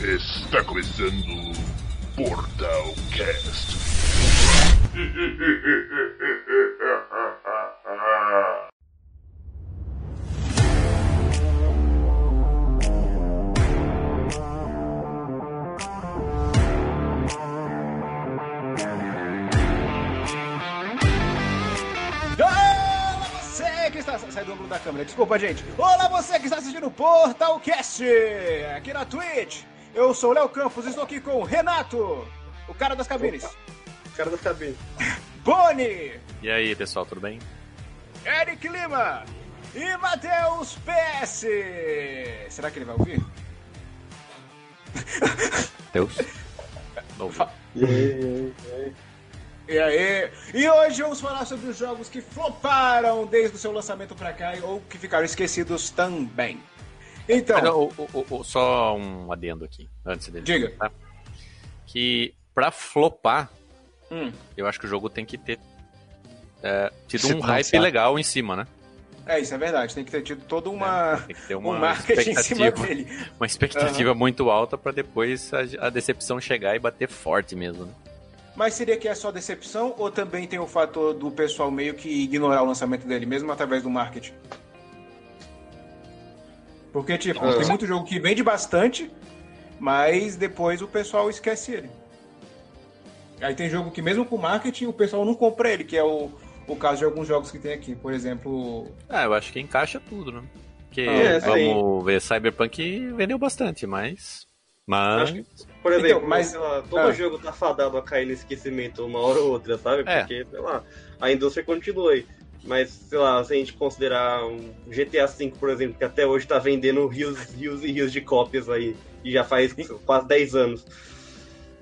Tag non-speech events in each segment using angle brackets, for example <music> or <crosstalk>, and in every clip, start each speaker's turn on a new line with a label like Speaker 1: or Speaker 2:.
Speaker 1: Está começando Portal Cast.
Speaker 2: Olá você que está... Sai do ângulo da câmera, desculpa, gente. Olá você que está assistindo o Portalcast, aqui na Twitch. Eu sou o Léo Campos e estou aqui com o Renato, o cara das cabines.
Speaker 3: cara das cabines.
Speaker 2: Boni,
Speaker 4: E aí, pessoal, tudo bem?
Speaker 2: Eric Lima e Matheus PS. Será que ele vai ouvir?
Speaker 4: Deus. Novo.
Speaker 3: E aí, e aí?
Speaker 2: E aí? E hoje vamos falar sobre os jogos que floparam desde o seu lançamento pra cá ou que ficaram esquecidos também. Então,
Speaker 4: Mas, ó, o- o- o- só um adendo aqui, antes dele.
Speaker 2: Diga.
Speaker 4: tá? Que pra flopar,
Speaker 2: hum,
Speaker 4: eu acho que o jogo tem que ter é, tido
Speaker 5: Se
Speaker 4: um hype
Speaker 5: pronunciar.
Speaker 4: legal em cima, né?
Speaker 2: é isso, é verdade. Tem que ter tido toda uma...
Speaker 4: Tem que ter
Speaker 2: um
Speaker 4: uma
Speaker 2: marketing em cima
Speaker 4: expectativa,
Speaker 2: dele.
Speaker 4: uma expectativa muito alta pra depois a, a decepção chegar e bater forte mesmo. Né?
Speaker 2: Mas seria que é só decepção ou também tem o fator do pessoal meio que ignorar o lançamento dele, mesmo através do marketing? Porque, tipo,
Speaker 3: Ah.
Speaker 2: tem muito jogo que vende bastante, mas depois o pessoal esquece ele. Aí tem jogo que mesmo com marketing o pessoal não compra ele, que é o, o caso de alguns jogos que tem aqui. Por exemplo,
Speaker 4: Ah, eu acho que encaixa tudo, né? Porque
Speaker 2: É,
Speaker 4: vamos ver, Cyberpunk vendeu bastante, mas. Mas.
Speaker 3: Acho Por exemplo,
Speaker 2: Então, mas-
Speaker 3: sei lá, todo
Speaker 2: Ah.
Speaker 3: jogo tá fadado a cair no esquecimento uma hora ou outra, sabe?
Speaker 4: É.
Speaker 3: Porque, sei lá, a indústria continua aí. Mas, sei lá, se a gente considerar um GTA V, por exemplo, que até hoje tá vendendo rios, rios e rios de cópias aí, e já faz quase 10 anos.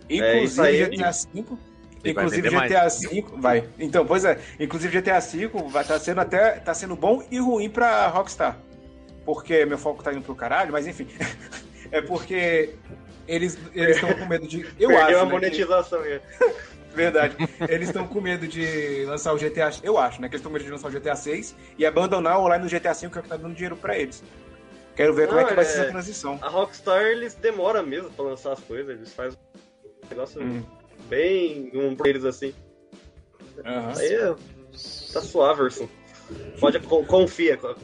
Speaker 3: isso
Speaker 2: Inclusive
Speaker 3: É, aí.
Speaker 2: GTA V.
Speaker 4: E vai
Speaker 2: Inclusive
Speaker 4: vender mais.
Speaker 2: GTA V. Vai. Então, pois é. Inclusive GTA V vai tá sendo até. tá sendo bom e ruim pra Rockstar. Porque meu foco tá indo pro caralho, mas enfim. <laughs> é porque eles estão com medo de. Eu
Speaker 3: Perdeu
Speaker 2: acho.
Speaker 3: a
Speaker 2: né,
Speaker 3: monetização. é.
Speaker 2: que- verdade. Eles estão com medo de lançar o GTA. Eu acho, né? Que eles estão com medo de lançar o GTA 6 e abandonar o online no GTA V, que é o que tá dando dinheiro pra eles. Quero ver como é
Speaker 3: Não,
Speaker 2: que vai
Speaker 3: é-
Speaker 2: ser essa transição.
Speaker 3: A Rockstar, eles demoram mesmo pra lançar as coisas, eles fazem um negócio
Speaker 2: Hum.
Speaker 3: bem... um pra eles assim.
Speaker 2: Aham.
Speaker 3: Aí é- tá suave, Urson. Pode, co- confia, co-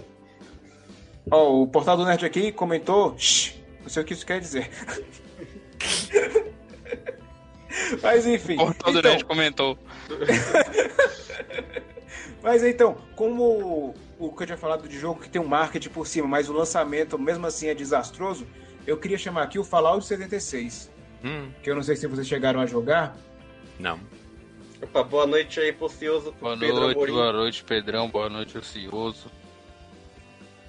Speaker 2: Ó, o Portal do Nerd aqui comentou. "Shh", Não sei o que isso quer dizer. <laughs> mas enfim.
Speaker 5: Portal do
Speaker 2: então,
Speaker 5: Nerd comentou.
Speaker 2: Mas então, como o que eu tinha falado de jogo que tem um marketing por cima, mas o lançamento mesmo assim é desastroso, eu queria chamar aqui o Fallout 76.
Speaker 4: Hum,
Speaker 2: Que eu não sei se vocês chegaram a jogar.
Speaker 4: não.
Speaker 3: Opa, boa noite aí pro Cioso, pro
Speaker 5: Boa
Speaker 3: Pedro
Speaker 5: noite,
Speaker 3: Amorim.
Speaker 5: boa noite, Pedrão. Boa noite, Ocioso.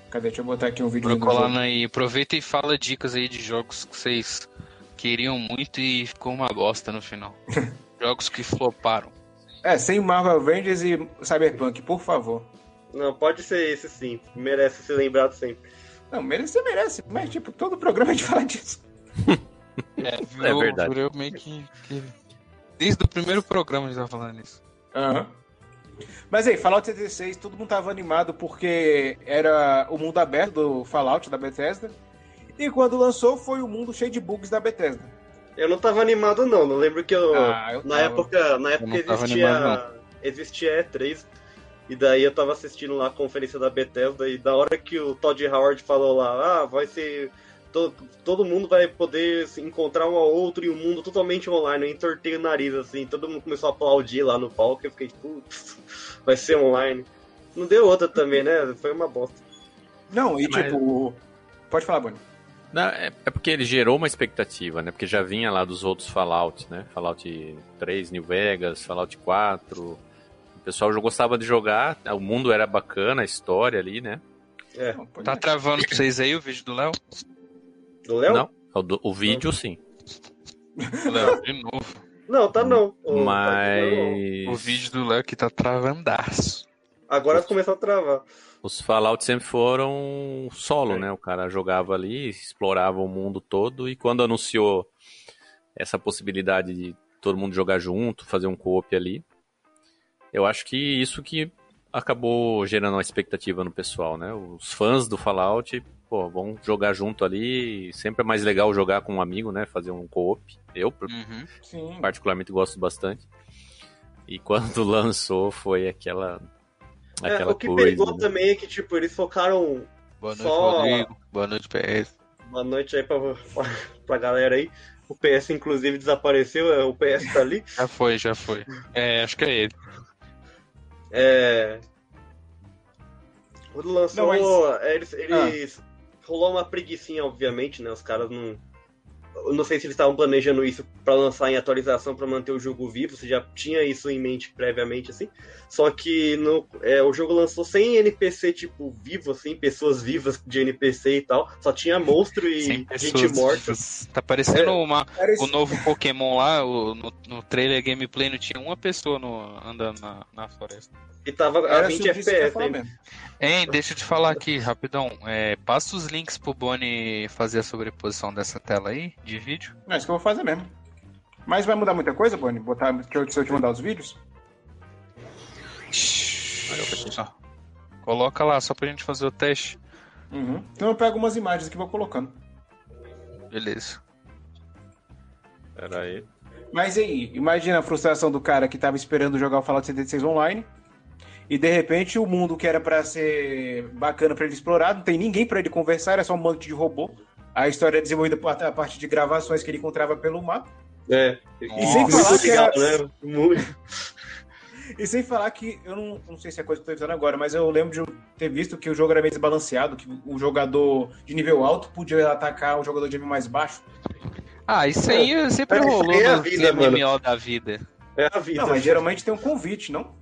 Speaker 2: Cadê? Deixa eu botar aqui um vídeo do jogo.
Speaker 5: Procolando aí. Aproveita e fala dicas aí de jogos que vocês queriam muito e ficou uma bosta no final. <laughs> jogos que floparam.
Speaker 2: É, sem Marvel Avengers e Cyberpunk, por favor.
Speaker 3: Não, pode ser esse sim. Merece ser lembrado sempre.
Speaker 2: Não, merece, você merece, mas tipo, todo programa a gente <laughs> fala disso.
Speaker 5: É,
Speaker 4: virou- verdade.
Speaker 5: Virou meio que, Desde o primeiro programa a gente tava falando nisso.
Speaker 2: Aham. Mas aí, Fallout 76, todo mundo tava animado porque era o mundo aberto do Fallout da Bethesda. E quando lançou, foi o mundo cheio de bugs da Bethesda.
Speaker 3: Eu não tava animado não, não lembro que eu.
Speaker 2: Ah, eu
Speaker 3: na
Speaker 2: tava.
Speaker 3: época, na época
Speaker 5: não tava
Speaker 3: existia.
Speaker 5: animado,
Speaker 3: Existia E3. E daí eu tava assistindo lá a conferência da Bethesda e da hora que o Todd Howard falou lá, ah, vai ser. to- todo mundo vai poder se encontrar um ao outro e um mundo totalmente online. Eu entortei o nariz, assim, todo mundo começou a aplaudir lá no palco, eu fiquei, putz, vai ser online. Não deu outra também, né? Foi uma bosta.
Speaker 2: Não, e
Speaker 4: Mas-
Speaker 2: tipo. Pode falar, Bonnie.
Speaker 4: Não, é, é porque ele gerou uma expectativa, né? Porque já vinha lá dos outros Fallout, né? Fallout 3, New Vegas, Fallout 4. O pessoal já gostava de jogar, né? o mundo era bacana, a história ali, né?
Speaker 3: É.
Speaker 2: Não, pode
Speaker 5: Tá
Speaker 2: falar.
Speaker 5: travando pra vocês aí o vídeo do Léo?
Speaker 3: Do Léo?
Speaker 4: Não, o, do- o vídeo sim.
Speaker 5: <laughs> Léo, de novo.
Speaker 3: Não, tá não. Ô,
Speaker 4: Mas.
Speaker 5: O vídeo do Léo que tá travandaço.
Speaker 3: Agora começou a travar.
Speaker 4: Os Fallout sempre foram
Speaker 3: É.
Speaker 4: solo, né? O cara jogava ali, explorava o mundo todo, e quando anunciou essa possibilidade de todo mundo jogar junto, fazer um co-op ali, eu acho que isso que acabou gerando uma expectativa no pessoal, né? Os fãs do Fallout pô, vamos jogar junto ali. Sempre é mais legal jogar com um amigo, né? Fazer um co-op. Eu,
Speaker 5: Uhum.
Speaker 3: Hum.
Speaker 2: Sim.
Speaker 4: particularmente, gosto bastante. E quando <laughs> lançou, foi aquela.
Speaker 3: É,
Speaker 4: Aquela
Speaker 3: o que
Speaker 4: coisa.
Speaker 3: pegou
Speaker 4: né?
Speaker 3: também é que, tipo, eles focaram
Speaker 5: Boa noite,
Speaker 3: Só-
Speaker 5: Rodrigo. Boa noite, PS.
Speaker 3: Boa noite aí pra, <laughs> pra, pra galera aí. O PS, inclusive, desapareceu, é, o PS tá ali.
Speaker 5: Já foi, já foi. É, acho que é ele.
Speaker 3: É... Quando lançou,
Speaker 2: Não, Ah.
Speaker 3: é, eles, eles- rolou uma preguicinha, obviamente, né? Os caras não. Eu não sei se eles estavam planejando isso pra lançar em atualização pra manter o jogo vivo, você já tinha isso em mente previamente, assim. Só que no, é, o jogo lançou sem NPC, tipo, vivo, assim, pessoas vivas de NPC e tal. Só tinha monstro
Speaker 5: <laughs>
Speaker 3: e
Speaker 5: 100
Speaker 3: gente morta.
Speaker 5: pessoas. Tá parecendo
Speaker 3: É.
Speaker 5: uma,
Speaker 2: Era
Speaker 5: o
Speaker 2: isso.
Speaker 5: novo Pokémon lá. o- no, no trailer gameplay não tinha uma pessoa no, andando na, na floresta.
Speaker 3: E tava a
Speaker 2: Era
Speaker 3: 20
Speaker 2: sobre isso que eu ia
Speaker 3: FPS
Speaker 2: falar
Speaker 3: ainda.
Speaker 2: mesmo.
Speaker 5: Hein, deixa eu te falar aqui, rapidão. É, passa os links pro Boni fazer a sobreposição dessa tela aí, de vídeo.
Speaker 2: Não, isso que eu vou fazer mesmo. Mas vai mudar muita coisa, Boni? Botar, deixa eu- se eu te mandar os vídeos?
Speaker 3: tá
Speaker 5: Ó, Coloca lá, só pra gente fazer o teste.
Speaker 2: Uhum. Então eu pego umas imagens que vou colocando.
Speaker 5: Beleza.
Speaker 4: Era aí.
Speaker 2: Mas e aí, imagina a frustração do cara que tava esperando jogar o Fallout 76 online. E de repente o mundo que era pra ser bacana pra ele explorar, não tem ninguém pra ele conversar, é só um monte de robô. A história é desenvolvida por- a partir de gravações que ele encontrava pelo mapa.
Speaker 3: É.
Speaker 5: E sem
Speaker 3: Muito
Speaker 2: falar que
Speaker 3: legal,
Speaker 2: era-
Speaker 3: né? Muito.
Speaker 2: E sem falar que, eu não, não sei se é coisa que eu tô visando agora, mas eu lembro de eu ter visto que o jogo era meio desbalanceado, que o jogador de nível alto podia atacar o jogador de nível mais baixo.
Speaker 5: Ah, isso aí sempre
Speaker 3: É, isso
Speaker 5: rolou né?
Speaker 3: aí é a
Speaker 5: no
Speaker 3: vida,
Speaker 5: MMO da vida.
Speaker 3: <laughs> É a vida.
Speaker 2: Não, mas geralmente tem um convite, não?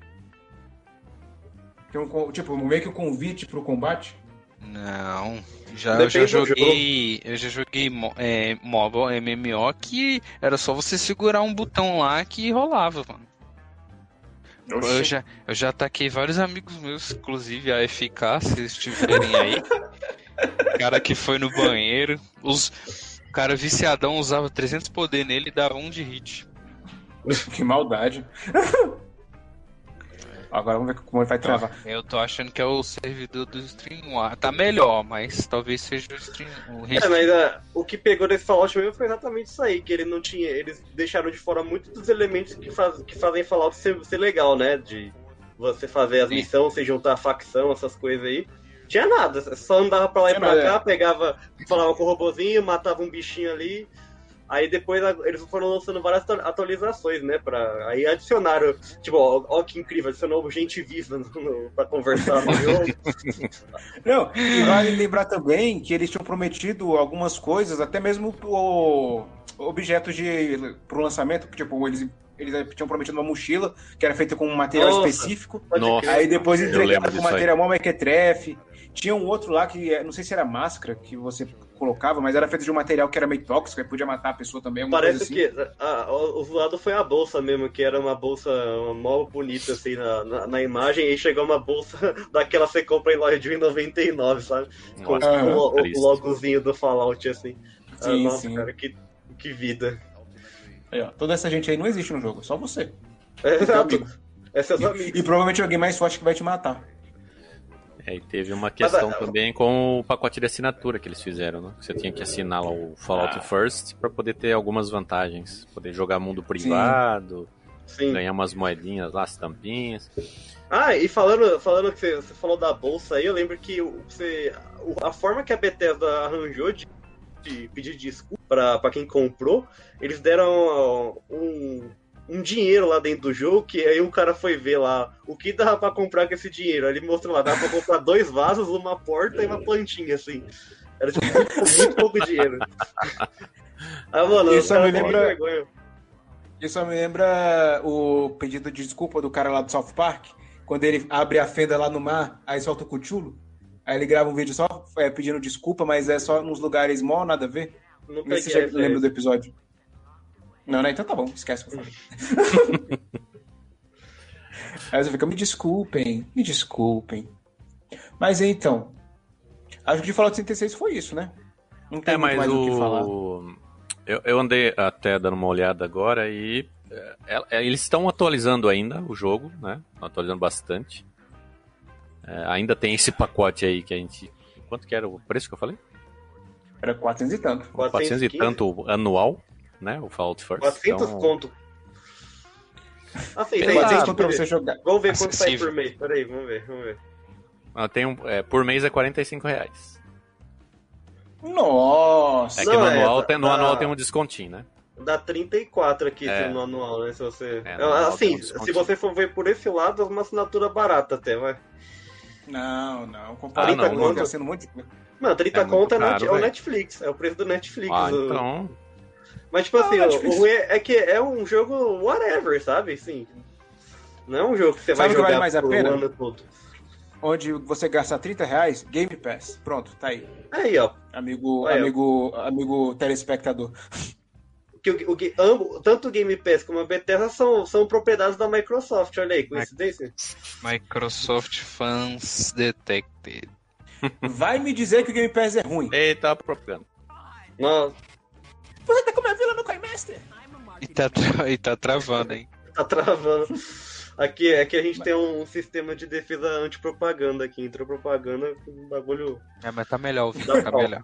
Speaker 2: Tem um, con- tipo, meio que o convite pro combate.
Speaker 5: Não, já, eu
Speaker 3: Depende
Speaker 5: já
Speaker 3: do
Speaker 5: joguei, eu já joguei mo- é, MOBA, MMO, que era só você segurar um botão lá que rolava, mano. Eu já, eu já ataquei vários amigos meus, inclusive a FK, se eles estiverem aí. O cara que foi no banheiro, os, o cara viciadão usava 300 poder nele e dava um de hit.
Speaker 2: Que
Speaker 4: <laughs>
Speaker 2: maldade. Agora vamos ver como ele vai travar.
Speaker 5: Eu tô achando que é o servidor do StreamWar. Tá melhor, mas talvez seja o Stream... O
Speaker 3: É, mas ah, o que pegou desse Fallout mesmo foi exatamente isso aí, que ele não tinha. Eles deixaram de fora muitos dos elementos que, faz, que fazem Fallout ser, ser legal, né? De você fazer as
Speaker 5: Sim.
Speaker 3: missões, você juntar a facção, essas coisas aí. Tinha nada, só andava pra lá e
Speaker 2: Tinha
Speaker 3: pra
Speaker 2: nada,
Speaker 3: cá,
Speaker 2: é.
Speaker 3: pegava, falava com o robozinho, matava um bichinho ali. Aí depois a- eles foram lançando várias atua- atualizações, né? Pra, aí adicionaram, tipo, ó, ó que incrível, adicionou gente viva no, no- pra conversar no jogo.
Speaker 2: Não, e vale lembrar também que eles tinham prometido algumas coisas, até mesmo pro- objetos de pro lançamento, tipo, eles eles tinham prometido uma mochila que era feita com um material
Speaker 3: Nossa.
Speaker 2: específico.
Speaker 3: Pode
Speaker 4: Nossa.
Speaker 3: crer.
Speaker 2: Aí depois
Speaker 4: Eu
Speaker 2: entregaram
Speaker 4: lembro
Speaker 2: com
Speaker 4: disso aí.
Speaker 2: material mó mequetrefe. Tinha um outro lá que, eh, não sei se era máscara que você colocava, mas era feito de um material que era meio tóxico e podia matar a pessoa também. alguma
Speaker 3: Parece
Speaker 2: coisa assim.
Speaker 3: que a- a- o o lado foi a bolsa mesmo, que era uma bolsa mó bonita assim na, na, na imagem, e chegou uma bolsa <laughs> daquela que você compra em loja de 1,99, sabe? Com
Speaker 4: Nossa,
Speaker 2: Aham.
Speaker 3: o, lo- o
Speaker 4: triste.
Speaker 3: logozinho do Fallout assim. Ah,
Speaker 2: Sim,
Speaker 3: nossa,
Speaker 2: sim.
Speaker 3: cara, que, que vida.
Speaker 2: Aí, ó, toda essa gente aí não existe no jogo, é só você.
Speaker 3: <laughs> Exato.
Speaker 2: amigo.
Speaker 3: É seus amigos.
Speaker 2: E provavelmente alguém mais forte que vai te matar.
Speaker 4: É, e teve uma questão
Speaker 3: Mas, ah,
Speaker 4: também com o pacote de assinatura que eles fizeram, né? Que você tinha que assinar lá o
Speaker 2: Ah.
Speaker 4: Fallout First pra poder ter algumas vantagens. Poder jogar mundo privado,
Speaker 3: Sim.
Speaker 4: ganhar umas moedinhas lá, as tampinhas.
Speaker 3: Ah, e falando, falando que você, você falou da bolsa aí, eu lembro que o- você, o- a forma que a Bethesda arranjou de, de pedir desculpa pra, pra quem comprou, eles deram ó, um, um dinheiro lá dentro do jogo, que aí o cara foi ver lá o que dava pra comprar com esse dinheiro. Aí Ele mostrou lá, dava pra comprar dois vasos, uma porta e uma plantinha, assim. Era tipo muito, muito pouco dinheiro. Ah, mano,
Speaker 2: Isso
Speaker 3: o cara
Speaker 2: me
Speaker 3: tem
Speaker 2: lembra-
Speaker 3: vergonha.
Speaker 2: Isso me lembra o pedido de desculpa do cara lá do South Park, quando ele abre a fenda lá no mar, aí solta o cutulo. Aí ele grava um vídeo só é, pedindo desculpa, mas é só nos lugares mó nada a ver.
Speaker 3: Não
Speaker 4: é
Speaker 2: Não sei se
Speaker 3: peguei
Speaker 2: você
Speaker 3: essa
Speaker 2: lembra
Speaker 3: aí.
Speaker 2: do episódio. Não, né? Então tá bom, esquece o que eu falei. <laughs> aí você fica, me desculpem, me desculpem. Mas então, acho que de Fallout 66 foi isso, né? Não tem
Speaker 4: É,
Speaker 2: muito
Speaker 4: mas
Speaker 2: mais o que falar.
Speaker 4: o. Eu, eu andei até dando uma olhada agora e. é, é, eles estão atualizando ainda o jogo, né? Atualizando bastante. É, ainda tem esse pacote aí que a gente. Quanto que era o preço que eu falei?
Speaker 2: Era 400 e tanto.
Speaker 4: 400 e
Speaker 3: 415.
Speaker 4: tanto anual, né? O Fallout First.
Speaker 3: 400
Speaker 4: então,
Speaker 3: conto. Assim,
Speaker 4: Tem
Speaker 3: tem
Speaker 4: Claro.
Speaker 2: 400
Speaker 3: 400
Speaker 2: conto pra você jogar.
Speaker 3: Vamos ver quanto sai
Speaker 5: Acessível.
Speaker 3: por mês. Peraí, vamos ver, vamos ver.
Speaker 4: ah, tem um, é, por mês é 45 reais.
Speaker 2: Nossa!
Speaker 4: É
Speaker 3: Não,
Speaker 4: que no,
Speaker 3: é,
Speaker 4: anual,
Speaker 3: tá-
Speaker 4: tem, no
Speaker 3: tá-
Speaker 4: anual tem um descontinho, né?
Speaker 3: Dá 34 aqui
Speaker 4: É.
Speaker 3: se no anual, né? Se você.
Speaker 4: É, no anual tem um
Speaker 3: assim,
Speaker 4: desconto.
Speaker 3: se você for ver por esse lado, é uma assinatura barata até, vai.
Speaker 2: Não, não. Comparado
Speaker 4: Ah, não,
Speaker 2: com
Speaker 4: não.
Speaker 2: o tá sendo muito.
Speaker 3: Mano, 30
Speaker 4: É muito
Speaker 3: conto é no-
Speaker 4: caro,
Speaker 3: é o
Speaker 4: velho.
Speaker 3: Netflix, é o preço do Netflix.
Speaker 4: Ah,
Speaker 3: o-
Speaker 4: então.
Speaker 3: Mas, tipo assim,
Speaker 2: Ah,
Speaker 3: o,
Speaker 2: Netflix.
Speaker 3: o ruim é, é que é um jogo whatever, sabe? Assim, não é um jogo que você
Speaker 2: Sabe o
Speaker 3: vai
Speaker 2: que vale
Speaker 3: jogar
Speaker 2: mais a
Speaker 3: por
Speaker 2: pena?
Speaker 3: um ano todo.
Speaker 2: Onde você gasta 30 reais, Game Pass. Pronto, tá aí.
Speaker 3: Aí, ó.
Speaker 2: Amigo,
Speaker 3: Aí, ó.
Speaker 2: amigo, amigo telespectador.
Speaker 3: Que, o, o, que- ambos, tanto o Game Pass como a Bethesda são, são propriedades da Microsoft, olha aí, coincidência.
Speaker 5: Microsoft Fans Detected.
Speaker 2: Vai me dizer que o Game Pass é ruim.
Speaker 4: Eita, propaganda.
Speaker 3: Nossa,
Speaker 2: Você tá com minha vila no Coinmaster.
Speaker 5: E tá, tra- <laughs> e tá travando, hein?
Speaker 3: tá travando. Aqui, aqui a gente tem um sistema de defesa antipropaganda aqui, entrou propaganda, um bagulho.
Speaker 5: É, mas tá melhor o vídeo,
Speaker 3: Dá
Speaker 5: tá
Speaker 3: pau.
Speaker 5: melhor.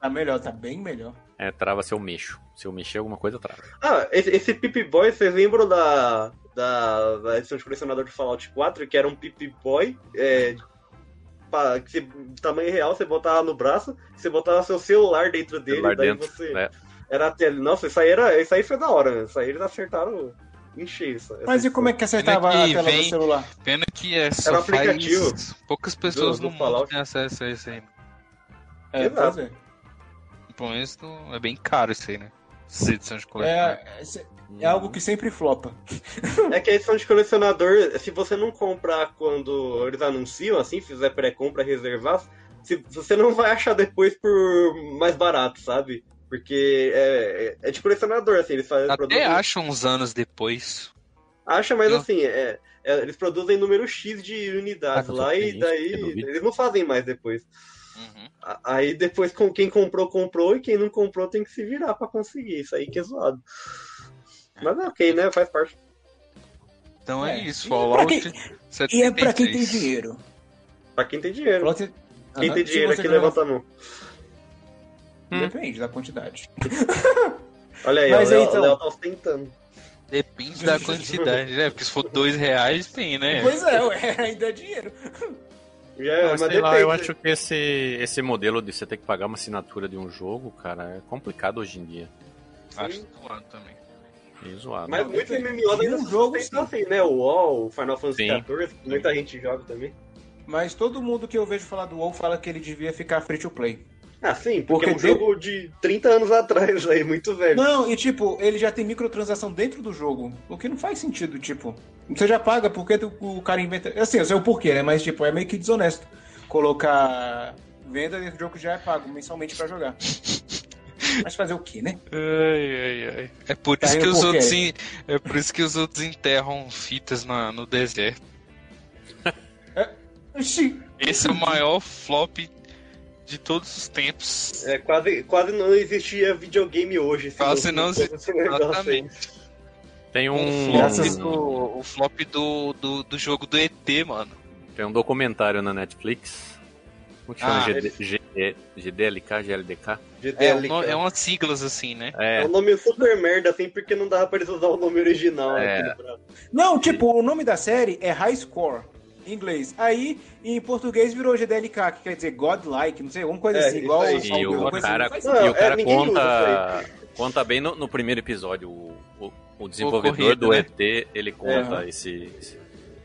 Speaker 2: Tá melhor, tá bem melhor.
Speaker 4: É, trava se eu mexo. Se eu mexer alguma coisa, trava.
Speaker 3: Ah, esse, esse Pip Boy, vocês lembram da, da, da edição de colecionador de Fallout 4, que era um Pip Boy é, pa- que você- tamanho real, você botava no braço, você botava seu celular dentro dele,
Speaker 4: Celular
Speaker 3: daí
Speaker 4: dentro,
Speaker 3: você.
Speaker 4: né?
Speaker 3: Era até. Nossa, isso aí era. Isso aí foi da hora, né? Isso aí eles acertaram em cheio. Essa,
Speaker 2: Mas e como é que acertava
Speaker 5: Como é
Speaker 2: a
Speaker 5: que
Speaker 2: tela do
Speaker 5: vem?
Speaker 2: celular?
Speaker 5: Pena que é só
Speaker 3: Era um aplicativo
Speaker 5: faz- Poucas pessoas
Speaker 3: do
Speaker 5: no mundo
Speaker 3: Fallout.
Speaker 5: têm acesso a isso aí.
Speaker 2: É,
Speaker 3: Exato.
Speaker 2: pois é.
Speaker 5: Pelo menos não- é bem caro isso aí, né? Essas edições de coleção.
Speaker 2: É, é- é algo que sempre flopa.
Speaker 3: É que a edição de colecionador, se você não comprar quando eles anunciam, assim, fizer pré-compra, reservar, se, você não vai achar depois por mais barato, sabe? Porque é, é- é de colecionador, assim, eles fazem
Speaker 5: Até acho uns anos depois.
Speaker 3: Acha, mas
Speaker 5: Eu-
Speaker 3: assim, é- é, eles produzem número X de unidades
Speaker 4: Ah, não,
Speaker 3: lá
Speaker 4: tem
Speaker 3: e
Speaker 4: isso,
Speaker 3: daí
Speaker 4: eu duvido.
Speaker 3: eles não fazem mais depois.
Speaker 5: Uhum.
Speaker 3: A- Aí depois com quem comprou, comprou e quem não comprou tem que se virar pra conseguir. Isso aí que é zoado. Mas é ok, né? Faz parte.
Speaker 5: Então é,
Speaker 2: É.
Speaker 5: isso,
Speaker 2: E
Speaker 5: Fallout
Speaker 2: pra quem- E é pra quem tem
Speaker 5: 73.
Speaker 2: dinheiro.
Speaker 3: Pra quem tem dinheiro.
Speaker 2: Fallout-
Speaker 3: Quem
Speaker 2: Aham.
Speaker 3: tem
Speaker 2: Se
Speaker 3: dinheiro
Speaker 2: você
Speaker 3: aqui
Speaker 2: jogar-
Speaker 3: levanta a mão.
Speaker 2: Depende da quantidade.
Speaker 3: Olha aí,
Speaker 2: Mas
Speaker 3: ó, o
Speaker 2: aí,
Speaker 3: Léo-
Speaker 2: então.
Speaker 3: o Léo tá ostentando.
Speaker 5: Depende da quantidade, né? Porque se for dois reais, tem, né?
Speaker 2: Pois é, ué, <laughs> ainda é dinheiro.
Speaker 3: Já,
Speaker 5: Ah,
Speaker 4: Não,
Speaker 3: É, mas
Speaker 4: sei lá,
Speaker 3: depende.
Speaker 4: eu acho que esse, esse modelo de você ter que pagar uma assinatura de um jogo, cara, é complicado hoje em dia.
Speaker 5: Acho é zoado também.
Speaker 4: Meio zoado.
Speaker 3: assim. Mas
Speaker 2: Não,
Speaker 3: muitos
Speaker 2: depende.
Speaker 3: MMOs
Speaker 2: De
Speaker 3: ainda
Speaker 2: um
Speaker 3: são
Speaker 2: jogo,
Speaker 3: assim, né? O WoW, o Final Fantasy
Speaker 4: Sim.
Speaker 3: XIV, que muita gente joga também.
Speaker 2: Mas todo mundo que eu vejo falar do WoW fala que ele devia ficar free to play.
Speaker 3: Ah, sim, porque,
Speaker 2: Porque
Speaker 3: é um jogo de 30 anos atrás aí, muito velho.
Speaker 2: Não, e tipo, ele já tem microtransação dentro do jogo, o que não faz sentido, tipo. Você já paga porque tu- o cara inventa. Assim, eu sei o porquê, né? Mas tipo, é meio que desonesto colocar venda dentro do jogo que já é pago mensalmente pra
Speaker 3: <laughs>
Speaker 2: jogar. Mas fazer o quê, né?
Speaker 5: Ai, ai, ai. É por
Speaker 2: Tá
Speaker 5: isso que
Speaker 2: indo
Speaker 5: os
Speaker 2: por quê?
Speaker 5: outros en- é por isso que os outros enterram fitas na- no deserto.
Speaker 2: Oxi,
Speaker 5: Esse é o maior flop de todos os tempos.
Speaker 3: É, quase, quase não existia videogame hoje. assim, se
Speaker 5: Quase não
Speaker 3: fosse esse um negócio assim, aí.
Speaker 5: Exatamente.
Speaker 4: Tem um,
Speaker 5: O
Speaker 2: Graças-
Speaker 5: flop, do, o flop do, do, do jogo do ET, mano.
Speaker 3: Tá
Speaker 4: tem um documentário na Netflix. Como que chama?
Speaker 5: Ah,
Speaker 4: GD, GD, GDLK, GLDK?
Speaker 5: É,
Speaker 3: GTL,
Speaker 5: um no-
Speaker 3: cara.
Speaker 5: é umas siglas assim, né?
Speaker 4: É,
Speaker 3: É um nome super merda, assim, porque não dava pra eles usar o nome original assim.
Speaker 4: É.
Speaker 3: aqui no Brasil.
Speaker 2: Não, tipo, o nome da série é High Score, em inglês. Aí, em português virou GDLK, que quer dizer Godlike, não sei, alguma coisa
Speaker 3: É,
Speaker 2: assim,
Speaker 3: isso
Speaker 2: igual
Speaker 3: aí.
Speaker 2: ao-
Speaker 4: e
Speaker 2: alguma
Speaker 4: o
Speaker 2: coisa
Speaker 4: cara,
Speaker 2: assim.
Speaker 3: Não,
Speaker 4: e o
Speaker 3: é,
Speaker 4: cara
Speaker 3: ninguém usa
Speaker 4: conta, conta bem no, no primeiro episódio. O, o, o desenvolvedor
Speaker 5: corrido,
Speaker 4: do
Speaker 5: né?
Speaker 4: ET, ele conta esse, esse-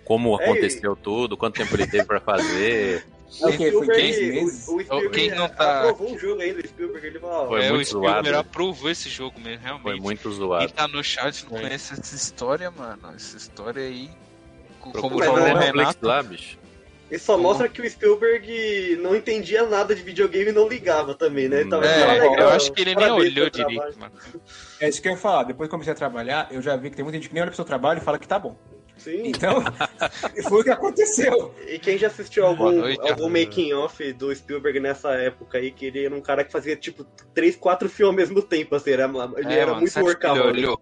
Speaker 4: como
Speaker 3: É,
Speaker 4: aconteceu tudo, quanto tempo ele teve pra fazer.
Speaker 5: <laughs>
Speaker 2: É O quê? Foi
Speaker 3: Spielberg,
Speaker 2: três meses?
Speaker 3: O, o Spielberg
Speaker 5: Quem não tá-
Speaker 3: aprovou o jogo ainda, o Spielberg, ele falou,
Speaker 4: Foi
Speaker 5: é, o
Speaker 4: muito
Speaker 5: Spielberg
Speaker 4: zoado.
Speaker 5: aprovou esse jogo mesmo, realmente.
Speaker 4: Foi muito
Speaker 5: Quem
Speaker 4: zoado.
Speaker 5: tá no chat não conhece essa história, mano. Essa história aí. co- Como
Speaker 4: Procura
Speaker 5: falou
Speaker 4: no
Speaker 5: o
Speaker 3: mas é
Speaker 4: Netflix
Speaker 5: Renato,
Speaker 4: lá, bicho.
Speaker 3: Isso só mostra que o Spielberg não entendia nada de videogame e não ligava também, né? Ele tava
Speaker 2: É,
Speaker 3: "Ah, legal,
Speaker 5: eu acho que ele nem
Speaker 3: parabéns pelo
Speaker 5: olhou
Speaker 3: trabalho."
Speaker 5: direito, mano.
Speaker 2: É isso que eu ia falar. Depois que comecei a trabalhar, eu já vi que tem muita gente que nem olha pro seu trabalho e fala que tá bom.
Speaker 3: Sim.
Speaker 2: Então, foi o que aconteceu.
Speaker 3: E quem já assistiu
Speaker 5: Boa
Speaker 3: algum,
Speaker 5: noite,
Speaker 3: algum
Speaker 5: Arthur.
Speaker 3: making-off do Spielberg nessa época aí, que ele era um cara que fazia, tipo, três, quatro filmes ao mesmo tempo, assim, era, ele
Speaker 5: É,
Speaker 3: era
Speaker 5: mano,
Speaker 3: muito
Speaker 5: sabe que ele
Speaker 3: workaholic.
Speaker 5: olhou.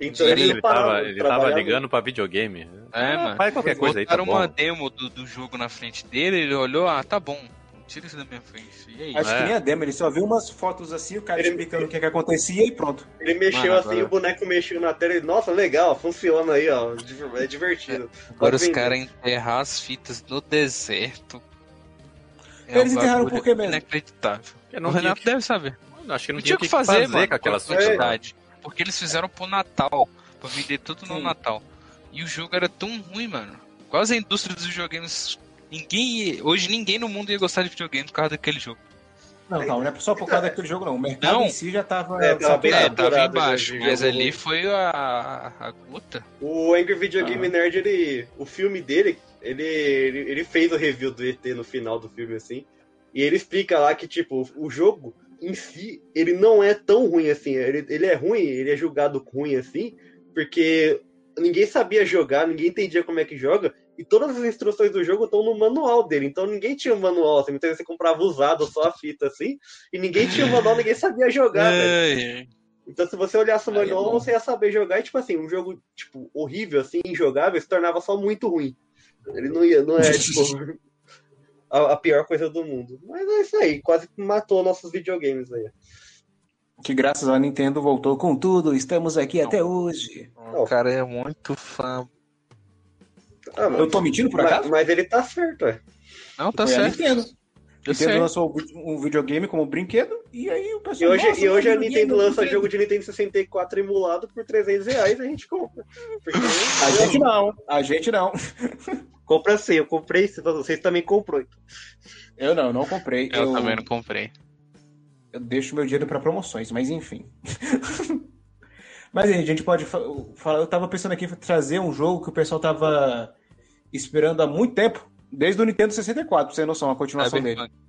Speaker 3: Então
Speaker 5: Ele
Speaker 3: ele,
Speaker 4: Ele
Speaker 3: não parava
Speaker 4: tava,
Speaker 3: de
Speaker 4: ele tava
Speaker 3: trabalhar, né?
Speaker 4: ligando pra videogame.
Speaker 5: É, mano.
Speaker 4: Faz qualquer coisa aí, tá
Speaker 5: Botaram
Speaker 4: bom.
Speaker 5: uma demo do, do jogo na frente dele, ele olhou, ah, tá bom. tira isso da minha frente. E aí?
Speaker 2: Acho
Speaker 4: É.
Speaker 2: que nem a demo, ele só viu umas fotos assim, o cara
Speaker 3: Ele-
Speaker 2: explicando o que, que acontecia e pronto.
Speaker 3: Ele mexeu
Speaker 5: Mano,
Speaker 3: assim,
Speaker 5: agora-
Speaker 3: o boneco mexeu na tela e, nossa, legal, funciona aí, ó. div- É divertido.
Speaker 5: Agora os
Speaker 3: Assim,
Speaker 5: caras enterrar as fitas no deserto. É um
Speaker 2: Eles enterraram
Speaker 5: bagulho
Speaker 2: por quê mesmo?
Speaker 5: Inacreditável.
Speaker 4: Porque
Speaker 5: o
Speaker 4: não tinha
Speaker 5: Renato deve saber.
Speaker 4: que- Acho que
Speaker 5: Não
Speaker 4: não
Speaker 5: tinha o que fazer, mano,
Speaker 4: com aquelas
Speaker 5: com
Speaker 3: a
Speaker 4: fitas. lá.
Speaker 5: quantidade. Porque eles fizeram pro Natal, pra vender tudo no
Speaker 2: Sim.
Speaker 5: Natal. E o jogo era tão ruim, mano. Quase a indústria dos videogames. Ninguém. ia- Hoje ninguém no mundo ia gostar de videogame por causa daquele jogo.
Speaker 2: Não, não, não é só por causa daquele jogo, não. O mercado
Speaker 5: Não.
Speaker 2: em si já tava.
Speaker 3: É, tava bem-
Speaker 5: É,
Speaker 2: saturado.
Speaker 5: tava
Speaker 3: saturado,
Speaker 5: embaixo,
Speaker 3: né, de
Speaker 5: mas
Speaker 3: jogo
Speaker 5: ali
Speaker 3: ruim.
Speaker 5: foi a, a gota.
Speaker 3: O Angry Video Game Nerd, ele, o filme dele, ele, ele, ele fez o review do ET no final do filme, assim. E ele explica lá que, tipo, o jogo em si, ele não é tão ruim assim. Ele, ele é ruim, ele é julgado ruim assim, porque ninguém sabia jogar, ninguém entendia como é que joga. E todas as instruções do jogo estão no manual dele, então ninguém tinha o manual, assim, então você comprava usado só a fita assim, e ninguém tinha o manual, ninguém sabia jogar,
Speaker 5: É,
Speaker 3: velho.
Speaker 5: Ai,
Speaker 3: Então, se você olhasse o
Speaker 5: Aí é
Speaker 3: manual,
Speaker 5: bom.
Speaker 3: você ia saber jogar. E, tipo assim, um jogo, tipo, horrível, assim, injogável, se tornava só muito ruim. Ele não ia, não é,
Speaker 2: <laughs>
Speaker 3: tipo, a, a pior coisa do mundo. Mas é isso aí, quase que matou nossos videogames aí.
Speaker 2: Que graças à Nintendo voltou com tudo, estamos aqui
Speaker 5: Não.
Speaker 2: até hoje.
Speaker 5: o cara é muito fã.
Speaker 3: Ah, mas,
Speaker 2: Eu tô mentindo por
Speaker 3: mas,
Speaker 2: acaso?
Speaker 3: mas ele tá certo, ué.
Speaker 5: Não, tá
Speaker 2: Foi a
Speaker 5: certo. tá
Speaker 2: Nintendo.
Speaker 5: Eu
Speaker 2: Nintendo
Speaker 5: sei.
Speaker 2: lançou um videogame como brinquedo e aí o
Speaker 3: E
Speaker 2: pessoal.
Speaker 3: hoje,
Speaker 2: "Nossa,
Speaker 3: e hoje
Speaker 2: videogame,
Speaker 3: a
Speaker 2: é um
Speaker 3: Nintendo lança
Speaker 2: videogame".
Speaker 3: jogo de Nintendo 64 emulado por 300 reais e a gente compra.
Speaker 2: <laughs>
Speaker 3: Porque
Speaker 2: A gente não, a gente não.
Speaker 3: compra sim, eu comprei, vocês também comprou. <laughs> então.
Speaker 2: Eu não, não comprei.
Speaker 5: Eu, também não comprei.
Speaker 2: eu deixo meu dinheiro pra promoções, mas enfim. <laughs> mas aí, a gente pode fa- falar. Eu tava pensando aqui em trazer um jogo que o pessoal tava esperando há muito tempo, desde o Nintendo 64, pra você ter noção, a
Speaker 5: Tá
Speaker 2: continuação dele.
Speaker 5: Cyberpunk.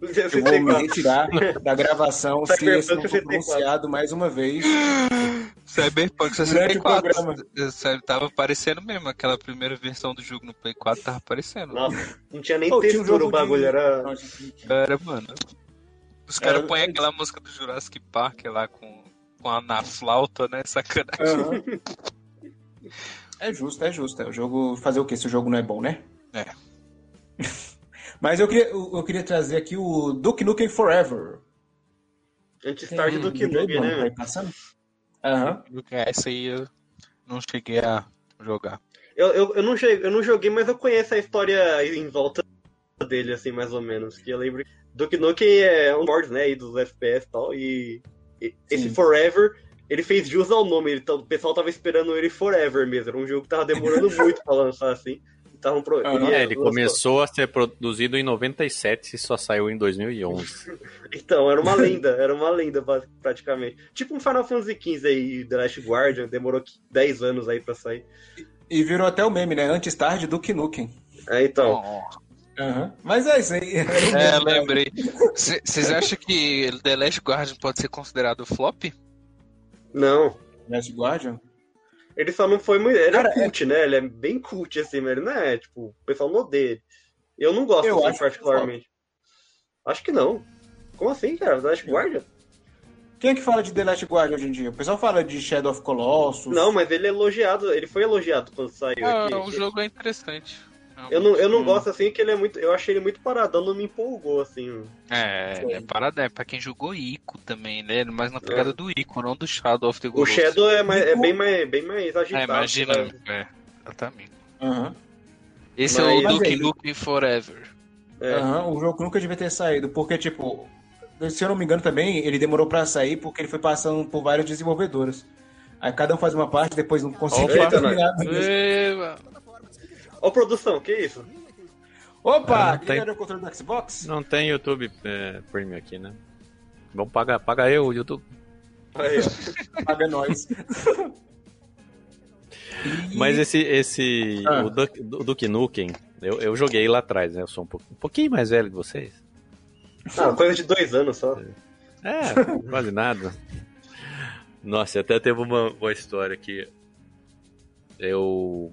Speaker 2: Eu vou me
Speaker 3: 64.
Speaker 2: retirar da gravação se
Speaker 3: Cyberpunk
Speaker 2: esse não for
Speaker 3: 64.
Speaker 2: pronunciado mais uma vez.
Speaker 5: Cyberpunk
Speaker 2: Durante o
Speaker 5: 64.
Speaker 2: programa.
Speaker 5: Eu sei, Tava aparecendo mesmo, aquela primeira versão do jogo no Play 4 tava aparecendo.
Speaker 3: Nossa, não tinha nem
Speaker 2: Pô, tinha um
Speaker 3: textura
Speaker 2: jogo
Speaker 3: o bagulho,
Speaker 2: de-
Speaker 3: era.
Speaker 5: Cara, mano. Os caras
Speaker 2: É,
Speaker 5: põem
Speaker 2: eu-
Speaker 5: aquela música do Jurassic Park lá com, com a na flauta, né? <laughs> Sacanagem.
Speaker 2: Aham. É justo, é justo. É o jogo fazer o quê? Se o jogo não é bom, né?
Speaker 5: É.
Speaker 2: <laughs> Mas eu queria, eu eu queria trazer aqui o Duke Nukem Forever.
Speaker 3: Antes tarde do que
Speaker 2: Um jogo
Speaker 3: nunca,
Speaker 2: bom,
Speaker 3: né?
Speaker 2: tá aí passando? Aham.
Speaker 5: é? Essa aí eu não cheguei a jogar.
Speaker 3: Eu, eu, eu, não cheguei, eu não joguei, mas eu conheço a história em volta dele, assim, mais ou menos. Que eu lembro. que Duke Nukem é um board, né, aí dos FPS e tal, e, e esse
Speaker 2: Sim.
Speaker 3: Forever, ele fez jus ao nome, ele, tá- o pessoal tava esperando ele Forever mesmo, era um jogo que tava demorando muito pra lançar, assim. Tava um pro...
Speaker 2: Ah,
Speaker 4: É, ele
Speaker 3: lançou-
Speaker 4: começou a ser produzido em 97 e só saiu em 2011.
Speaker 3: Então, era uma lenda, era uma lenda ba- praticamente. Tipo um Final Fantasy XV aí, The Last Guardian, demorou 10 anos aí pra sair.
Speaker 2: E virou até o meme, né? Antes tarde, Duke Nukem.
Speaker 3: É, então,
Speaker 2: Aham. Mas <laughs> é né? isso aí.
Speaker 5: É, lembrei. C- Vocês acham que The Last Guardian pode ser considerado flop?
Speaker 3: não.
Speaker 2: Last Guardian?
Speaker 3: Ele só não foi muito. Ele
Speaker 2: Cara,
Speaker 3: é cult, né? Ele é bem cult, assim, mas ele não é, tipo, o pessoal não odeia ele. Eu não gosto,
Speaker 2: Eu
Speaker 3: assim,
Speaker 2: acho que
Speaker 3: particularmente. Acho que não. Como assim, cara? Você acha que guarda?
Speaker 2: Quem é que fala de The Last Guardian hoje em dia? O pessoal fala de Shadow of Colossus.
Speaker 3: Não, mas ele é elogiado, ele foi elogiado quando saiu
Speaker 5: Ah,
Speaker 3: aqui. assim.
Speaker 5: o jogo é interessante. É um
Speaker 3: Eu não, eu não
Speaker 2: Hum.
Speaker 3: gosto assim que ele é muito. Eu achei ele muito paradão, não me empolgou, assim.
Speaker 5: É, ele é parada. É pra quem jogou Ico também, né? Mas na pegada do Ico, não do Shadow of the
Speaker 3: É. O
Speaker 5: Ghost.
Speaker 3: Shadow é, mais, é
Speaker 2: Tipo-
Speaker 3: bem, mais, bem mais
Speaker 5: É,
Speaker 3: agitado.
Speaker 5: imagina.
Speaker 3: sabe?
Speaker 5: É, exatamente.
Speaker 2: Aham.
Speaker 5: Esse
Speaker 3: Mas- assim,
Speaker 5: é o
Speaker 2: Mas
Speaker 5: Duke
Speaker 2: ele-
Speaker 5: Nukem Forever.
Speaker 3: É.
Speaker 2: Aham, o jogo nunca devia ter saído, porque, tipo, se eu não me engano também, ele demorou pra sair porque ele foi passando por várias desenvolvedoras. Aí cada um faz uma parte, depois não conseguia
Speaker 3: Opa!
Speaker 2: terminar.
Speaker 5: Eba.
Speaker 3: Ó, produção, que isso?
Speaker 2: <laughs> Opa!
Speaker 4: Ah,
Speaker 2: Quem
Speaker 4: tem-
Speaker 2: era o controle do Xbox?
Speaker 4: Não tem YouTube é, Premium aqui, né? Vamos pagar, paga eu, YouTube.
Speaker 3: Aí,
Speaker 2: <laughs>
Speaker 3: ó.
Speaker 2: Paga nós. <laughs>
Speaker 4: Mas esse, esse
Speaker 2: Ah.
Speaker 4: o Duke, o Duke Nukem, eu, eu joguei lá atrás, né? Eu sou um, pouco- um pouquinho mais velho que vocês.
Speaker 3: Ah, coisa de dois anos só.
Speaker 4: É, quase nada. Nossa, até teve uma, uma história que eu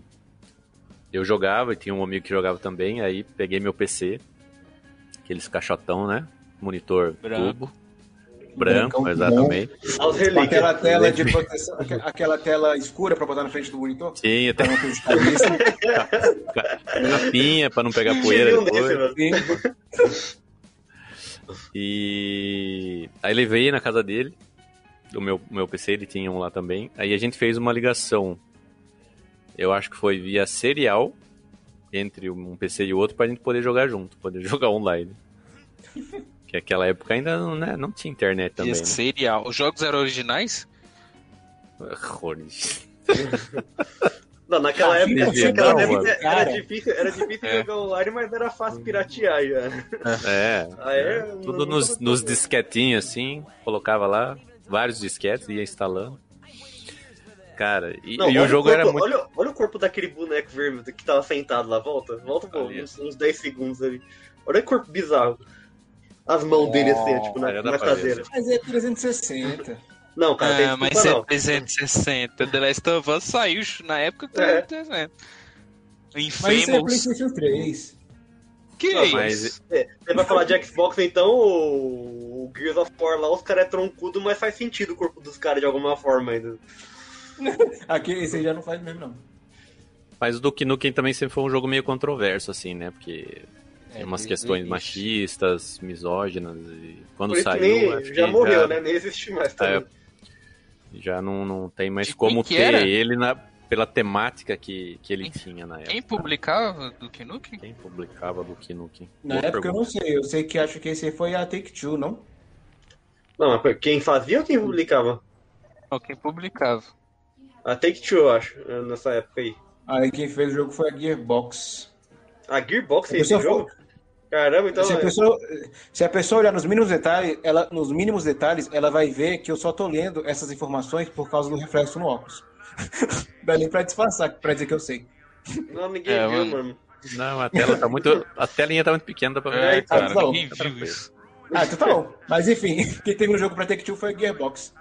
Speaker 4: eu jogava e tinha um amigo que jogava também, aí peguei meu PC, aqueles caixotão, né? Monitor
Speaker 5: Brabo.
Speaker 4: tubo, Branco, exatamente.
Speaker 3: Aos relíquias.
Speaker 2: Aquela tela de proteção, aqu- aquela tela escura pra botar na frente do monitor.
Speaker 4: Sim, até
Speaker 2: Pra não prejudicar
Speaker 3: <laughs>
Speaker 2: a vista.
Speaker 4: capinha pra não pegar
Speaker 3: Tive <laughs>
Speaker 4: poeira
Speaker 3: um desse, mano.
Speaker 4: depois.
Speaker 2: Sim.
Speaker 4: E aí levei na casa dele, do meu, meu PC, ele tinha um lá também. Aí a gente fez uma ligação. Eu acho que foi via serial entre um PC e outro pra gente poder jogar junto, poder <laughs> jogar online. que aquela época ainda não, né, não tinha internet também.
Speaker 3: né?
Speaker 5: Isso seria. Os jogos eram originais?
Speaker 4: Né? Horrores.
Speaker 3: Não, naquela
Speaker 2: Cara,
Speaker 3: época,
Speaker 4: não,
Speaker 3: naquela
Speaker 4: mano.
Speaker 3: época era
Speaker 2: Cara.
Speaker 3: difícil, era difícil
Speaker 5: É.
Speaker 3: jogar online, mas era fácil piratear já.
Speaker 4: É.
Speaker 3: Ah, é?
Speaker 4: é. Tudo nos, nos disquetinhos assim, colocava lá vários disquetes ia instalando. Cara, e,
Speaker 3: Não,
Speaker 4: e
Speaker 3: olha
Speaker 4: o jogo
Speaker 3: corpo,
Speaker 4: era muito
Speaker 3: Olha, olha o corpo daquele boneco vermelho que tava sentado lá. Volta, volta pô,
Speaker 4: Ali.
Speaker 3: uns, uns 10 segundos ali. Olha que corpo bizarro. As mãos dele assim, tipo, na,
Speaker 4: olha, dá
Speaker 3: na
Speaker 4: pra ver, assim.
Speaker 3: caseira.
Speaker 2: Mas é 360.
Speaker 3: Não, cara, tem
Speaker 5: ah,
Speaker 3: desculpa,
Speaker 5: mas é
Speaker 3: não.
Speaker 5: 360. The Last of Us saiu na época que
Speaker 3: É.
Speaker 5: era 360.
Speaker 2: Mas isso é
Speaker 5: Infamous.
Speaker 2: PlayStation 3.
Speaker 5: Que
Speaker 3: Não,
Speaker 5: isso?
Speaker 4: mas-
Speaker 3: Você vai falar de Xbox então, o, o Gears of War lá, os caras é troncudo, mas faz sentido o corpo dos caras de alguma forma ainda.
Speaker 2: Aqui, esse aí já não faz mesmo, não.
Speaker 4: Mas o Duke Nukem também sempre foi um jogo meio controverso, assim, né? Porque
Speaker 5: É,
Speaker 4: tem umas questões machistas, misóginas, e quando
Speaker 3: Por isso
Speaker 4: saiu,
Speaker 3: nem
Speaker 4: acho que
Speaker 3: já morreu,
Speaker 4: já,
Speaker 3: né? Nem existe mais
Speaker 4: É,
Speaker 3: também.
Speaker 4: já não, não tem mais
Speaker 5: De quem
Speaker 4: como
Speaker 5: que
Speaker 4: ter
Speaker 5: era?
Speaker 4: ele na, pela temática que, que ele
Speaker 5: Quem-
Speaker 4: tinha na época.
Speaker 5: é. Quem publicava do Nukem?
Speaker 4: Quem publicava Duke Nukem?
Speaker 2: Na
Speaker 4: Boa
Speaker 2: época eu
Speaker 4: pergunta.
Speaker 2: não sei. Eu sei que acho que esse aí foi a Take Two, não?
Speaker 3: Não, mas quem fazia ou quem publicava?
Speaker 5: Não, quem publicava.
Speaker 3: A Take Two, eu acho, eh, nessa época aí.
Speaker 2: Aí quem fez o jogo foi a Gearbox.
Speaker 3: A Gearbox fez
Speaker 2: Se eu
Speaker 3: esse
Speaker 2: for-
Speaker 3: jogo? Caramba, então.
Speaker 2: se, a
Speaker 3: é-
Speaker 2: pessoa, se a pessoa olhar nos mínimos detalhes, ela, nos mínimos detalhes, ela vai ver que eu só tô lendo essas informações por causa do reflexo no óculos. <laughs> Dá nem pra disfarçar, pra dizer que eu sei.
Speaker 3: Não, ninguém
Speaker 5: É,
Speaker 3: viu,
Speaker 5: mano.
Speaker 3: mano.
Speaker 4: Não, a tela tá muito. A telinha tá muito pequena, dá pra ver.
Speaker 5: É,
Speaker 3: Ah,
Speaker 5: cara,
Speaker 2: tá bom.
Speaker 5: ninguém
Speaker 4: Tá
Speaker 5: viu
Speaker 4: tranquilo.
Speaker 5: isso.
Speaker 2: Ah, então tá bom. Mas enfim, <laughs> quem teve o jogo pra Take-Two foi a Gearbox.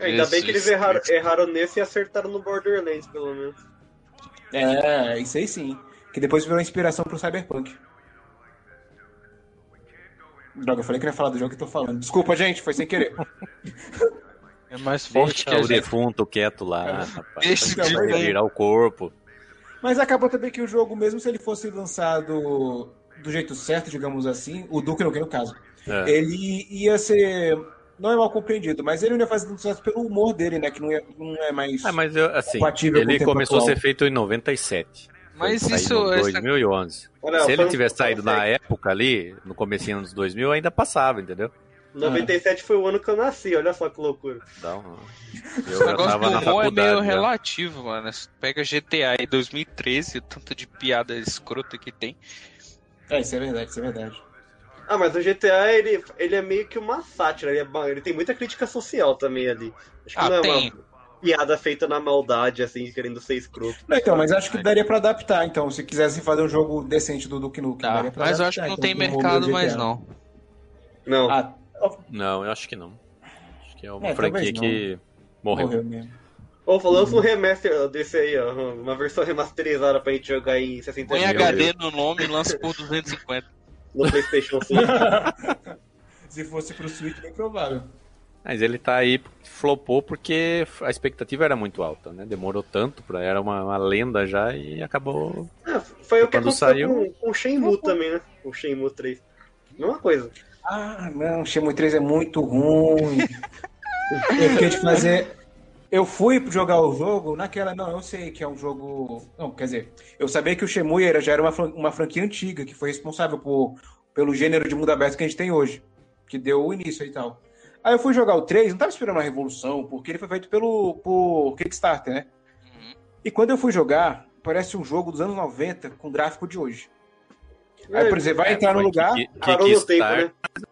Speaker 3: Ainda bem que eles
Speaker 5: Jesus
Speaker 3: erraram,
Speaker 5: Cristo.
Speaker 3: erraram nesse e acertaram no Borderlands, pelo menos.
Speaker 2: É, isso aí sim. Que depois virou inspiração pro Cyberpunk. Droga, eu falei que não ia falar do jogo que eu tô falando. Desculpa, gente, foi sem querer.
Speaker 5: É mais
Speaker 4: Deixa
Speaker 5: forte que a
Speaker 4: o
Speaker 5: gente.
Speaker 4: defunto quieto lá, rapaz.
Speaker 5: Deixa
Speaker 4: Vai
Speaker 2: de-
Speaker 4: virar o corpo.
Speaker 2: Mas acabou também que o jogo, mesmo se ele fosse lançado do jeito certo, digamos assim, o Duke Nukem no caso,
Speaker 4: É.
Speaker 2: ele ia ser. Não é mal compreendido, mas ele não ia fazer tanto sucesso pelo humor dele, né? Que não, ia- não é mais.
Speaker 4: Ah, mas eu, assim,
Speaker 2: Compatível com o
Speaker 4: ele
Speaker 2: tempo
Speaker 4: começou a
Speaker 2: atual.
Speaker 4: ser feito em 97.
Speaker 5: Mas
Speaker 4: Foi
Speaker 5: isso.
Speaker 4: saído em
Speaker 5: essa-
Speaker 4: 2011.
Speaker 3: Olha,
Speaker 4: Se
Speaker 3: foi
Speaker 4: ele
Speaker 3: um-
Speaker 4: tivesse saído na
Speaker 3: foi-
Speaker 4: época ali, no comecinho dos 2000, ainda passava, entendeu?
Speaker 3: 97 foi o ano que eu nasci, olha só que loucura.
Speaker 4: Então, eu
Speaker 5: Esse
Speaker 4: já
Speaker 5: negócio
Speaker 4: tava
Speaker 5: do
Speaker 4: na
Speaker 5: humor é meio
Speaker 4: faculdade. já.
Speaker 5: relativo, mano. Pega GTA em 2013, o tanto de piada escrota que tem.
Speaker 2: É, isso é verdade, isso é verdade.
Speaker 3: Ah, mas o GTA, ele, ele é meio que uma sátira, ele, é ba- ele tem muita crítica social também ali. Acho que
Speaker 5: Ah,
Speaker 3: não é
Speaker 5: tem.
Speaker 3: uma piada feita na maldade, assim, querendo ser escroto.
Speaker 2: Não, então, mas acho que daria pra adaptar, então, se quisessem fazer um jogo decente do Duke Nukem.
Speaker 5: Tá,
Speaker 2: daria pra
Speaker 5: mas eu
Speaker 2: adaptar,
Speaker 5: acho que não
Speaker 2: então,
Speaker 5: tem
Speaker 2: do humor
Speaker 5: mercado
Speaker 2: do GTA.
Speaker 5: mais, não.
Speaker 3: Não,
Speaker 2: Ah,
Speaker 4: Não, eu acho que não. Acho que é uma
Speaker 2: É,
Speaker 4: franquia
Speaker 2: talvez não.
Speaker 4: que morreu.
Speaker 2: morreu. mesmo.
Speaker 3: ou oh, lança um remaster desse aí, ó, uma versão remasterizada pra gente jogar em 60
Speaker 5: Põe
Speaker 4: Meu
Speaker 5: HD no nome e lança por <laughs> 250.
Speaker 3: no Playstation 5.
Speaker 2: se fosse pro Switch, bem provável.
Speaker 4: Mas ele tá aí, flopou porque a expectativa era muito alta, né? Demorou tanto, pra, era uma, uma lenda já e acabou.
Speaker 3: Ah, foi o que
Speaker 4: Quando
Speaker 3: aconteceu
Speaker 4: saiu-
Speaker 3: com, com o Shenmue também, né? Com o Shenmue 3. Mesma coisa.
Speaker 2: Ah, não, Shenmue 3 é muito ruim. eu fiquei de fazer. Eu fui jogar o jogo naquela. Não, eu sei que é um jogo. Não, quer dizer, eu sabia que o Shenmue era, já era uma, fran- uma franquia antiga, que foi responsável por, pelo gênero de mundo aberto que a gente tem hoje, que deu o início e tal. Aí eu fui jogar o 3, não tava esperando uma revolução, porque ele foi feito pelo por Kickstarter, né?
Speaker 5: Uhum.
Speaker 2: E quando eu fui jogar, parece um jogo dos anos 90 com gráfico de hoje.
Speaker 4: Ah, é
Speaker 2: Aí,
Speaker 3: É,
Speaker 2: por exemplo, vai entrar no
Speaker 4: Foi
Speaker 2: lugar.
Speaker 4: Kick-
Speaker 3: Parou no tempo,
Speaker 4: Kickstarter,
Speaker 3: né?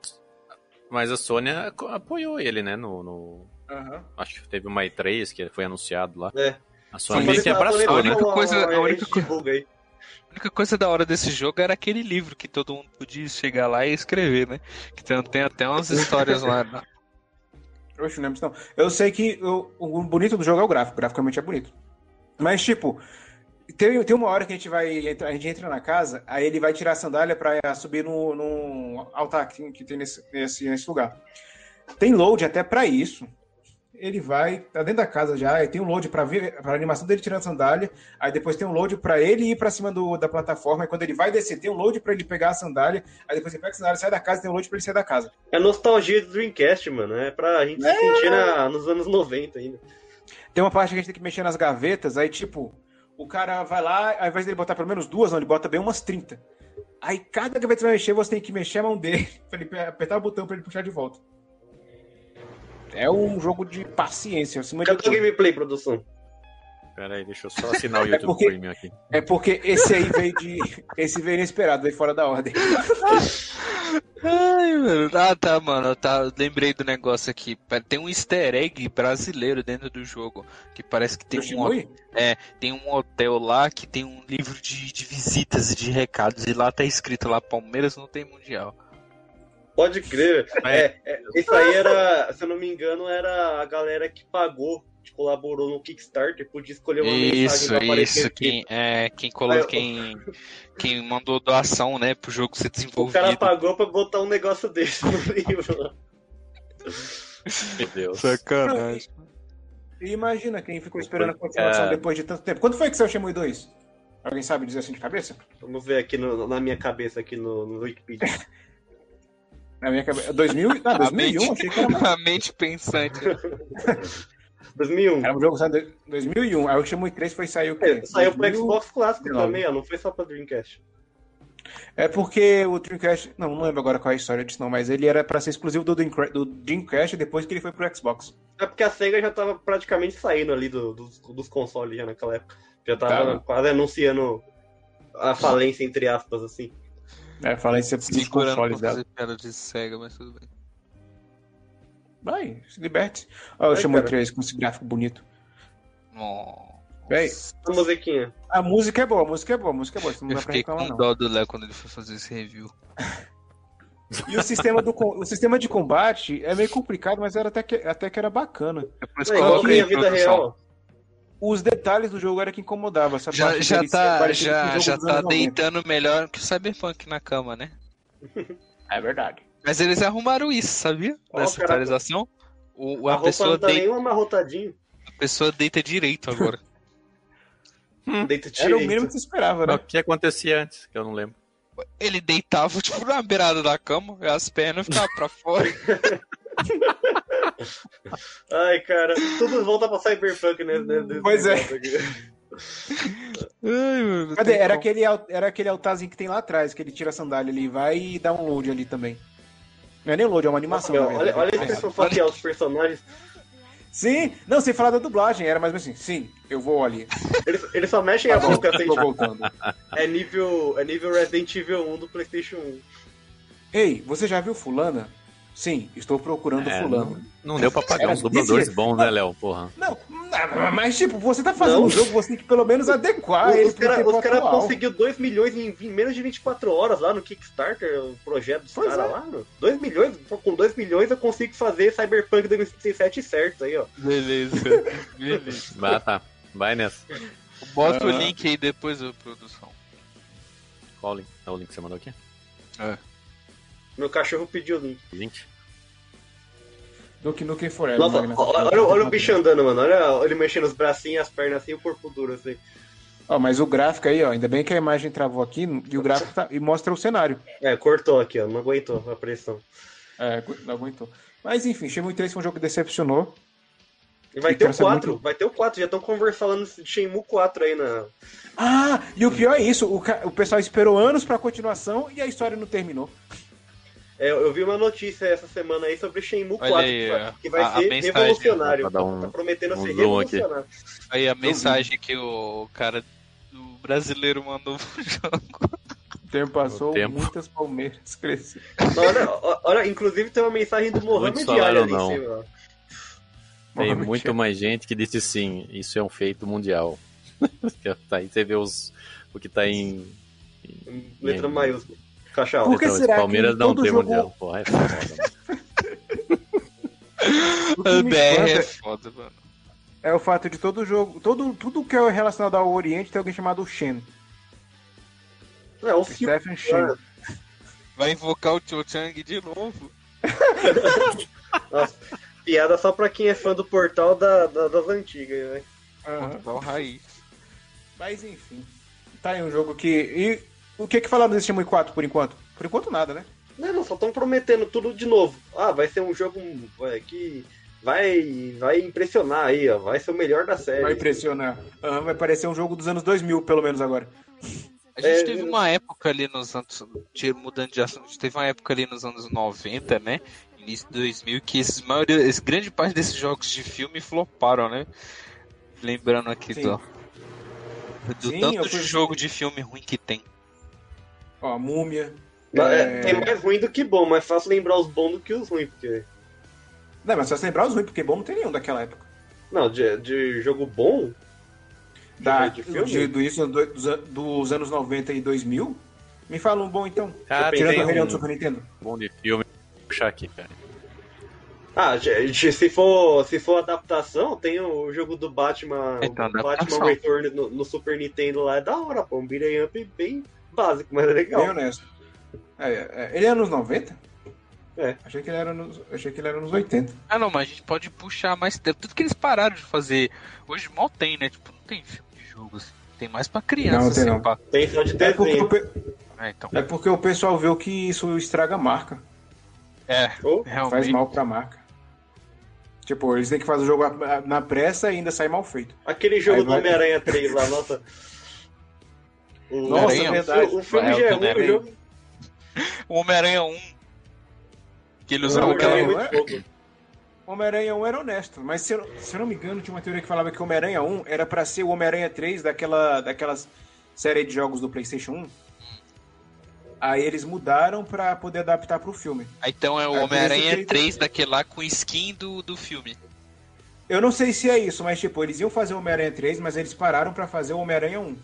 Speaker 4: Mas a Sony aco- apoiou ele, né? No, no-
Speaker 2: Aham.
Speaker 4: acho que teve uma E3 que foi anunciado lá.
Speaker 3: É.
Speaker 4: A Sony
Speaker 2: Sim,
Speaker 4: meio
Speaker 2: mas
Speaker 4: que abraçou,
Speaker 5: falou,
Speaker 4: né?
Speaker 5: né? única coisa- a única coisa-
Speaker 3: coisa. é Aí.
Speaker 5: A única coisa da hora desse jogo era aquele livro que todo mundo podia chegar lá e escrever, né? Que tem, tem até umas histórias lá. né?
Speaker 2: Oxe, não lembro disso, não. Eu sei que o, o bonito do jogo é o gráfico, graficamente é bonito. Mas, tipo, tem, tem uma hora que a gente vai. entra- A gente entra na casa, aí ele vai tirar a sandália pra subir no, no altar que, que tem nesse, nesse, nesse lugar. Tem load até para isso. Ele vai, tá dentro da casa já, e tem um load para ver para animação dele tirando a sandália, aí depois tem um load para ele ir para cima do, da plataforma, e quando ele vai descer, tem um load para ele pegar a sandália, aí depois ele pega a sandália, sai da casa, tem um load para ele sair da casa.
Speaker 3: É a nostalgia do Dreamcast, mano, é pra gente se sentir na- nos anos 90 ainda.
Speaker 2: Tem uma parte que a gente tem que mexer nas gavetas, aí tipo, o cara vai lá, ao invés dele botar pelo menos duas, não, ele bota bem umas 30. Aí cada gaveta que você vai mexer, você tem que mexer a mão dele, <laughs> pra ele pe- apertar o botão pra ele puxar de volta. É um jogo de paciência, acima de
Speaker 3: Cadê o
Speaker 2: tudo.
Speaker 3: gameplay, produção?
Speaker 4: Pera aí, né? deixa eu só assinar o
Speaker 2: É
Speaker 4: YouTube
Speaker 2: porque-
Speaker 4: Premium aqui.
Speaker 2: É porque esse aí veio de. <laughs> Esse veio inesperado, veio fora da ordem.
Speaker 5: <laughs> Ai, mano. Ah, tá, mano. Tá, lembrei do negócio aqui. Pa- Tem um easter egg brasileiro dentro do jogo. Que parece que tem
Speaker 2: Do
Speaker 5: um,
Speaker 2: Shinui?
Speaker 5: tem um hotel lá que tem um livro de, de visitas e de recados. E lá tá escrito lá, Palmeiras não tem mundial.
Speaker 3: Pode crer.
Speaker 4: Ah,
Speaker 3: É, é, isso aí era, se eu não me engano, era a galera que pagou, que colaborou no Kickstarter, podia escolher uma mensagem
Speaker 5: Isso,
Speaker 3: pra aparecer
Speaker 5: isso.
Speaker 3: aqui.
Speaker 5: Quem, é, quem,
Speaker 3: Aí
Speaker 5: colo...
Speaker 3: eu-
Speaker 5: quem, quem mandou doação, né, pro jogo ser
Speaker 3: O cara
Speaker 5: desenvolvido.
Speaker 3: pagou pra botar um negócio desse no livro.
Speaker 4: Meu Deus.
Speaker 5: é Sacanagem.
Speaker 2: E imagina quem ficou esperando a continuação
Speaker 4: Cara.
Speaker 2: depois de tanto tempo. Quando foi que saiu o Shenmue 2? Alguém sabe dizer assim de cabeça?
Speaker 3: Vamos ver aqui no- na minha cabeça, aqui no, no Wikipedia.
Speaker 2: Na minha cabeça. 2000, ah, 2001, achei que era
Speaker 5: <laughs> A mente pensante.
Speaker 3: 2001.
Speaker 2: Era um jogo saiu em 2001. Aí o Shenmue 3 foi sair o quê?
Speaker 3: É, saiu pro
Speaker 2: 2000.
Speaker 3: Xbox clássico
Speaker 2: 19.
Speaker 3: também, ó, não foi só pra Dreamcast.
Speaker 2: É porque o Dreamcast... Não, não lembro agora qual é a história disso não, mas ele era pra ser exclusivo do Dreamcra- do Dreamcast depois que ele foi pro Xbox.
Speaker 3: É porque a SEGA já tava praticamente saindo ali do- dos, dos consoles já naquela época. Já tava
Speaker 2: Tava.
Speaker 3: quase anunciando a falência, entre aspas, assim.
Speaker 2: É, falei isso dos
Speaker 5: Segurando assim, pra
Speaker 2: consoles dela.
Speaker 5: fazer piada de cega, mas tudo bem.
Speaker 2: Vai, se liberte. Olha o
Speaker 3: Ai,
Speaker 2: Shenmue
Speaker 3: cara.
Speaker 2: 3 com esse gráfico bonito.
Speaker 5: Nossa.
Speaker 2: Véi,
Speaker 3: A musiquinha.
Speaker 2: A música é boa, a música é boa, a música é boa. Isso não
Speaker 5: Eu
Speaker 2: dá pra
Speaker 5: fiquei com
Speaker 2: reclamar, não.
Speaker 5: dó do Léo quando ele foi fazer esse review.
Speaker 2: E o sistema, do, com- o sistema de combate é meio complicado, mas era até que, até que era bacana.
Speaker 5: Depois
Speaker 3: Aí,
Speaker 5: coloca aí,
Speaker 3: a vida
Speaker 5: produção.
Speaker 3: real. Os
Speaker 2: Os detalhes do jogo era que incomodava. Essa
Speaker 5: Já,
Speaker 2: parte
Speaker 5: já
Speaker 2: dele,
Speaker 5: tá,
Speaker 2: parece um
Speaker 5: já,
Speaker 2: jogo
Speaker 5: já
Speaker 2: dos
Speaker 5: tá
Speaker 2: anos 90.
Speaker 5: deitando melhor que o Cyberpunk na cama, né?
Speaker 2: É verdade.
Speaker 5: Mas eles arrumaram isso, sabia?
Speaker 3: Ó,
Speaker 5: Nessa
Speaker 3: caraca.
Speaker 5: atualização. O,
Speaker 3: A roupa
Speaker 5: a,
Speaker 3: não
Speaker 5: pessoa
Speaker 3: tá
Speaker 5: deita,
Speaker 3: nenhum amarrotadinho.
Speaker 5: a pessoa deita direito agora.
Speaker 3: <laughs> Deita
Speaker 2: Era o
Speaker 3: direito.
Speaker 2: mínimo que se esperava, né?
Speaker 4: O que acontecia antes, que eu não lembro.
Speaker 5: Ele deitava, <laughs> tipo, na beirada da cama, e as pernas ficavam
Speaker 3: <laughs>
Speaker 5: pra fora.
Speaker 3: Ai, cara, tudo volta pra Cyberpunk, né? né, desse
Speaker 2: Pois é.
Speaker 3: negócio aqui.
Speaker 5: Ai, mano,
Speaker 2: Cadê?
Speaker 5: tem
Speaker 2: Era
Speaker 5: como.
Speaker 2: aquele, al- era aquele altarzinho que tem lá atrás, que ele tira a sandália ali, vai e dá um load ali também. Não é nem load, é uma animação.
Speaker 3: Meu,
Speaker 2: na
Speaker 3: olha,
Speaker 2: verdade.
Speaker 3: olha a expressão facial dos personagens.
Speaker 2: Sim, não, sem falar da dublagem, era mais ou menos assim. Sim, eu vou ali.
Speaker 3: Eles, eles só mexem
Speaker 2: Tá
Speaker 3: a
Speaker 2: bom,
Speaker 3: boca, assim.
Speaker 2: tô voltando.
Speaker 3: É nível, é nível Resident Evil 1 do PlayStation 1.
Speaker 2: Ei, você já viu Fulana? Sim, estou procurando
Speaker 4: É,
Speaker 2: Fulano.
Speaker 4: Não deu pra pagar
Speaker 2: Era
Speaker 4: uns dubladores
Speaker 2: desse-
Speaker 4: bons, né, Léo? Porra.
Speaker 2: Não, não, mas tipo, você tá fazendo
Speaker 3: Não.
Speaker 2: um jogo, você tem que pelo menos adequar Ah, ele
Speaker 3: os
Speaker 2: pro
Speaker 3: caras
Speaker 2: tempo
Speaker 3: os cara
Speaker 2: atual.
Speaker 3: conseguiu 2 milhões em, em menos de 24 horas lá no Kickstarter, o projeto dos
Speaker 2: Pois
Speaker 3: caras
Speaker 2: é.
Speaker 3: lá. Mano. 2 milhões, pô, com 2 milhões eu consigo fazer Cyberpunk 2077 certo aí, ó. <laughs>
Speaker 5: Beleza. Beleza.
Speaker 4: Ah, tá. Vai nessa.
Speaker 5: Bota o
Speaker 2: Ah.
Speaker 5: link aí depois, ô, produção.
Speaker 4: Qual o link? É o link que você mandou aqui?
Speaker 3: Meu cachorro pediu um. o link.
Speaker 4: Link.
Speaker 2: Duke Nukem Forever.
Speaker 3: Nossa,
Speaker 2: Magnus.
Speaker 3: olha, olha, olha o bicho andando, mano. Olha ele mexendo os bracinhos, as pernas assim, o corpo duro assim.
Speaker 2: Ó, mas o gráfico aí, ó, ainda bem que a imagem travou aqui e o gráfico tá, e mostra o cenário.
Speaker 3: É, cortou aqui, ó. Não aguentou a pressão.
Speaker 2: É, não aguentou. Mas enfim, Shenmue 3 foi um jogo que decepcionou.
Speaker 3: E vai
Speaker 2: Eu
Speaker 3: ter
Speaker 2: quero
Speaker 3: o
Speaker 2: saber
Speaker 3: 4,
Speaker 2: é muito-
Speaker 3: vai ter o 4. Já estão conversando de Shenmue 4 aí na.
Speaker 2: Ah, e o pior é isso, o, ca- o pessoal esperou anos pra continuação e a história não terminou.
Speaker 3: É, eu vi uma notícia essa semana aí sobre Shenmue
Speaker 5: Olha
Speaker 3: 4,
Speaker 5: aí,
Speaker 3: que vai-
Speaker 5: ó.
Speaker 3: que vai
Speaker 5: A- a
Speaker 3: ser
Speaker 5: mensagem,
Speaker 3: revolucionário.
Speaker 4: dá pra dar um-
Speaker 3: tá prometendo
Speaker 4: um
Speaker 3: ser
Speaker 4: zoom aqui.
Speaker 3: revolucionário.
Speaker 5: Aí a mensagem que o cara do brasileiro mandou pro jogo.
Speaker 2: O tempo passou,
Speaker 4: O tempo.
Speaker 2: muitas palmeiras <laughs> cresceram.
Speaker 3: Mas Olha, ó- olha, inclusive tem uma mensagem do Mohamed
Speaker 4: falaram
Speaker 3: Ali ali em
Speaker 4: não.
Speaker 3: cima. ó.
Speaker 4: Tem
Speaker 2: Mohamed
Speaker 4: muito
Speaker 2: Chefe.
Speaker 4: mais gente que disse sim, isso é um feito mundial. <laughs> tá aí você vê os, o que tá em.
Speaker 3: Letra
Speaker 4: Hum.
Speaker 3: maiúscula. Caixa
Speaker 2: Por
Speaker 3: alta.
Speaker 2: que
Speaker 4: Então,
Speaker 2: será que
Speaker 4: Palmeiras não
Speaker 2: todo
Speaker 4: tem
Speaker 2: jogo-
Speaker 4: mundial. Porra, é foda.
Speaker 2: O que
Speaker 5: <laughs>
Speaker 2: me espanta
Speaker 5: foda, mano.
Speaker 2: é o fato de todo jogo, todo, tudo que é relacionado ao Oriente tem alguém chamado Shen.
Speaker 3: É, o filme.
Speaker 2: Stephen Shen.
Speaker 5: Vai invocar o Cho Chang de novo.
Speaker 3: Nossa, piada só pra quem é fã do portal da- da- das antigas, né?
Speaker 2: Aham.
Speaker 5: Portal raiz.
Speaker 2: Mas enfim. Tá aí um jogo que. E o que que falaram desse Shenmue 4 por enquanto? Por enquanto nada, né?
Speaker 3: Não, não, só estão prometendo tudo de novo. Ah, vai ser um jogo é, que vai, vai impressionar aí, ó. Vai ser o melhor da série.
Speaker 2: Vai impressionar. Aham, vai parecer um jogo dos anos 2000, pelo menos agora.
Speaker 5: A gente
Speaker 3: É,
Speaker 5: teve
Speaker 3: eu-
Speaker 5: uma época ali nos anos. de- Mudando de assunto, a gente teve uma época ali nos anos 90, né? Início de 2000, que esses maioria, esse- grande parte desses jogos de filme floparam, né? Lembrando aqui
Speaker 2: Sim.
Speaker 5: do, do
Speaker 2: Sim, eu
Speaker 5: tanto
Speaker 2: fui-
Speaker 5: de jogo de filme ruim que tem.
Speaker 2: Ó, Múmia.
Speaker 3: Mas, é,
Speaker 2: É.
Speaker 3: Tem mais ruim do que bom, mas é fácil lembrar os bons do que os ruins, porque.
Speaker 2: Não, mas só se lembrar os ruins, porque bom não tem nenhum daquela época.
Speaker 3: Não, de, de jogo bom.
Speaker 2: Da,
Speaker 3: de filme?
Speaker 2: Tá, de- do isso, do- dos, an- dos anos 90 e 2000. Me fala um bom então.
Speaker 4: Cara,
Speaker 2: Tirando
Speaker 4: tem
Speaker 2: o Rei Leão
Speaker 4: um
Speaker 2: do Super Nintendo.
Speaker 4: bom de filme. Vou puxar aqui, cara.
Speaker 3: Ah, de- de- se for, se for adaptação, tem o jogo do Batman,
Speaker 5: Então,
Speaker 3: o Batman
Speaker 5: adaptação.
Speaker 3: Return no, no Super Nintendo lá, é da hora, pô. Um beat'em up bem básico, mas é legal.
Speaker 2: Bem honesto. É, é, ele é anos 90?
Speaker 3: É.
Speaker 2: Achei que ele era nos, achei que ele era anos 80.
Speaker 5: Ah não, mas a gente pode puxar mais tempo. Tudo que eles pararam de fazer. Hoje mal tem, né? Tipo, não tem filme de jogo assim. Tem mais pra criança,
Speaker 2: Não, tem
Speaker 5: assim,
Speaker 2: não.
Speaker 5: pá.
Speaker 3: Tem só de
Speaker 2: É porque,
Speaker 3: desenho.
Speaker 2: o, pe-
Speaker 5: É, então.
Speaker 2: é porque o pessoal viu que isso estraga a marca.
Speaker 5: É,
Speaker 3: Ou-
Speaker 5: realmente.
Speaker 2: Faz mal pra marca. Tipo, eles têm que fazer o jogo a- na pressa e ainda sai mal feito.
Speaker 3: Aquele jogo
Speaker 2: Aí
Speaker 3: do
Speaker 2: vai-
Speaker 3: Homem-Aranha 3 lá, nossa. O-
Speaker 2: Nossa,
Speaker 3: o-
Speaker 5: é
Speaker 2: verdade.
Speaker 3: O filme
Speaker 5: É, o
Speaker 3: já é ruim,
Speaker 5: do
Speaker 3: o
Speaker 5: Homem-Aranha.
Speaker 3: jogo
Speaker 5: O Homem-Aranha 1. Que ele
Speaker 3: o
Speaker 5: usava
Speaker 3: Homem-Aranha é
Speaker 5: aquela.
Speaker 3: muito pouco.
Speaker 2: Homem-Aranha 1 era honesto, mas se eu, se eu não me engano, tinha uma teoria que falava que Homem-Aranha 1 era pra ser o Homem-Aranha 3 daquela, daquelas série de jogos do PlayStation 1. Aí eles mudaram pra poder adaptar pro filme.
Speaker 5: Ah, Então é o
Speaker 2: É, por isso que-
Speaker 5: Homem-Aranha 3 daquele lá com skin do, do filme.
Speaker 2: Eu não sei se é isso, mas tipo, eles iam fazer o Homem-Aranha 3, mas eles pararam pra fazer o Homem-Aranha 1.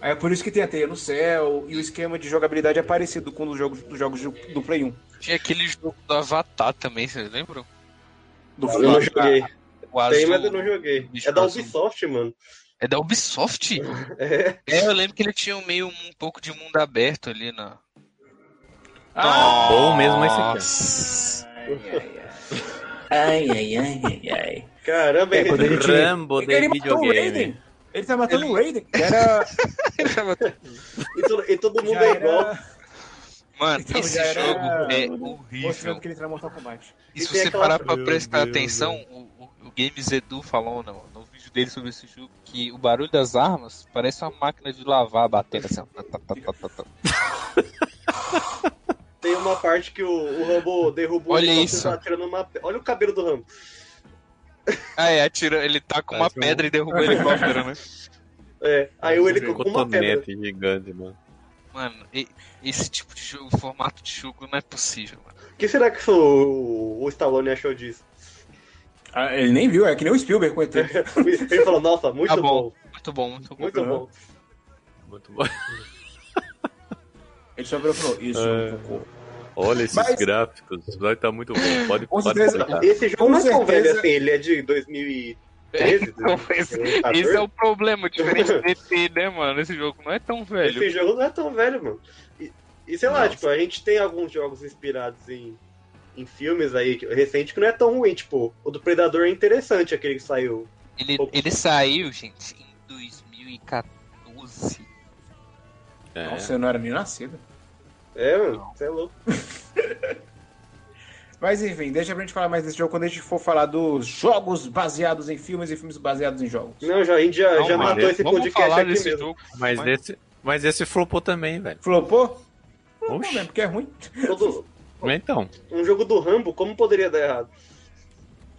Speaker 2: Aí é por isso que tem a teia no céu e o esquema de jogabilidade é parecido com o dos jogos, dos jogos do- do Play 1.
Speaker 5: Tinha aquele jogo do Avatar também, vocês lembram?
Speaker 2: Do um.
Speaker 3: Eu não joguei.
Speaker 5: O azul.
Speaker 3: Tem, mas eu não joguei.
Speaker 5: Bicho
Speaker 3: É da
Speaker 5: azul.
Speaker 3: Ubisoft, mano.
Speaker 5: É da Ubisoft?
Speaker 3: <laughs> É.
Speaker 5: É, eu lembro que ele tinha um meio um pouco de mundo aberto ali na.
Speaker 2: Ah,
Speaker 4: Bom mesmo esse aqui.
Speaker 5: esse
Speaker 2: Ai, ai, ai, ai, ai.
Speaker 3: Caramba,
Speaker 2: É,
Speaker 3: ele-
Speaker 2: quando
Speaker 3: <laughs>
Speaker 2: ele te-
Speaker 4: Rambo de
Speaker 2: Ele matou o
Speaker 4: videogame.
Speaker 2: Raiden. Ele tá matando o Raiden. que
Speaker 5: <laughs>
Speaker 2: Era, né?
Speaker 3: e, to- e todo mundo
Speaker 2: já
Speaker 3: é igual.
Speaker 2: era
Speaker 5: Mano,
Speaker 2: Então,
Speaker 5: esse
Speaker 2: já era-
Speaker 5: jogo é
Speaker 2: mostrando
Speaker 5: horrível.
Speaker 2: que ele tá no Mortal Kombat.
Speaker 5: E se
Speaker 3: um tem
Speaker 5: você
Speaker 3: aquela-
Speaker 5: parar pra prestar atenção, o, o, o Games Edu falou no, no vídeo dele sobre esse jogo que o barulho das armas parece uma máquina de lavar batendo assim. ó. Tá, tá, tá, tá, tá, tá.
Speaker 3: Tem uma parte que o, o Rambo derrubou
Speaker 5: Olha
Speaker 3: ele
Speaker 5: isso.
Speaker 3: tá atirando uma... pe- Olha o cabelo do Rambo.
Speaker 5: Ah, é, atira, ele tá com uma
Speaker 4: Parece um-
Speaker 5: pedra e
Speaker 2: <laughs>
Speaker 5: derruba ele com a pedra, né?
Speaker 3: É. Aí o ele com uma pedra.
Speaker 4: Cotonete gigante, mano.
Speaker 5: Mano, e- esse tipo de jogo, formato de jogo não é possível, mano.
Speaker 3: O que será que o, o Stallone achou disso? <laughs>
Speaker 2: Ah, ele nem viu, é que nem o Spielberg com ET.
Speaker 3: Ele falou, nossa, muito
Speaker 5: Tá
Speaker 3: bom.
Speaker 5: bom. Muito bom, muito bom.
Speaker 3: Muito bom.
Speaker 4: Muito bom. <laughs>
Speaker 2: Ele só virou e falou, isso é um cocô.
Speaker 4: Olha esses
Speaker 2: Mas-
Speaker 4: gráficos. Isso vai tá muito bom. Pode,
Speaker 2: Com
Speaker 4: pode
Speaker 2: certeza.
Speaker 4: explicar.
Speaker 3: Esse jogo
Speaker 2: Com
Speaker 3: não é tão
Speaker 2: certeza.
Speaker 3: velho assim, ele é de 2013,
Speaker 5: Então, <laughs> <laughs> esse,
Speaker 3: 2014.
Speaker 5: esse é
Speaker 3: <laughs>
Speaker 5: o problema, diferente do ET, né, mano? Esse jogo não é tão velho.
Speaker 3: Esse jogo não é tão velho, mano. E, e sei lá, tipo, a gente tem alguns jogos inspirados em, em filmes aí que- recente que não é tão ruim, tipo, o do Predador é interessante, aquele que saiu.
Speaker 5: Ele, ele saiu, gente, em 2014.
Speaker 4: É.
Speaker 2: Nossa, eu não era nem nascido.
Speaker 3: É, mano, você é louco.
Speaker 2: Mas enfim, deixa pra gente falar mais desse jogo quando a gente for falar dos jogos baseados em filmes e filmes baseados em jogos.
Speaker 3: Não, já, a gente já,
Speaker 5: Não,
Speaker 3: já
Speaker 5: mas
Speaker 4: é,
Speaker 3: matou esse
Speaker 5: vamos
Speaker 3: podcast
Speaker 5: falar
Speaker 3: aqui
Speaker 5: desse
Speaker 3: mesmo.
Speaker 5: jogo.
Speaker 4: Mas,
Speaker 5: Mas-
Speaker 4: esse, mas esse flopou também, velho.
Speaker 2: Flopou? Flopou
Speaker 4: Oxi.
Speaker 2: mesmo, porque é ruim.
Speaker 3: Todo-
Speaker 4: Então,
Speaker 3: um jogo do Rambo, como poderia dar errado?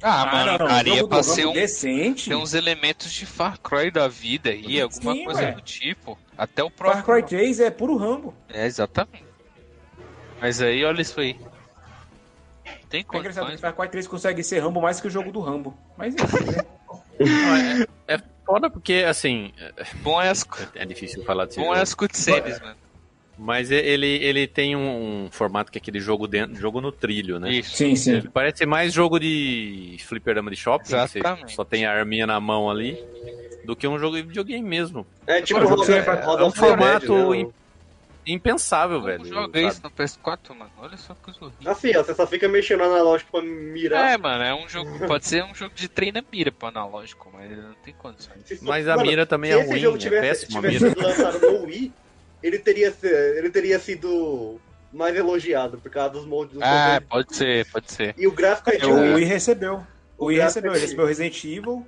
Speaker 5: Ah, mano,
Speaker 2: não, não,
Speaker 5: cara,
Speaker 2: um
Speaker 5: ia
Speaker 2: jogo
Speaker 5: pra
Speaker 2: do
Speaker 5: ser
Speaker 2: ramo
Speaker 5: um,
Speaker 2: decente.
Speaker 5: tem uns elementos de Far Cry da vida aí, alguma
Speaker 2: Sim,
Speaker 5: coisa
Speaker 2: ué.
Speaker 5: do tipo. Até o próprio.
Speaker 2: Far Cry 3 é puro Rambo.
Speaker 5: É, exatamente. Mas aí, olha isso aí. Tem
Speaker 2: É engraçado que
Speaker 5: condições.
Speaker 2: Far Cry 3 consegue ser Rambo mais que o jogo do Rambo. Mas enfim, né?
Speaker 4: é foda porque, assim, é-
Speaker 5: Bom é as, co-
Speaker 4: é difícil falar disso.
Speaker 5: bom é as cutscenes, mano.
Speaker 4: Mas e- ele, ele tem um, um formato que é aquele jogo dentro, jogo no trilho, né?
Speaker 5: Isso.
Speaker 2: Sim, sim.
Speaker 4: Ele parece mais jogo de fliperama de shopping, que você
Speaker 5: Exatamente.
Speaker 4: só tem a arminha na mão ali, do que um jogo de videogame mesmo.
Speaker 3: É tipo
Speaker 2: Mas
Speaker 3: Roda-
Speaker 2: você-
Speaker 3: Roda né,
Speaker 4: é um
Speaker 3: Fire Red,
Speaker 4: formato
Speaker 3: né?
Speaker 4: em- impensável,
Speaker 5: Como
Speaker 4: velho.
Speaker 5: joga
Speaker 4: sabe?
Speaker 5: isso no PS4, mano? Olha só que coisa horrível.
Speaker 3: Assim, ó, você só fica mexendo na lógica pra mirar.
Speaker 5: É, mano, é um jogo. Pode ser um jogo de treina mira pro analógico, mas não tem condições.
Speaker 3: Se-
Speaker 4: Mas a
Speaker 3: mano,
Speaker 4: mira também
Speaker 3: se
Speaker 4: é
Speaker 3: esse
Speaker 4: ruim,
Speaker 3: jogo
Speaker 4: é
Speaker 3: tivesse,
Speaker 4: péssima a
Speaker 3: tivesse
Speaker 4: mira.
Speaker 3: sido lançado no Wii, ele teria, se- ele teria sido mais elogiado por causa dos moldes. dos
Speaker 5: Ah,
Speaker 3: controles.
Speaker 5: pode ser, pode ser.
Speaker 3: E o gráfico é de
Speaker 2: É. O Wii
Speaker 3: Wii.
Speaker 2: recebeu. O
Speaker 3: O
Speaker 2: Wii
Speaker 3: gráfico
Speaker 2: recebeu. Ele
Speaker 3: é
Speaker 2: recebeu Resident Evil.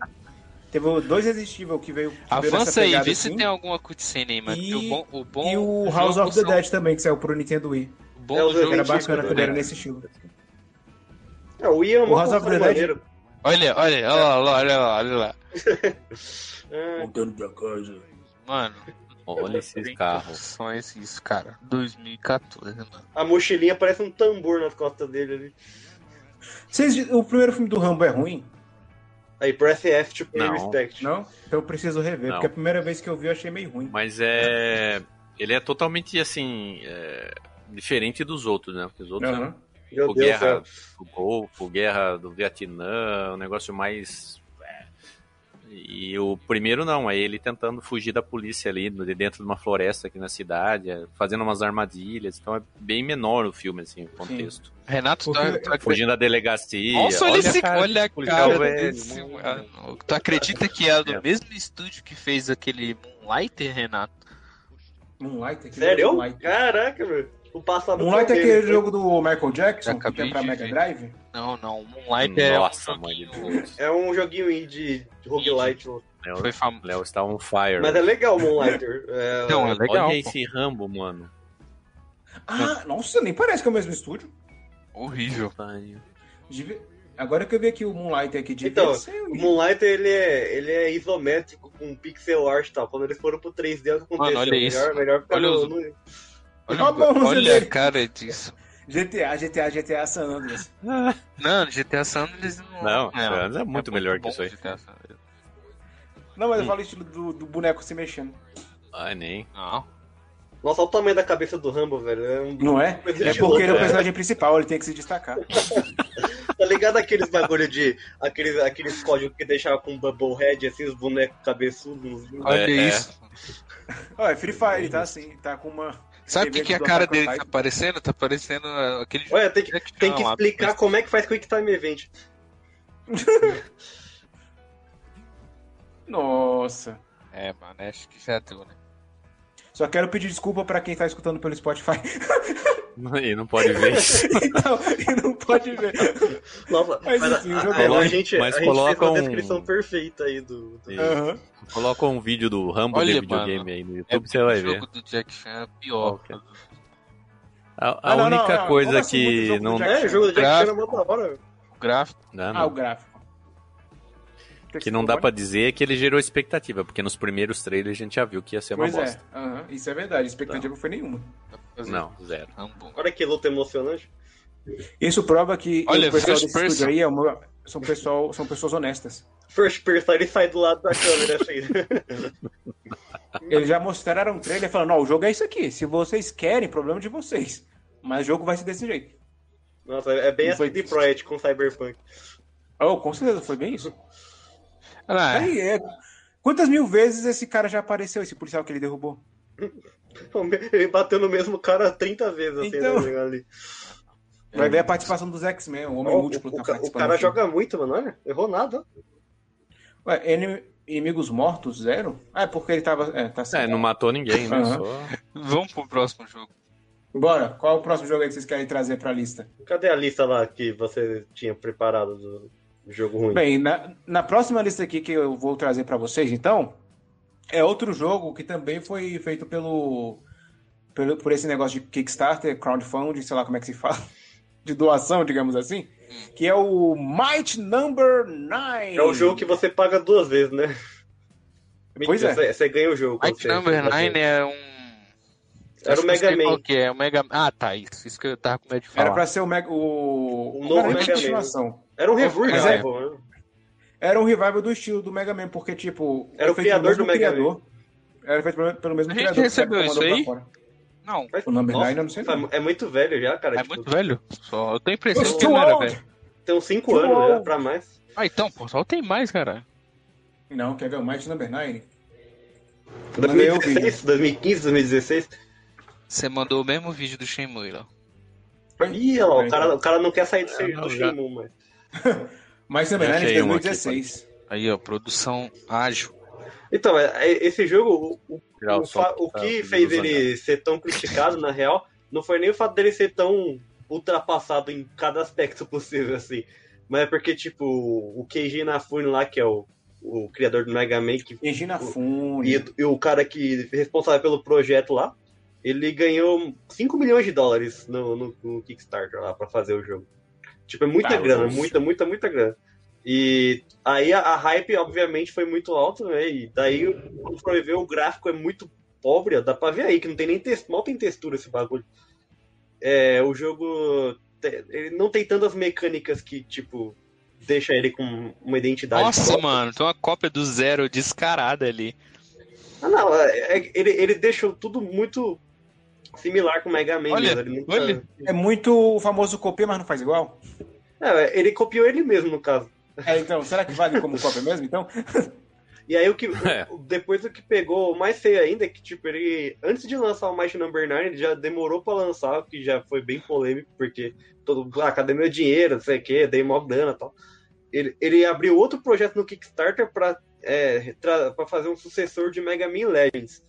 Speaker 2: Teve o dois Resident Evil que veio. que veio nessa
Speaker 5: Avança aí,
Speaker 2: pegada
Speaker 5: vê se
Speaker 2: assim.
Speaker 5: tem alguma cutscene aí, mano.
Speaker 2: E-
Speaker 5: que o bom, o bom
Speaker 2: E o House
Speaker 5: jogo
Speaker 2: of the
Speaker 5: são-
Speaker 2: Dead também, que saiu pro Nintendo Wii.
Speaker 5: O bom
Speaker 3: É,
Speaker 5: do
Speaker 3: os
Speaker 5: jogo
Speaker 2: Era
Speaker 3: Resident
Speaker 5: são
Speaker 3: Evil
Speaker 2: bacana
Speaker 5: os
Speaker 2: quando era
Speaker 5: bonecos.
Speaker 2: nesse estilo.
Speaker 3: Ah, o Wii é
Speaker 2: O
Speaker 3: uma
Speaker 2: House of
Speaker 3: console
Speaker 2: the Dead-
Speaker 3: maneiro.
Speaker 5: Olha, olha, olha lá, olha lá, olha lá.
Speaker 3: Ah,
Speaker 2: Voltando pra casa.
Speaker 5: Mano,
Speaker 4: Olha esses carros.
Speaker 5: Só esse, isso, cara. 2014, mano.
Speaker 3: a mochilinha parece um tambor nas costas dele ali.
Speaker 2: Vocês, o primeiro filme do Rambo é ruim?
Speaker 3: Aí, parece F, tipo,
Speaker 4: Não.
Speaker 3: Respect.
Speaker 2: Não? Então eu preciso rever,
Speaker 4: Não.
Speaker 2: porque a primeira vez que eu vi eu achei meio ruim.
Speaker 4: Mas é. Ele é totalmente assim. é, Diferente dos outros, né? Porque os outros eram
Speaker 5: é
Speaker 2: Aham.
Speaker 3: Meu
Speaker 4: o
Speaker 3: Deus do
Speaker 4: Guerra
Speaker 3: céu.
Speaker 4: do Golfo, Guerra do Vietnã, um negócio mais. é. E o primeiro não, é ele tentando fugir da polícia ali, de dentro de uma floresta aqui na cidade, é, fazendo umas armadilhas. Então é bem menor o filme, assim, o contexto.
Speaker 5: Renato, tu, é-
Speaker 2: Porque-
Speaker 5: tu acredita...
Speaker 4: Fugindo da delegacia.
Speaker 5: Nossa, olha, esse cara. Olha a
Speaker 4: policial
Speaker 5: cara
Speaker 4: velho,
Speaker 5: desse
Speaker 4: não-
Speaker 5: mano. Tu acredita que é do
Speaker 4: É.
Speaker 5: mesmo estúdio que fez aquele Moonlighter, Renato?
Speaker 2: Moonlight. aquele
Speaker 3: Sério?
Speaker 2: Moonlight.
Speaker 3: Caraca, meu. O passado
Speaker 2: Moonlight é
Speaker 3: foi
Speaker 2: aquele
Speaker 3: dele.
Speaker 2: jogo do Michael Jackson, que
Speaker 5: Acabei
Speaker 2: tem pra
Speaker 5: de
Speaker 2: Mega
Speaker 5: ver.
Speaker 2: Drive?
Speaker 5: Não, não. Moonlighter
Speaker 4: Nossa,
Speaker 5: é um
Speaker 4: mãe de
Speaker 5: joguinho-
Speaker 4: Deus.
Speaker 3: É um joguinho aí de roguelite. ó.
Speaker 4: Léo-
Speaker 5: Foi famoso.
Speaker 4: Léo está on fire.
Speaker 3: Mas é legal o Moonlighter. <laughs> É,
Speaker 5: Então, é legal.
Speaker 4: olha
Speaker 5: pô.
Speaker 4: esse Rambo, mano.
Speaker 2: Ah, nossa, nem parece que é o mesmo estúdio.
Speaker 5: Horrível.
Speaker 2: Deve- Agora que eu vi aqui o Moonlight aqui de
Speaker 3: Então,
Speaker 2: ser o
Speaker 3: O Moonlighter, ele é, ele é isométrico com pixel art e tal. Quando eles foram pro 3D, o que aconteceu?
Speaker 5: Mano, olha
Speaker 3: melhor,
Speaker 5: isso.
Speaker 3: melhor ficar
Speaker 5: Olha
Speaker 3: no-
Speaker 5: os-
Speaker 3: no-
Speaker 5: Olha,
Speaker 2: Ah, bom, você
Speaker 5: olha
Speaker 2: vê.
Speaker 5: a cara disso.
Speaker 2: GTA, GTA, GTA San Andreas.
Speaker 5: Não, GTA San Andreas não...
Speaker 4: Não, San Andreas é muito melhor que
Speaker 5: bom
Speaker 4: isso aí.
Speaker 5: GTA San Andreas.
Speaker 2: Não,
Speaker 4: Hum.
Speaker 2: mas eu falo o estilo do, do boneco se mexendo.
Speaker 4: Ai, nem. <laughs>
Speaker 5: Não.
Speaker 3: Nossa, olha o tamanho da cabeça do Rambo, velho. É um...
Speaker 2: Não é? É porque ele é o personagem principal, ele tem que se
Speaker 4: <laughs>
Speaker 2: destacar.
Speaker 3: Tá ligado aqueles bagulho de... Aqueles, aqueles códigos que deixava com Bubblehead, assim, os bonecos cabeçudos. uns-
Speaker 5: Olha
Speaker 4: É, é.
Speaker 5: isso.
Speaker 2: Ó, é Free Fire, ele tá assim, tá com uma...
Speaker 5: Sabe o que, que a
Speaker 2: Do
Speaker 5: cara
Speaker 2: Attack on
Speaker 5: dele
Speaker 2: Titan.
Speaker 5: tá parecendo? Tá parecendo ah, aquele jogo
Speaker 3: Olha, tem que, tem que explicar como é que faz Quick Time Event.
Speaker 2: Nossa.
Speaker 5: É, mano, acho que já deu, né?
Speaker 2: Só quero pedir desculpa pra quem tá escutando pelo Spotify <laughs>
Speaker 4: E não pode ver isso.
Speaker 5: <laughs>
Speaker 2: então, e não pode
Speaker 4: <laughs>
Speaker 2: ver.
Speaker 3: Nossa,
Speaker 2: Mas
Speaker 3: mas,
Speaker 2: enfim,
Speaker 3: a,
Speaker 2: o jogo
Speaker 3: a-
Speaker 2: é
Speaker 3: a
Speaker 4: ruim.
Speaker 3: gente,
Speaker 4: Mas
Speaker 3: a gente fez
Speaker 4: coloca um-
Speaker 3: uma descrição perfeita aí do... do-
Speaker 2: Aham.
Speaker 4: Coloca um vídeo do Rambo
Speaker 5: Olha,
Speaker 4: de videogame
Speaker 5: mano.
Speaker 4: aí no
Speaker 5: É
Speaker 4: YouTube, você vai
Speaker 5: o
Speaker 4: ver.
Speaker 5: jogo do Jack Chan é pior.
Speaker 4: Ok. A, a
Speaker 2: Ah, não,
Speaker 4: única
Speaker 2: não, não. Como
Speaker 4: coisa
Speaker 2: assim muito jogo
Speaker 4: que
Speaker 2: do
Speaker 4: não.
Speaker 2: Jack-
Speaker 3: É, o jogo do Jack Chan é
Speaker 5: Gráfico.
Speaker 3: mó da hora.
Speaker 5: O gráfico.
Speaker 4: Não,
Speaker 2: Ah, o
Speaker 4: não.
Speaker 2: gráfico.
Speaker 4: Que não dá pra dizer é que ele gerou expectativa, porque nos primeiros trailers a gente já viu que ia ser uma
Speaker 2: Pois
Speaker 4: bosta. Tá.
Speaker 2: é, aham, isso é verdade. Expectativa não foi nenhuma.
Speaker 5: dá pra fazer.
Speaker 4: Não, zero.
Speaker 5: Rambo.
Speaker 3: Olha que luta emocionante.
Speaker 2: Isso prova que
Speaker 5: Olha,
Speaker 2: o pessoal
Speaker 5: first
Speaker 2: desse estúdio
Speaker 5: person.
Speaker 2: aí é uma- são, pessoal, são pessoas honestas.
Speaker 3: First person, ele sai do lado da câmera,
Speaker 2: <laughs>
Speaker 3: assim.
Speaker 2: Eles já mostraram um trailer falando, ó, o jogo é isso aqui. Se vocês querem, problema de vocês. Mas o jogo vai ser desse jeito.
Speaker 3: Nossa, é bem
Speaker 2: Não foi
Speaker 3: assim de Project com Cyberpunk.
Speaker 2: Oh, com certeza foi bem isso.
Speaker 5: Ah,
Speaker 2: Aí é. Quantas mil vezes esse cara já apareceu, esse policial que ele derrubou?
Speaker 3: Ele bateu no mesmo cara 30 vezes, assim,
Speaker 2: Então.
Speaker 3: né, negócio ali.
Speaker 2: Vai ver a participação dos X-Men, o homem
Speaker 3: Ó, o,
Speaker 2: múltiplo
Speaker 3: É. Oh,
Speaker 2: tá
Speaker 3: o ca- o
Speaker 2: participando.
Speaker 3: cara
Speaker 2: aqui.
Speaker 3: joga muito, mano. Olha, errou nada.
Speaker 2: Ué, enem- inimigos mortos, zero? Ah, é porque ele tava. É, tá certo.
Speaker 4: É, não matou ninguém, né?
Speaker 2: Aham.
Speaker 4: Só-
Speaker 5: Vamos pro próximo jogo.
Speaker 2: Bora, qual é o próximo jogo aí que vocês querem trazer pra lista?
Speaker 3: Cadê a lista lá que você tinha preparado do jogo ruim?
Speaker 2: Bem, na, na próxima lista aqui que eu vou trazer pra vocês, então, é outro jogo que também foi feito pelo, pelo por esse negócio de Kickstarter, crowdfunding, sei lá como é que se fala, <laughs> de doação, digamos assim, que é o Might Number 9.
Speaker 3: é o jogo que você paga duas vezes, né?
Speaker 2: Pois
Speaker 3: Mentira,
Speaker 2: é.
Speaker 3: Você, você ganha o jogo.
Speaker 5: Might
Speaker 3: você-
Speaker 5: Number
Speaker 3: você-
Speaker 5: 9 é um.
Speaker 3: Era
Speaker 5: Acho
Speaker 3: o
Speaker 5: que eu
Speaker 3: Mega
Speaker 5: sei
Speaker 3: Man.
Speaker 5: Qual que é? O Mega Ah, tá. Isso, isso que eu tava com medo de falar.
Speaker 2: Era pra ser o, Mega- o, não
Speaker 3: O Um novo
Speaker 2: era nem
Speaker 3: Mega Man.
Speaker 2: continuação.
Speaker 3: Era um revival,
Speaker 2: Mas é-
Speaker 3: né?
Speaker 2: Era um revival do estilo do Mega Man, porque, tipo...
Speaker 3: Era o
Speaker 2: feito
Speaker 3: criador
Speaker 2: mesmo
Speaker 3: do Mega
Speaker 2: Era feito pelo- pelo mesmo
Speaker 5: A gente
Speaker 2: criador. que
Speaker 5: recebeu
Speaker 2: mandou
Speaker 5: isso
Speaker 2: pra
Speaker 5: aí?
Speaker 2: fora.
Speaker 5: Não.
Speaker 2: O Number
Speaker 3: Nossa,
Speaker 2: 9 eu não sei não.
Speaker 3: tá- É muito velho já, cara.
Speaker 5: É
Speaker 3: tipo,
Speaker 5: muito velho. Só eu tenho a impressão
Speaker 2: Mas
Speaker 5: que
Speaker 2: too
Speaker 5: não era
Speaker 2: old.
Speaker 5: velho.
Speaker 3: Tem uns 5
Speaker 2: Que
Speaker 3: anos já,
Speaker 2: bom.
Speaker 3: pra mais.
Speaker 5: Ah, então, pô, só tem mais, cara.
Speaker 2: Não, quer ver é o Might Number 9? Mandei o
Speaker 3: 2016, 2015, 2016.
Speaker 5: Você mandou o mesmo vídeo do Shenmue, lá.
Speaker 3: Ih, ó, o cara, o cara não quer sair
Speaker 5: É,
Speaker 3: do, ser- do Shenmue, mas...
Speaker 2: Mas também, né?
Speaker 4: Achei
Speaker 2: De
Speaker 4: um aqui,
Speaker 2: 2016.
Speaker 5: Aí, ó, produção ágil.
Speaker 3: Então, é- é- esse jogo, o,
Speaker 4: Tirar
Speaker 3: o fa-
Speaker 4: som
Speaker 3: o
Speaker 4: pra-
Speaker 3: que
Speaker 4: pra-
Speaker 3: fez
Speaker 4: pra-
Speaker 3: ele ser tão criticado, na real, não foi nem o fato dele ser tão ultrapassado em cada aspecto possível, assim. Mas é porque, tipo, o Keiji Inafune lá, que é o, o criador do Mega Man, que
Speaker 2: Regina
Speaker 3: O-
Speaker 2: Fune.
Speaker 3: E, e o cara que é responsável pelo projeto lá, ele ganhou 5 milhões de dólares no, no- no Kickstarter lá pra fazer o jogo. Tipo, é muita
Speaker 2: Tá,
Speaker 3: grana,
Speaker 2: nossa.
Speaker 3: muita, muita, muita grana. E aí a, a hype, obviamente, foi muito alta, né? E daí, quando for ver, o gráfico é muito pobre, ó, dá pra ver aí, que não tem nem textura, mal tem textura esse bagulho. É, o jogo te- ele não tem tantas mecânicas que, tipo, deixa ele com uma identidade
Speaker 5: Nossa,
Speaker 3: própria.
Speaker 5: mano, tem uma cópia do Zero descarada ali.
Speaker 3: Ah, não, é- é- ele, ele deixou tudo muito similar com o Mega Man.
Speaker 5: Olha,
Speaker 3: mesmo, ele nunca-
Speaker 5: olha.
Speaker 2: É muito o famoso copia, mas não faz igual.
Speaker 3: É, ele copiou ele mesmo, no caso.
Speaker 2: É, então, será que vale como cópia mesmo? Então,
Speaker 3: E aí, o que,
Speaker 2: <laughs>
Speaker 4: É.
Speaker 3: o- depois o que pegou mais feio ainda é que, tipo, ele, antes de lançar o Mighty Number 9, ele já demorou pra lançar, o que já foi bem polêmico, porque todo mundo, ah, cadê meu dinheiro, não sei o quê, dei mó grana e tal. Ele, ele abriu outro projeto no Kickstarter pra, é, tra- pra fazer um sucessor de Mega Man Legends.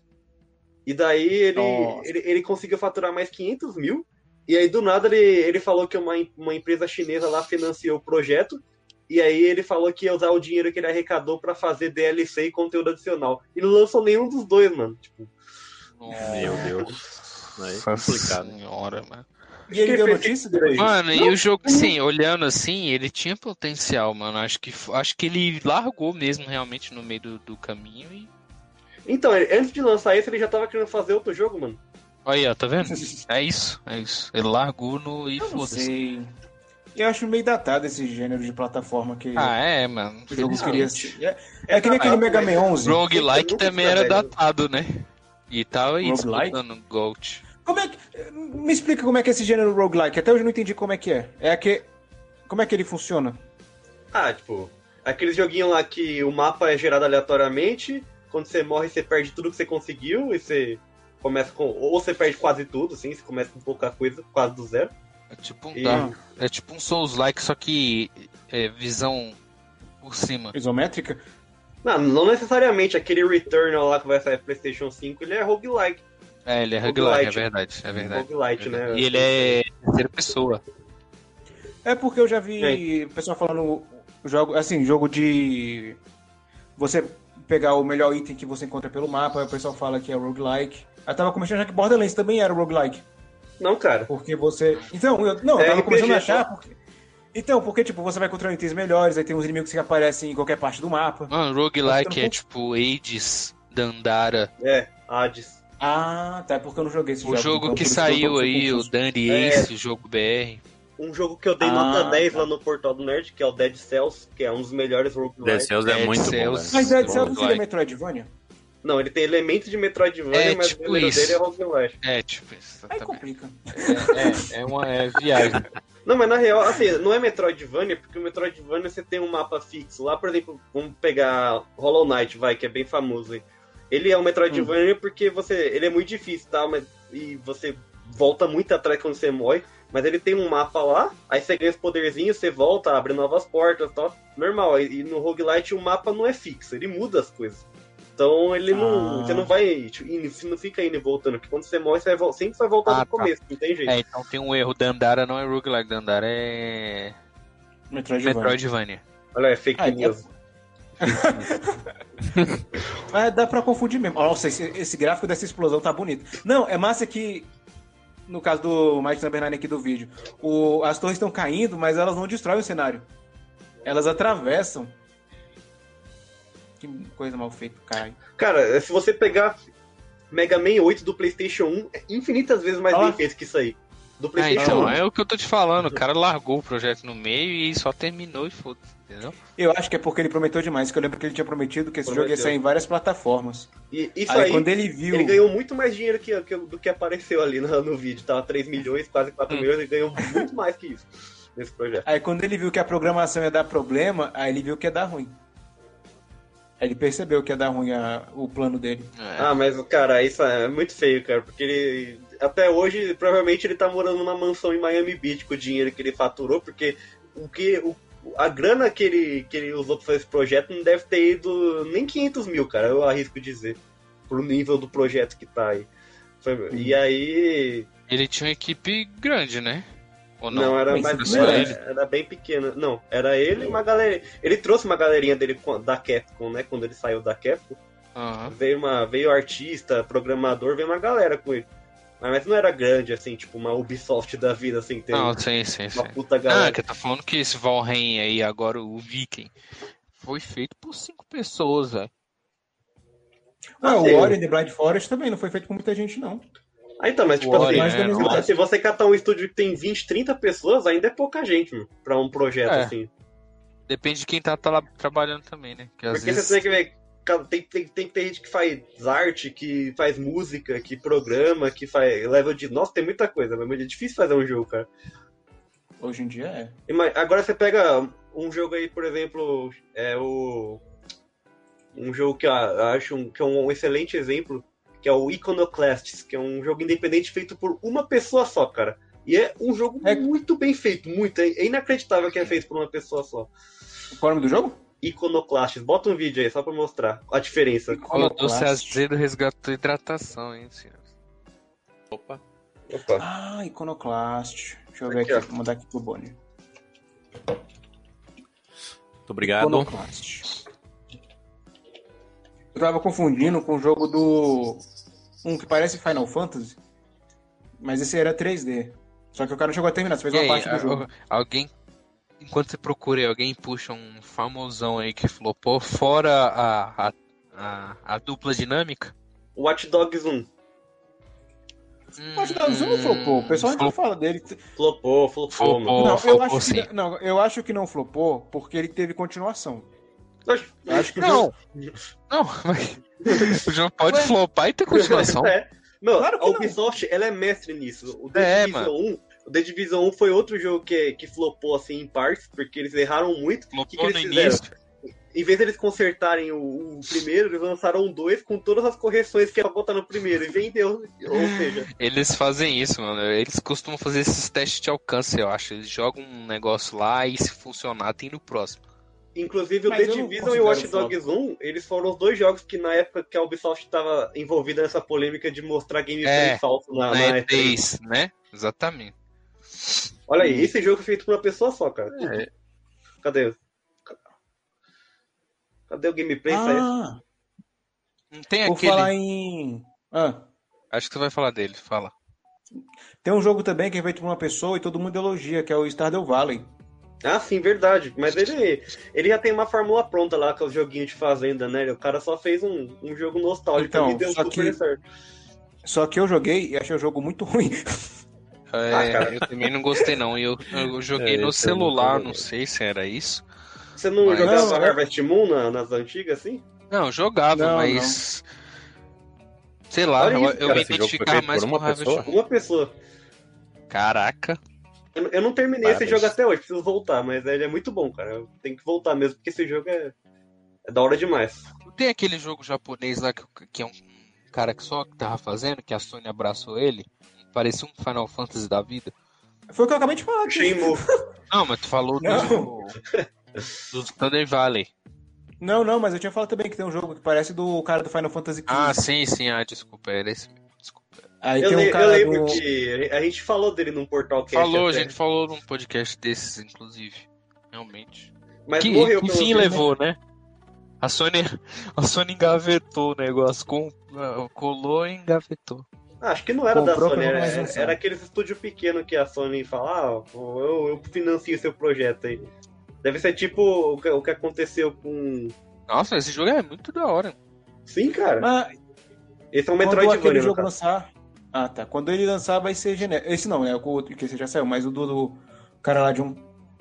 Speaker 3: E daí ele,
Speaker 2: Nossa.
Speaker 3: ele, ele conseguiu faturar mais 500 mil. E aí, do nada, ele, ele falou que uma, em- uma empresa chinesa lá financiou o projeto. E aí, ele falou que ia usar o dinheiro que ele arrecadou pra fazer DLC e conteúdo adicional. E não lançou nenhum dos dois, mano. Tipo,
Speaker 4: É, Meu Deus. Aí, é complicado.
Speaker 5: senhora, mano.
Speaker 2: e ele
Speaker 3: Quem
Speaker 2: deu
Speaker 3: fez
Speaker 2: notícia
Speaker 3: isso por aí?
Speaker 2: depois?
Speaker 5: Mano, e o jogo, sim, olhando assim, ele tinha potencial, mano. Acho que, f- acho que ele largou mesmo realmente no meio do, do caminho e.
Speaker 3: Então, ele- antes de lançar esse, ele já tava querendo fazer outro jogo, mano.
Speaker 5: Olha aí, ó, tá
Speaker 2: <laughs>
Speaker 5: vendo? É isso, é isso. Ele largou no e
Speaker 2: Eu não
Speaker 5: foda-se.
Speaker 2: sei. Eu acho meio datado esse gênero de plataforma que
Speaker 5: Ah, é, mano.
Speaker 2: o jogo queria ser. É,
Speaker 3: É
Speaker 2: é que nem aquele
Speaker 3: datado,
Speaker 2: Mega
Speaker 3: mas-
Speaker 2: Man 11.
Speaker 5: Roguelike
Speaker 2: <laughs>
Speaker 3: Eu nunca
Speaker 5: também
Speaker 3: tinha
Speaker 5: era
Speaker 3: velho.
Speaker 5: datado, né? E tava aí
Speaker 2: Roguelike?
Speaker 5: disputando Gold.
Speaker 2: Como é que... Me explica como é que é esse gênero roguelike. Até hoje eu não entendi como é que é. É que... Como é que ele funciona?
Speaker 3: Ah, tipo, aquele joguinho lá que o mapa é gerado aleatoriamente. Quando você morre, você perde tudo que você conseguiu. E você começa com. Ou você perde quase tudo, assim. Você começa com pouca coisa, quase do zero.
Speaker 5: É tipo um
Speaker 3: E-
Speaker 5: Dark- É tipo um Souls-like, só que é visão por cima.
Speaker 2: Isométrica?
Speaker 3: Não, não necessariamente. Aquele Returnal lá que vai sair PlayStation 5, ele é roguelike.
Speaker 5: É, ele é regular, é
Speaker 3: Roguelite.
Speaker 5: verdade, é verdade.
Speaker 3: Roguelite, né?
Speaker 5: E ele é terceira pessoa.
Speaker 2: É porque eu já vi o pessoal falando jogo, assim, jogo de você pegar o melhor item que você encontra pelo mapa, aí o pessoal fala que é roguelike. Eu tava começando a achar que Borderlands também era roguelike,
Speaker 3: Não, cara.
Speaker 2: porque você Então, eu não, eu
Speaker 3: É
Speaker 2: tava
Speaker 3: RPG,
Speaker 2: começando a
Speaker 3: pô.
Speaker 2: achar porque... Então, porque tipo, você vai encontrando itens melhores, aí tem uns inimigos que aparecem em qualquer parte do mapa.
Speaker 5: Mano,
Speaker 2: Tá
Speaker 5: roguelike
Speaker 2: ficando
Speaker 5: é tipo Hades, Dandara.
Speaker 3: É, Hades.
Speaker 2: Ah, tá, é porque eu não joguei esse
Speaker 5: O
Speaker 2: jogo.
Speaker 5: jogo
Speaker 2: então,
Speaker 5: que
Speaker 2: por isso eu tô-
Speaker 5: saiu
Speaker 2: tô
Speaker 5: aí, o
Speaker 2: confuso.
Speaker 5: Dandy
Speaker 3: É.
Speaker 5: Ace, o jogo BR.
Speaker 3: Um jogo que eu dei
Speaker 2: Ah,
Speaker 3: nota 10
Speaker 2: tá.
Speaker 3: lá no Portal do Nerd, que é o Dead Cells, que é um dos melhores
Speaker 4: Dead
Speaker 3: roguelikes.
Speaker 4: Cells é
Speaker 5: Dead
Speaker 4: muito
Speaker 5: Cells.
Speaker 4: bom.
Speaker 2: Mas Dead Cells
Speaker 5: Bom,
Speaker 2: não seria
Speaker 5: like.
Speaker 2: Metroidvania?
Speaker 3: Não, ele tem elementos de Metroidvania,
Speaker 5: É,
Speaker 3: mas
Speaker 5: tipo
Speaker 3: o gênero
Speaker 5: isso.
Speaker 3: dele é roguelike.
Speaker 5: É, tipo, isso
Speaker 2: Aí
Speaker 5: também.
Speaker 2: complica.
Speaker 6: É, é, é uma é
Speaker 2: <laughs>
Speaker 6: viagem.
Speaker 3: Não, mas na real, assim, não é Metroidvania, porque o Metroidvania você tem um mapa fixo. Lá, por exemplo, vamos pegar Hollow Knight, vai, que é bem famoso aí. Ele é um Metroidvania porque você, ele é muito difícil, tá? Mas, e você volta muito atrás quando você morre. Mas ele tem um mapa lá, aí você ganha os poderzinhos, você volta, abre novas portas e tal. Normal, e e no roguelite o mapa não é fixo, ele muda as coisas. Então ele não.
Speaker 2: Ah.
Speaker 3: Você não vai. Tipo, indo- você não fica indo e voltando, porque quando você morre, você vai, vol- sempre vai voltar
Speaker 5: Ah,
Speaker 3: do
Speaker 5: tá.
Speaker 3: começo, não tem jeito.
Speaker 5: É, então tem um erro. Dandara não é roguelike, Dandara é.
Speaker 2: Metroidvania.
Speaker 5: Metroidvania.
Speaker 3: Olha, é fake
Speaker 2: Ah, é-
Speaker 3: news.
Speaker 2: Mas É, dá pra confundir mesmo. Nossa, esse, esse gráfico dessa explosão tá bonito. Não, é massa que, no caso do Mighty Number 9 aqui do vídeo, o- as torres estão caindo, mas elas não destroem o cenário. Elas atravessam. Que coisa mal feita, cara.
Speaker 3: Cara, é, se você pegar Mega Man 8 do PlayStation 1, é infinitas vezes mais
Speaker 2: Ah.
Speaker 3: bem feito que isso aí. Do
Speaker 5: Ah,
Speaker 3: PlayStation
Speaker 5: então,
Speaker 3: 1.
Speaker 5: é o que eu tô te falando. O cara largou o projeto no meio e só terminou e foda-se, entendeu?
Speaker 2: Eu acho que é porque ele prometeu demais, que eu lembro que ele tinha prometido que esse jogo ia
Speaker 3: Prometeu.
Speaker 2: sair em várias plataformas.
Speaker 3: E isso
Speaker 2: aí,
Speaker 3: aí,
Speaker 2: quando ele viu.
Speaker 3: ele ganhou muito mais dinheiro que, que- do que apareceu ali no, no vídeo. Tava 3 milhões, quase 4
Speaker 5: Hum.
Speaker 3: milhões, ele ganhou muito mais que isso nesse projeto.
Speaker 2: Aí quando ele viu que a programação ia dar problema, aí ele viu que ia dar ruim. Aí ele percebeu que ia dar ruim a- o plano dele.
Speaker 5: É.
Speaker 3: Ah, mas, cara, isso é muito feio, cara, porque ele. até hoje, provavelmente ele tá morando numa mansão em Miami Beach com o dinheiro que ele faturou, porque o que, o, a grana que ele, que ele usou pra fazer esse projeto não deve ter ido nem 500 mil, cara, eu arrisco dizer, pro nível do projeto que tá aí. Foi- E aí,
Speaker 5: Ele tinha uma equipe grande, né? Ou não?
Speaker 3: Não, era
Speaker 2: Mas
Speaker 3: mais
Speaker 2: não
Speaker 3: era,
Speaker 2: é
Speaker 3: era bem pequena. Não, era ele e uma galerinha. Ele trouxe uma galerinha dele com- da Capcom, né? Quando ele saiu da Capcom.
Speaker 5: Aham.
Speaker 3: Veio, uma, veio artista, programador, veio uma galera com ele. Mas, mas não era grande, assim, tipo uma Ubisoft da vida, assim, tem
Speaker 5: Não, sim, sim, sim.
Speaker 3: uma puta
Speaker 5: Ah,
Speaker 3: galera.
Speaker 5: que tá falando que esse Valheim aí, agora o Viking, foi feito por cinco pessoas, velho.
Speaker 2: Ah,
Speaker 3: sei.
Speaker 2: o Ori and the Blind Forest também não foi feito por muita gente, não.
Speaker 3: Ah, então, mas tipo
Speaker 5: Warrior,
Speaker 3: assim,
Speaker 2: mais da
Speaker 5: né?
Speaker 2: mesma
Speaker 5: Não,
Speaker 3: se você catar um estúdio que tem 20, 30 pessoas, ainda é pouca gente, mano, pra um projeto,
Speaker 5: É.
Speaker 3: assim.
Speaker 5: Depende de quem tá, tá lá trabalhando também, né? Porque às
Speaker 3: Porque
Speaker 5: vezes...
Speaker 3: você tem que ver. cara, Tem, tem, tem que ter gente que faz arte, que faz música, que programa, que faz level de. Nossa, tem muita coisa, mas é difícil fazer um jogo, cara.
Speaker 2: Hoje em dia é.
Speaker 3: Ima- Agora você pega um jogo aí, por exemplo, é o. Um jogo que eu acho um- que é um excelente exemplo, que é o Iconoclasts, que é um jogo independente feito por uma pessoa só, cara. E é um jogo
Speaker 2: É-
Speaker 3: muito bem feito, muito. É é inacreditável que é feito por uma pessoa só.
Speaker 2: Qual é o nome do jogo?
Speaker 3: Iconoclasts, bota um vídeo aí só pra mostrar a diferença.
Speaker 5: O doce azedo resgatou hidratação, hein, senhor?
Speaker 4: Opa.
Speaker 3: Opa.
Speaker 2: Ah, Iconoclast. Deixa eu ver
Speaker 3: Aqui,
Speaker 2: aqui,
Speaker 3: ó.
Speaker 2: vou mandar aqui pro Boni.
Speaker 4: Muito obrigado.
Speaker 2: Iconoclast. Eu tava confundindo com o jogo do. Um que parece Final Fantasy. Mas esse era 3D. Só que o cara não chegou a terminar, só fez
Speaker 5: E
Speaker 2: uma
Speaker 5: aí,
Speaker 2: parte do
Speaker 5: al-
Speaker 2: jogo.
Speaker 5: alguém, enquanto você procura aí, alguém puxa um famosão aí que flopou, fora a, a, a, a dupla dinâmica?
Speaker 3: Watch Dogs 1.
Speaker 2: Mas Hum, não, isso não flopou. O pessoal não
Speaker 5: Hum, Flopou.
Speaker 2: fala dele.
Speaker 3: Flopou, flopou,
Speaker 5: Flopou.
Speaker 3: mano.
Speaker 2: não, eu
Speaker 5: flopou
Speaker 2: acho
Speaker 5: sim.
Speaker 2: que, não, eu acho que não flopou porque ele teve continuação.
Speaker 3: Oxe,
Speaker 2: Eu acho que o jogo-
Speaker 5: Não! Não, <laughs> mas. O jogo pode flopar e
Speaker 2: <laughs>
Speaker 5: ter continuação.
Speaker 3: <laughs> É. Não,
Speaker 2: Claro que
Speaker 3: a
Speaker 2: não.
Speaker 3: Ubisoft, ela é mestre nisso. O The
Speaker 5: É,
Speaker 3: Division 1, o The Division 1 foi outro jogo que, que flopou assim em partes, porque eles erraram muito. O que, que
Speaker 5: Flopou
Speaker 3: eles
Speaker 5: no
Speaker 3: fizeram?
Speaker 5: início.
Speaker 3: Em vez deles consertarem o, o primeiro, eles lançaram um dois com todas as correções que ia botar no primeiro e vendeu. Ou
Speaker 5: É.
Speaker 3: seja,
Speaker 5: Eles fazem isso, mano. Eles costumam fazer esses testes de alcance, eu acho. Eles jogam um negócio lá e se funcionar, tem no próximo.
Speaker 3: inclusive o
Speaker 2: Mas
Speaker 3: The
Speaker 2: eu não
Speaker 3: Division e o Watch
Speaker 2: considero
Speaker 3: Dogs 1, eles foram os dois jogos que na época que a Ubisoft estava envolvida nessa polêmica de mostrar gameplay
Speaker 5: É,
Speaker 3: falso na,
Speaker 4: Ah,
Speaker 5: Na
Speaker 3: na E3.
Speaker 5: E3, né? Exatamente.
Speaker 3: Olha aí, esse jogo foi feito por uma pessoa só, cara.
Speaker 5: É.
Speaker 3: Cadê? Cadê o gameplay? Sai-
Speaker 2: Ah,
Speaker 5: Não tem
Speaker 2: por
Speaker 5: é aquele.
Speaker 2: falar em. Ah,
Speaker 5: Acho que tu vai falar dele, fala.
Speaker 2: tem um jogo também que é feito por uma pessoa e todo mundo elogia, que é o Stardew Valley.
Speaker 3: Ah, sim, verdade. Mas ele, ele já tem uma fórmula pronta lá com os joguinhos de fazenda, né? O cara só fez um, um jogo nostálgico
Speaker 2: Então,
Speaker 3: e deu
Speaker 2: só
Speaker 3: super
Speaker 2: que-
Speaker 3: certo.
Speaker 2: Só que eu joguei e achei o jogo muito <laughs> ruim.
Speaker 5: É, eu também não gostei, não. Eu, eu joguei
Speaker 4: Ah, É,
Speaker 5: no
Speaker 4: esse eu não
Speaker 5: celular,
Speaker 4: joguei.
Speaker 5: não sei se era isso.
Speaker 3: Você não
Speaker 5: Mas-
Speaker 3: jogava
Speaker 2: Não, né?
Speaker 3: Harvest Moon na- nas antigas, assim?
Speaker 5: Não, eu jogava,
Speaker 2: Não,
Speaker 5: mas. Sei lá,
Speaker 3: Olha
Speaker 5: eu,
Speaker 3: isso,
Speaker 5: eu
Speaker 4: cara,
Speaker 5: me
Speaker 4: esse jogo foi
Speaker 5: identificava
Speaker 4: feito
Speaker 5: mais
Speaker 4: por
Speaker 5: com
Speaker 4: uma
Speaker 5: Harvest
Speaker 4: pessoa?
Speaker 5: Moon.
Speaker 3: Uma pessoa.
Speaker 5: Caraca.
Speaker 3: Eu, eu não terminei esse
Speaker 4: Parabéns.
Speaker 3: jogo até hoje, preciso voltar, mas ele é muito bom, cara. Tem que voltar mesmo, porque esse jogo é, é da hora demais.
Speaker 5: Não tem aquele jogo japonês lá que, que é um cara que só que tava fazendo, que a Sony abraçou ele? Parecia um Final Fantasy da vida.
Speaker 2: Foi o que eu acabei de falar aqui.
Speaker 3: Shenmue.
Speaker 5: Não, mas tu falou do,
Speaker 2: Não.
Speaker 5: do Thunder Valley.
Speaker 2: Não, não, mas eu tinha falado também que tem um jogo que parece do cara do Final Fantasy XV.
Speaker 5: Ah, sim, sim, ah, desculpa, era esse mesmo. Desculpa.
Speaker 2: Aí
Speaker 3: Eu,
Speaker 2: tem
Speaker 3: le-
Speaker 2: um
Speaker 3: eu
Speaker 2: cara
Speaker 3: lembro
Speaker 2: do...
Speaker 3: que a gente falou dele num portal que
Speaker 5: Falou, a gente falou num podcast desses, inclusive. Realmente.
Speaker 2: É,
Speaker 3: Mas
Speaker 5: que
Speaker 3: morreu
Speaker 5: que
Speaker 3: pelo
Speaker 5: fim
Speaker 3: menos.
Speaker 5: levou, né? A Sony, a Sony engavetou o negócio, com, ah, colou e engavetou.
Speaker 3: Ah, Acho que não era
Speaker 2: Comprou
Speaker 3: da Sony,
Speaker 2: pra
Speaker 3: era,
Speaker 2: uma organização.
Speaker 3: era aqueles estúdio pequeno que a Sony fala, ah, eu, eu financio seu projeto aí. Deve ser tipo o que, o que aconteceu com.
Speaker 5: Nossa, esse jogo é muito da hora.
Speaker 3: Sim, cara.
Speaker 2: Mas
Speaker 3: Esse é um
Speaker 2: quando Ah, aquele
Speaker 3: Metroidvania, no
Speaker 2: jogo
Speaker 3: caso.
Speaker 2: lançar... Ah, tá. Quando ele lançar vai ser genérico. Esse não, né? O outro que esse já saiu, mas o do, do cara lá de um...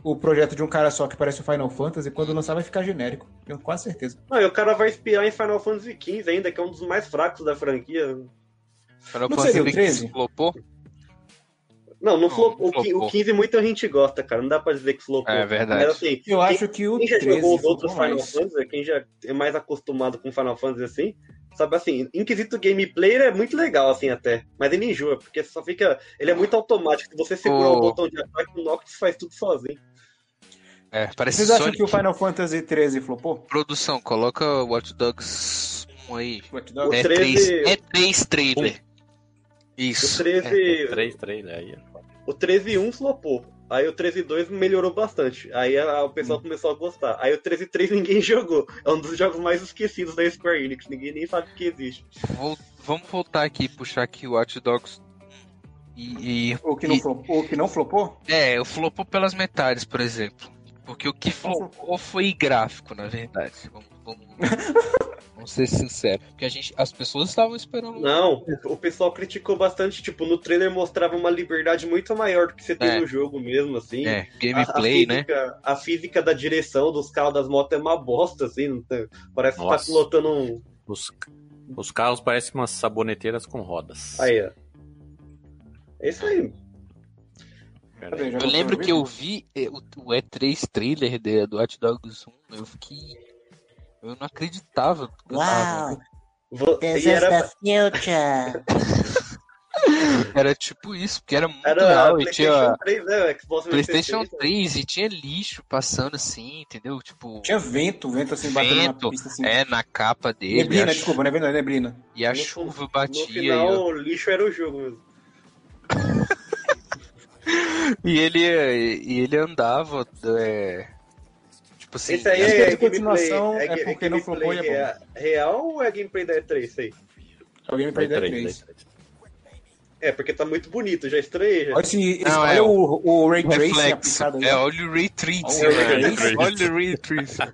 Speaker 2: O projeto de um cara só que parece o Final Fantasy, quando lançar vai ficar genérico. Tenho quase certeza.
Speaker 3: Não, e o cara vai inspirar em Final Fantasy XV ainda, que é um dos mais fracos da franquia.
Speaker 5: Final
Speaker 2: Não
Speaker 5: Fantasy
Speaker 2: seria o
Speaker 5: XV
Speaker 2: 13?
Speaker 5: Flopou?
Speaker 3: Não, não,
Speaker 5: Não,
Speaker 3: flop-
Speaker 5: não
Speaker 3: o qui-
Speaker 5: flopou.
Speaker 3: O 15 muita gente gosta, cara. Não dá pra dizer que flopou.
Speaker 5: É verdade.
Speaker 3: Mas assim,
Speaker 2: Eu acho que o
Speaker 3: quem já
Speaker 2: 13
Speaker 3: jogou os outros
Speaker 2: ficou
Speaker 3: Final
Speaker 2: mais.
Speaker 3: Fantasy, quem já é mais acostumado com Final Fantasy assim, Sabe assim, Inquisito Gameplay ele é muito legal, assim, até. Mas ele enjoa, porque só fica. Ele é muito automático. Se você segurar
Speaker 5: Oh.
Speaker 3: o botão de ataque, o Noctis faz tudo sozinho.
Speaker 5: É, parece
Speaker 2: Vocês acham
Speaker 5: Sonic.
Speaker 2: que o Final Fantasy XIII flopou?
Speaker 5: Produção, coloca Watch Dogs 1 aí.
Speaker 2: Watch
Speaker 3: O
Speaker 2: Dogs?
Speaker 5: É
Speaker 3: 13
Speaker 5: três, é três trailer.
Speaker 3: O
Speaker 5: Isso. é.
Speaker 3: 13.
Speaker 4: Três trailers aí. né?
Speaker 3: O 13.1 flopou. Aí o 13.2 melhorou bastante. Aí a- o
Speaker 5: Hum.
Speaker 3: pessoal começou a gostar. Aí o 13.3 <laughs> ninguém jogou. É um dos jogos mais esquecidos da Square Enix. Ninguém nem sabe que existe.
Speaker 5: Vol- vamos voltar aqui e puxar aqui o Watch Dogs 1 e, e-
Speaker 2: O que, não
Speaker 5: E-
Speaker 2: flopou, o que não flopou?
Speaker 5: É, eu flopou pelas metades, por exemplo. Porque o que flopou foi gráfico, na verdade. Vamos, vamos,
Speaker 3: <laughs>
Speaker 5: vamos ser sinceros. Porque a gente, as pessoas estavam esperando.
Speaker 3: Não, o pessoal criticou bastante. Tipo, no trailer mostrava uma liberdade muito maior do que você tem
Speaker 5: É.
Speaker 3: no jogo mesmo, assim.
Speaker 5: É,
Speaker 3: A-
Speaker 5: gameplay,
Speaker 3: a
Speaker 5: né?
Speaker 3: física, A física da direção dos carros das motos é uma bosta, assim. não tem- Parece que
Speaker 4: Nossa.
Speaker 3: tá pilotando um.
Speaker 4: Os, os carros parecem umas saboneteiras com rodas.
Speaker 3: Aí, ó. É isso aí.
Speaker 4: Pera aí.
Speaker 2: Cadê? tá Já
Speaker 5: Eu
Speaker 2: mostrou
Speaker 5: lembro
Speaker 2: o
Speaker 5: que
Speaker 2: vídeo?
Speaker 5: eu vi é, o, o E3 trailer de- do Hot Dogs 1, eu fiquei. Eu não acreditava. porque eu tava-
Speaker 7: Wow,
Speaker 3: Vo- e
Speaker 7: this
Speaker 2: é
Speaker 7: is
Speaker 3: era
Speaker 7: the future.
Speaker 5: Era tipo isso, porque era muito
Speaker 3: era
Speaker 5: real. E
Speaker 3: PlayStation
Speaker 5: tinha
Speaker 3: 3, né? Xbox 360.
Speaker 5: PlayStation 3 e tinha lixo passando assim, entendeu? Tipo,
Speaker 2: Tinha vento, vento assim, batendo
Speaker 5: Vento,
Speaker 2: na pista assim.
Speaker 5: é na capa dele.
Speaker 2: neblina,
Speaker 5: a chu-
Speaker 2: desculpa, neblina, neblina.
Speaker 5: E a
Speaker 3: No-
Speaker 5: chuva
Speaker 3: No
Speaker 5: batia. e
Speaker 3: final, o lixo era o jogo mesmo.
Speaker 5: E ele, e ele andava. é, tipo assim.
Speaker 3: Esse aí
Speaker 2: acho que é
Speaker 3: é,
Speaker 2: de continuação, é
Speaker 3: ga-
Speaker 2: porque não flopou e é bom.
Speaker 3: rea- real ou é gameplay da E3 isso aí?
Speaker 2: Alguém me
Speaker 4: Daí
Speaker 2: perdeu
Speaker 4: três,
Speaker 3: né?
Speaker 2: três.
Speaker 4: daí três.
Speaker 3: É, porque tá muito bonito, já estranhei já.
Speaker 2: Olha, esse, esse-
Speaker 5: Não,
Speaker 2: olha
Speaker 5: é
Speaker 2: o, o Ray Tracing
Speaker 5: reflexo.
Speaker 2: aplicado aí.
Speaker 5: É, olha o Ray Tracing,
Speaker 2: Olha o Ray
Speaker 5: velho.
Speaker 4: Tracing.
Speaker 5: Olha o Ray Tracing.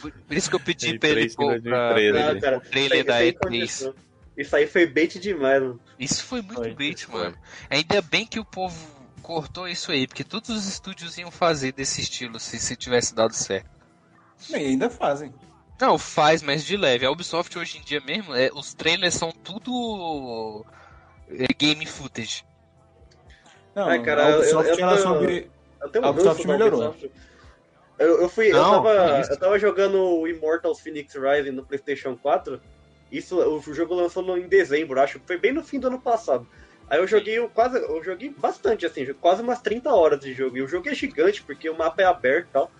Speaker 5: Por- Por isso que eu pedi
Speaker 4: Ray
Speaker 5: pra ele
Speaker 4: Tracing
Speaker 5: pôr pra-
Speaker 4: 2013,
Speaker 5: pra-
Speaker 3: Ah,
Speaker 4: né?
Speaker 5: o trailer da é
Speaker 3: sem
Speaker 5: E3.
Speaker 3: condição. Isso aí foi bait demais, mano.
Speaker 5: Isso foi muito
Speaker 4: Foi,
Speaker 5: bait,
Speaker 4: foi.
Speaker 5: mano. Ainda bem que o povo cortou isso aí, porque todos os estúdios iam fazer desse estilo se, se tivesse dado certo.
Speaker 2: E ainda fazem.
Speaker 5: Não, faz, mas de leve. A Ubisoft hoje em dia mesmo, é, os trailers são tudo é, game footage.
Speaker 2: Não,
Speaker 3: Ai, É, cara,
Speaker 2: a Ubisoft,
Speaker 3: eu- eu
Speaker 2: ela
Speaker 3: tô-
Speaker 2: sobre...
Speaker 3: Eu tenho
Speaker 2: A
Speaker 3: um
Speaker 2: Ubisoft
Speaker 3: ranço da
Speaker 2: melhorou.
Speaker 3: Ubisoft. Eu, eu fui.
Speaker 5: tá Não,
Speaker 3: eu,
Speaker 5: que
Speaker 3: tava,
Speaker 5: isso.
Speaker 3: eu tava jogando o Immortals Phoenix Rising no PlayStation 4. Isso, o jogo lançou no- em dezembro, acho. Foi bem no fim do ano passado. Aí eu joguei o- quase. Eu joguei bastante, assim, quase umas 30 horas de jogo. E o jogo é gigante, porque o mapa é aberto e tal.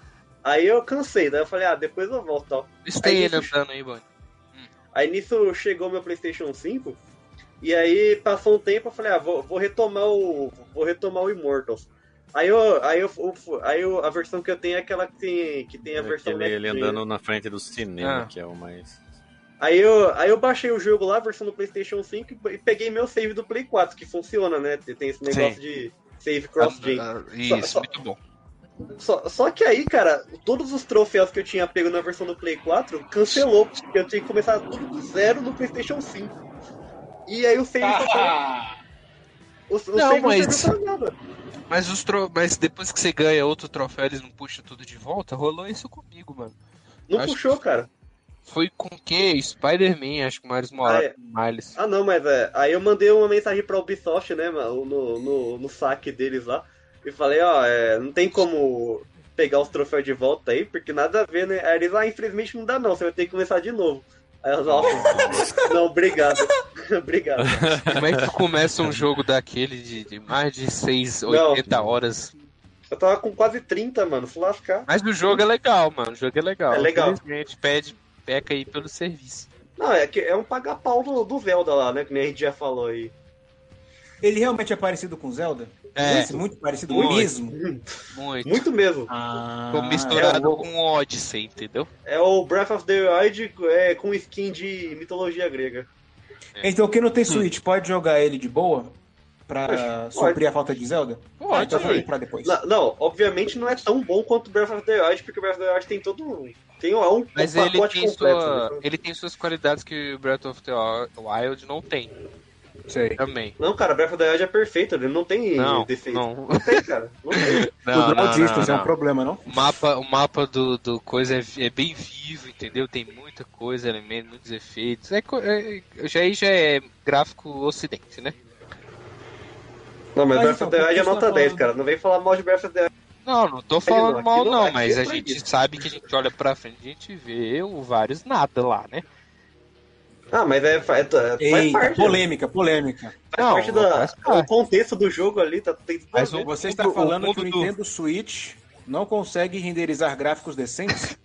Speaker 3: Aí eu cansei, daí eu falei, ah, depois eu volto e tal.
Speaker 5: Está ele
Speaker 3: isso-
Speaker 5: andando aí, mano.
Speaker 3: Aí nisso chegou meu PlayStation 5. E aí passou um tempo, eu falei, ah, vou, vou retomar o vou retomar o Immortals. Aí eu, aí eu, o- aí eu- a versão que eu tenho é aquela que tem, que tem a versão
Speaker 4: É Aquele, ele
Speaker 3: Next Gen.
Speaker 4: andando na frente do cinema,
Speaker 5: Ah.
Speaker 4: que é o mais.
Speaker 3: Aí eu, aí eu baixei o jogo lá, a versão do PlayStation 5 e- e peguei meu save do Play 4, que funciona, né? Tem esse negócio
Speaker 5: Sim.
Speaker 3: de save cross gen.
Speaker 5: Ah, ah, Isso,
Speaker 3: Só-
Speaker 5: muito bom.
Speaker 3: Só, só que aí, cara, todos os troféus que eu tinha pego na versão do Play 4 cancelou, porque eu tinha que começar tudo do zero no PlayStation 5. E aí o save só tava O, o
Speaker 5: Não,
Speaker 3: save
Speaker 5: mas-
Speaker 3: serviu pra nada.
Speaker 5: Mas, os tro... mas depois que você ganha outro troféu, eles não puxam tudo de volta? Rolou isso comigo, mano.
Speaker 3: Não
Speaker 5: Acho
Speaker 3: puxou, cara.
Speaker 5: Foi com o quê? Spider-Man, acho que o Miles
Speaker 3: Ah, é.
Speaker 5: Morales. Miles.
Speaker 3: Ah, não, mas é. Aí eu mandei uma mensagem pra Ubisoft, né, mano, no, no, no saque deles lá. E falei, ó, é, não tem como pegar os troféus de volta aí, porque nada a ver, né? Aí eles, ah, infelizmente não dá não, você vai ter que começar de novo. Aí elas, ó, não, obrigado. <laughs> obrigado.
Speaker 5: Como é que tu começa um jogo daquele de, de mais de 6,
Speaker 3: Não.
Speaker 5: 80 horas?
Speaker 3: Eu tava com quase 30, mano, se lascar.
Speaker 5: Mas o jogo é legal, mano. O jogo é legal.
Speaker 3: É legal.
Speaker 5: Infelizmente, pede, peca aí pelo serviço.
Speaker 3: Não, é, que é um paga-pau do, do Zelda lá, né, que nem a gente já falou aí.
Speaker 2: Ele realmente é parecido com Zelda?
Speaker 5: É,
Speaker 2: Esse muito parecido
Speaker 5: Muito.
Speaker 2: mesmo?
Speaker 5: é muito.
Speaker 3: Muito mesmo.
Speaker 2: Ah,
Speaker 5: Ficou
Speaker 2: é,
Speaker 5: misturado com Odyssey, entendeu?
Speaker 3: É o Breath of the Wild é, com skin de mitologia grega.
Speaker 2: Então quem não tem Switch pode jogar ele de boa? Pra suprir a falta de Zelda? Ah, então vou comprar depois.
Speaker 3: Na- Não, obviamente não é tão bom quanto Breath of the Wild, porque Breath of the Wild tem todo um. Tem um, um
Speaker 5: Mas ele
Speaker 3: pacote
Speaker 5: tem,
Speaker 3: completo.
Speaker 5: sua-
Speaker 3: né?
Speaker 5: ele tem suas qualidades que o Breath of the Wild não tem
Speaker 2: Sei.
Speaker 5: também.
Speaker 3: Não, cara, Breath of the Wild é perfeito, ele não tem
Speaker 5: Não,
Speaker 3: defeito.
Speaker 5: não.
Speaker 3: Não tem, cara. Não tem.
Speaker 5: Não,
Speaker 2: o
Speaker 5: não, não,
Speaker 2: Draudistas é um
Speaker 5: não.
Speaker 2: problema, não?
Speaker 5: O mapa, o mapa do, do coisa é, vi- é bem vivo, entendeu? Tem muita coisa, elementos, muitos efeitos. É, co- é- já aí já é gráfico ocidente, né?
Speaker 3: Não, mas
Speaker 2: Mas
Speaker 3: Breath
Speaker 2: então,
Speaker 3: of the
Speaker 2: por
Speaker 3: Wild
Speaker 2: que você
Speaker 3: é
Speaker 2: tá
Speaker 3: nota 10,
Speaker 2: falando?
Speaker 3: cara. Não vem falar mal de Breath of the Wild.
Speaker 5: Não, não tô
Speaker 3: não,
Speaker 5: falando mal
Speaker 3: aquilo-
Speaker 5: não,
Speaker 3: aquilo
Speaker 5: mas
Speaker 3: é
Speaker 5: a gente
Speaker 3: proibido.
Speaker 5: sabe que a gente olha pra frente e a gente vê o vários nada lá, né?
Speaker 3: Ah, mas é, fa- é- faz
Speaker 2: Eita,
Speaker 3: parte. né?
Speaker 2: polêmica, polêmica.
Speaker 3: Faz
Speaker 6: Não,
Speaker 3: parte da,
Speaker 6: faz parte.
Speaker 3: do contexto do jogo ali, tá tem tudo a
Speaker 6: Mas
Speaker 3: ver.
Speaker 6: o-
Speaker 2: Você
Speaker 6: O-
Speaker 2: está
Speaker 6: o
Speaker 2: falando que o
Speaker 6: mundo do-
Speaker 2: Nintendo Switch não consegue renderizar gráficos
Speaker 3: <laughs>
Speaker 2: decentes?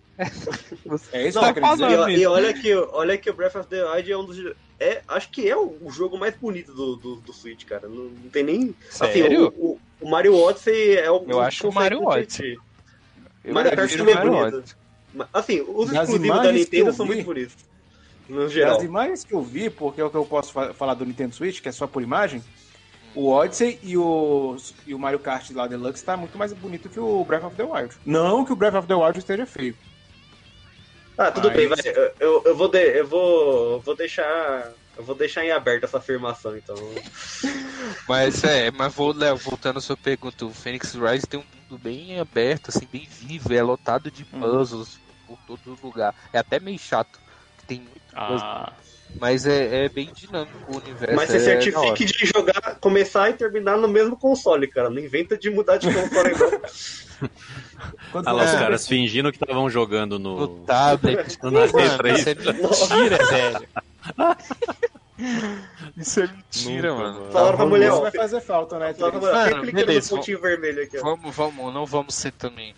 Speaker 2: É isso
Speaker 3: Não,
Speaker 2: que eu acredito.
Speaker 6: Tá falando.
Speaker 3: E, o-
Speaker 6: mesmo.
Speaker 3: e olha que olha que o Breath of the Wild é um dos é, acho que é o, o jogo mais bonito do, do, do Switch, cara. Não, não tem nem assim,
Speaker 5: Sério?
Speaker 3: o, o- o Mario Odyssey é o
Speaker 5: Eu acho que o Mario
Speaker 3: consegue
Speaker 5: Odyssey.
Speaker 3: competir. Mario Kart
Speaker 5: prefiro
Speaker 3: também é
Speaker 5: Mario
Speaker 3: bonito. Mas, Assim, os
Speaker 2: Das
Speaker 3: exclusivos da
Speaker 2: imagens que
Speaker 3: Nintendo
Speaker 2: eu
Speaker 3: são
Speaker 2: vi-
Speaker 3: muito bonitos. No geral.
Speaker 2: As imagens que eu vi, porque é o que eu posso fa- falar do Nintendo Switch, que é só por imagem, o Odyssey e o, e o Mario Kart lá Deluxe tá muito mais bonito que o Breath of the Wild. Não que o Breath of the Wild esteja feio.
Speaker 3: Ah, tudo
Speaker 2: Mas-
Speaker 3: bem, vai. Eu- Eu, eu, vou de, eu, vou, eu vou deixar. Eu vou deixar em aberto essa afirmação, então.
Speaker 5: Mas é, mas vou, Léo, voltando à sua pergunta, o Phoenix Rise tem um mundo bem aberto, assim, bem vivo, é lotado de puzzles por todo lugar. É até meio chato, que tem muito puzzle,
Speaker 4: Ah,
Speaker 5: mas é, é bem dinâmico o universo.
Speaker 3: Mas você
Speaker 5: é da hora.
Speaker 3: certifique de jogar, começar e terminar no mesmo console, cara. Não inventa de mudar de console não.
Speaker 2: Quando
Speaker 4: lá os
Speaker 5: é.
Speaker 2: você-
Speaker 4: caras fingindo que estavam jogando no.
Speaker 5: no
Speaker 3: <laughs>
Speaker 5: tablet.
Speaker 4: No
Speaker 5: Mano,
Speaker 4: T3.
Speaker 5: isso é mentira, velho. Isso é mentira,
Speaker 4: Nunca,
Speaker 5: mano.
Speaker 3: Falaram pra
Speaker 2: Isso
Speaker 3: mulher, ó.
Speaker 2: vai fazer falta, né?
Speaker 3: Falaram
Speaker 2: Três?
Speaker 3: pra mulher, ó,
Speaker 5: Mano,
Speaker 3: sempre clica
Speaker 5: beleza,
Speaker 3: tá no pontinho vermelho aqui, ó.
Speaker 5: Vamos, vamos, não vamos ser também.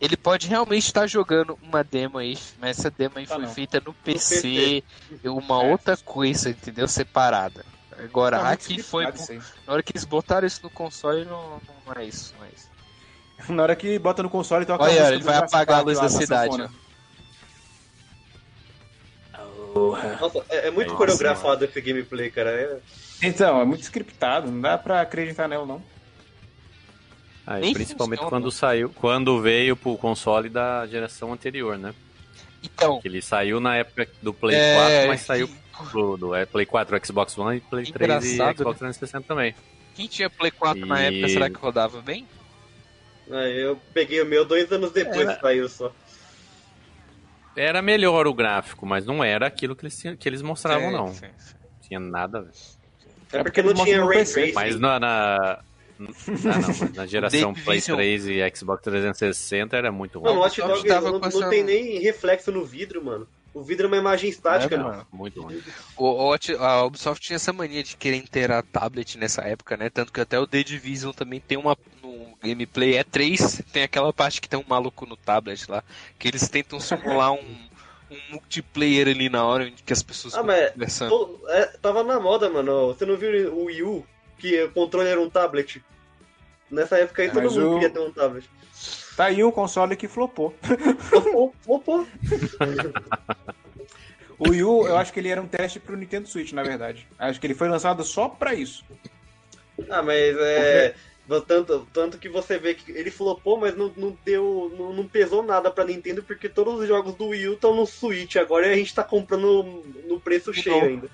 Speaker 5: Ele pode realmente estar jogando uma demo aí, mas essa demo aí
Speaker 2: Tá,
Speaker 5: foi
Speaker 2: não.
Speaker 5: feita no PC,
Speaker 3: PC.
Speaker 5: uma
Speaker 2: É.
Speaker 5: outra coisa, entendeu? Separada. Agora,
Speaker 2: Tá muito
Speaker 5: aqui foi.
Speaker 2: explicado isso aí.
Speaker 5: Na hora que eles botaram isso no console, não, não é isso, não é isso.
Speaker 2: <laughs> Na hora que bota no console, toca
Speaker 5: Olha,
Speaker 2: a música
Speaker 5: ele
Speaker 2: do
Speaker 5: vai
Speaker 2: Jurassic
Speaker 5: apagar a
Speaker 2: Park
Speaker 5: luz
Speaker 2: lá,
Speaker 5: da cidade,
Speaker 2: sanfona.
Speaker 3: Nossa, é, é muito
Speaker 4: Nossa,
Speaker 3: coreografado esse gameplay, cara. É-
Speaker 2: Então, é muito scriptado, não dá pra acreditar nela, não.
Speaker 4: Aí,
Speaker 5: Nem
Speaker 4: principalmente
Speaker 5: funciona.
Speaker 4: quando saiu, quando veio pro console da geração anterior, né?
Speaker 5: Então,
Speaker 4: Que ele saiu na época do Play
Speaker 5: é,
Speaker 4: 4, mas saiu
Speaker 5: quem,
Speaker 4: pro do, é, Play 4, Xbox One, e Play 3
Speaker 5: Engraçado, né?
Speaker 4: e Xbox 360 também.
Speaker 5: quem tinha Play 4 na
Speaker 4: E-
Speaker 5: época, será que rodava bem?
Speaker 3: é, eu peguei o meu dois anos depois que saiu só.
Speaker 4: Era melhor o gráfico, mas não era aquilo que eles, tinham- que eles mostravam,
Speaker 5: É,
Speaker 4: não.
Speaker 5: sim, sim.
Speaker 4: Não tinha nada, velho.
Speaker 3: É porque não tinha
Speaker 2: mostram no
Speaker 3: Ray
Speaker 2: PC.
Speaker 3: Tracing.
Speaker 4: Mas na, na- ah, não, mas na geração
Speaker 5: The
Speaker 4: Play
Speaker 5: Division.
Speaker 4: 3 e Xbox 360 era muito
Speaker 3: Mano, o
Speaker 4: ruim.
Speaker 3: Watch
Speaker 5: Watch
Speaker 3: Dogs
Speaker 5: tava
Speaker 3: não, não
Speaker 5: com essa-
Speaker 3: tem nem reflexo no vidro, mano. O vidro é uma imagem estática,
Speaker 5: É,
Speaker 3: mano.
Speaker 5: mano.
Speaker 4: Muito ruim.
Speaker 5: O, o Ot- a Ubisoft tinha essa mania de querer inteirar tablet nessa época, né? Tanto que até o The Division também tem uma. No gameplay E3, tem aquela parte que tem um maluco no tablet lá. Que eles tentam simular um, um multiplayer ali na hora em que as pessoas
Speaker 3: Ah, mas-
Speaker 5: conversando.
Speaker 3: Pô, é, tava na moda, mano. Você não viu o Wii U, que o controle era um tablet? Nessa época aí todo
Speaker 2: Mas
Speaker 3: mundo
Speaker 2: o-
Speaker 3: queria ter um tablet.
Speaker 2: Tá aí um console que flopou.
Speaker 3: Opa, opa.
Speaker 2: O Wii U, eu acho que ele era um teste pro Nintendo Switch, na verdade. Acho que ele foi lançado só pra isso.
Speaker 3: Ah, mas é. Tanto, tanto que você vê que ele flopou, mas não, não deu. Não, não pesou nada pra Nintendo, porque todos os jogos do Wii U estão no Switch agora e a gente tá comprando no preço
Speaker 2: Então,
Speaker 3: cheio ainda.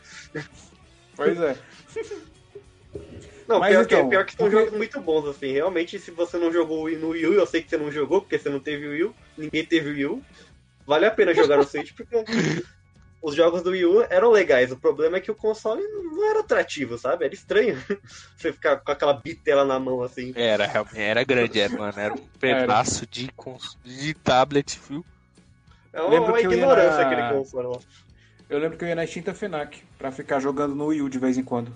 Speaker 2: Pois é.
Speaker 3: Não,
Speaker 2: Mas
Speaker 3: pior,
Speaker 2: então,
Speaker 3: que, é, pior que são
Speaker 2: porque-
Speaker 3: jogos muito bons, assim. Realmente, se você não jogou no Wii U, eu sei que você não jogou, porque você não teve Wii U, ninguém teve Wii U, vale a pena jogar
Speaker 2: <laughs>
Speaker 3: no Switch, porque os jogos do Wii U eram legais. O problema é que o console não era atrativo, sabe? Era estranho <laughs> você ficar com aquela bitela na mão, assim.
Speaker 5: Era, realmente, era grande, era, mano. Era um pedaço de, cons- de tablet, viu?
Speaker 3: É uma,
Speaker 2: Lembro
Speaker 3: uma
Speaker 2: que eu ia
Speaker 3: ignorância
Speaker 2: na-
Speaker 3: aquele console lá.
Speaker 2: Eu lembro que eu ia na extinta FENAC pra ficar jogando no Wii U de vez em quando.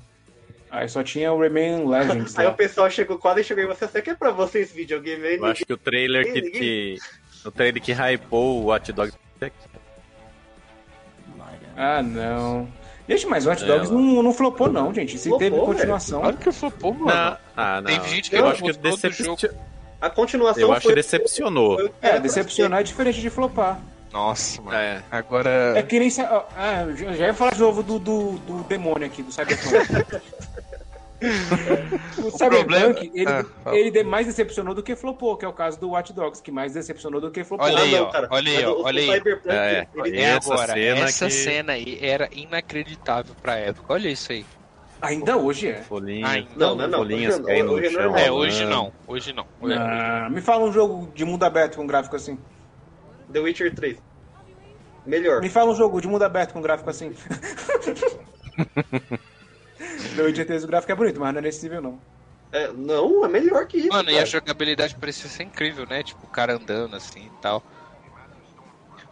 Speaker 2: Aí só tinha o Rayman Legends
Speaker 3: <laughs> Aí o
Speaker 2: lá.
Speaker 3: pessoal chegou quase e chegou em você, isso aqui é pra vocês videogame aí?
Speaker 4: Eu acho que o trailer que, que o trailer que hypou o Watch Dogs é
Speaker 2: Ah, não. Gente, mas o Hot Dogs
Speaker 4: É,
Speaker 2: não, não flopou, não, gente. Se
Speaker 3: Flopou,
Speaker 2: teve
Speaker 3: velho.
Speaker 2: continuação.
Speaker 5: Claro que foi, pô, mano.
Speaker 4: Não, ah, não.
Speaker 5: Teve gente que
Speaker 4: eu
Speaker 5: não
Speaker 4: acho que
Speaker 5: gostou do
Speaker 4: decepcion-
Speaker 3: A continuação
Speaker 4: eu acho que
Speaker 3: foi... foi
Speaker 4: decepcionou.
Speaker 3: o que
Speaker 2: É,
Speaker 3: era pra
Speaker 2: decepcionar é diferente de flopar.
Speaker 5: Nossa, mano.
Speaker 4: É.
Speaker 2: É
Speaker 5: Agora.
Speaker 2: que nem. sa- Ah, eu já já ia falar de novo do, do, do demônio aqui, do
Speaker 5: <laughs>
Speaker 2: Cyberpunk. o
Speaker 5: problema-
Speaker 2: Cyberpunk, ele,
Speaker 5: Ah, fala.
Speaker 2: ele de- mais decepcionou do que flopou, que é o caso do Watch Dogs, que mais decepcionou do que flopou.
Speaker 5: Olha aí,
Speaker 3: Ah, não,
Speaker 5: ó,
Speaker 3: cara.
Speaker 5: olha aí,
Speaker 3: Mas
Speaker 5: ó,
Speaker 3: o- o
Speaker 5: olha aí.
Speaker 3: Cyberpunk,
Speaker 4: É,
Speaker 3: ele-
Speaker 4: E
Speaker 5: é
Speaker 4: essa
Speaker 5: agora.
Speaker 4: cena
Speaker 5: essa
Speaker 4: que-
Speaker 5: cena aí era inacreditável pra época. Olha isso aí.
Speaker 2: Ainda hoje é.
Speaker 4: Folhinha,
Speaker 5: Ai,
Speaker 3: não, não, não,
Speaker 4: folhinhas
Speaker 3: hoje não,
Speaker 4: caindo
Speaker 3: hoje não é
Speaker 4: no chão.
Speaker 3: normal.
Speaker 5: É,
Speaker 3: Não,
Speaker 5: hoje
Speaker 4: né?
Speaker 5: não. Hoje não. É.
Speaker 2: Ah, me fala um jogo de mundo aberto com gráfico assim.
Speaker 3: The Witcher 3. Melhor.
Speaker 2: Me fala um jogo de mundo aberto com gráfico
Speaker 5: <laughs>
Speaker 2: assim. Meu certeza o gráfico é bonito, mas não é nesse nível, não.
Speaker 3: É, não, é melhor que isso.
Speaker 5: Mano, e
Speaker 3: cara.
Speaker 5: a jogabilidade parecia ser incrível, né? Tipo, o cara andando assim e tal.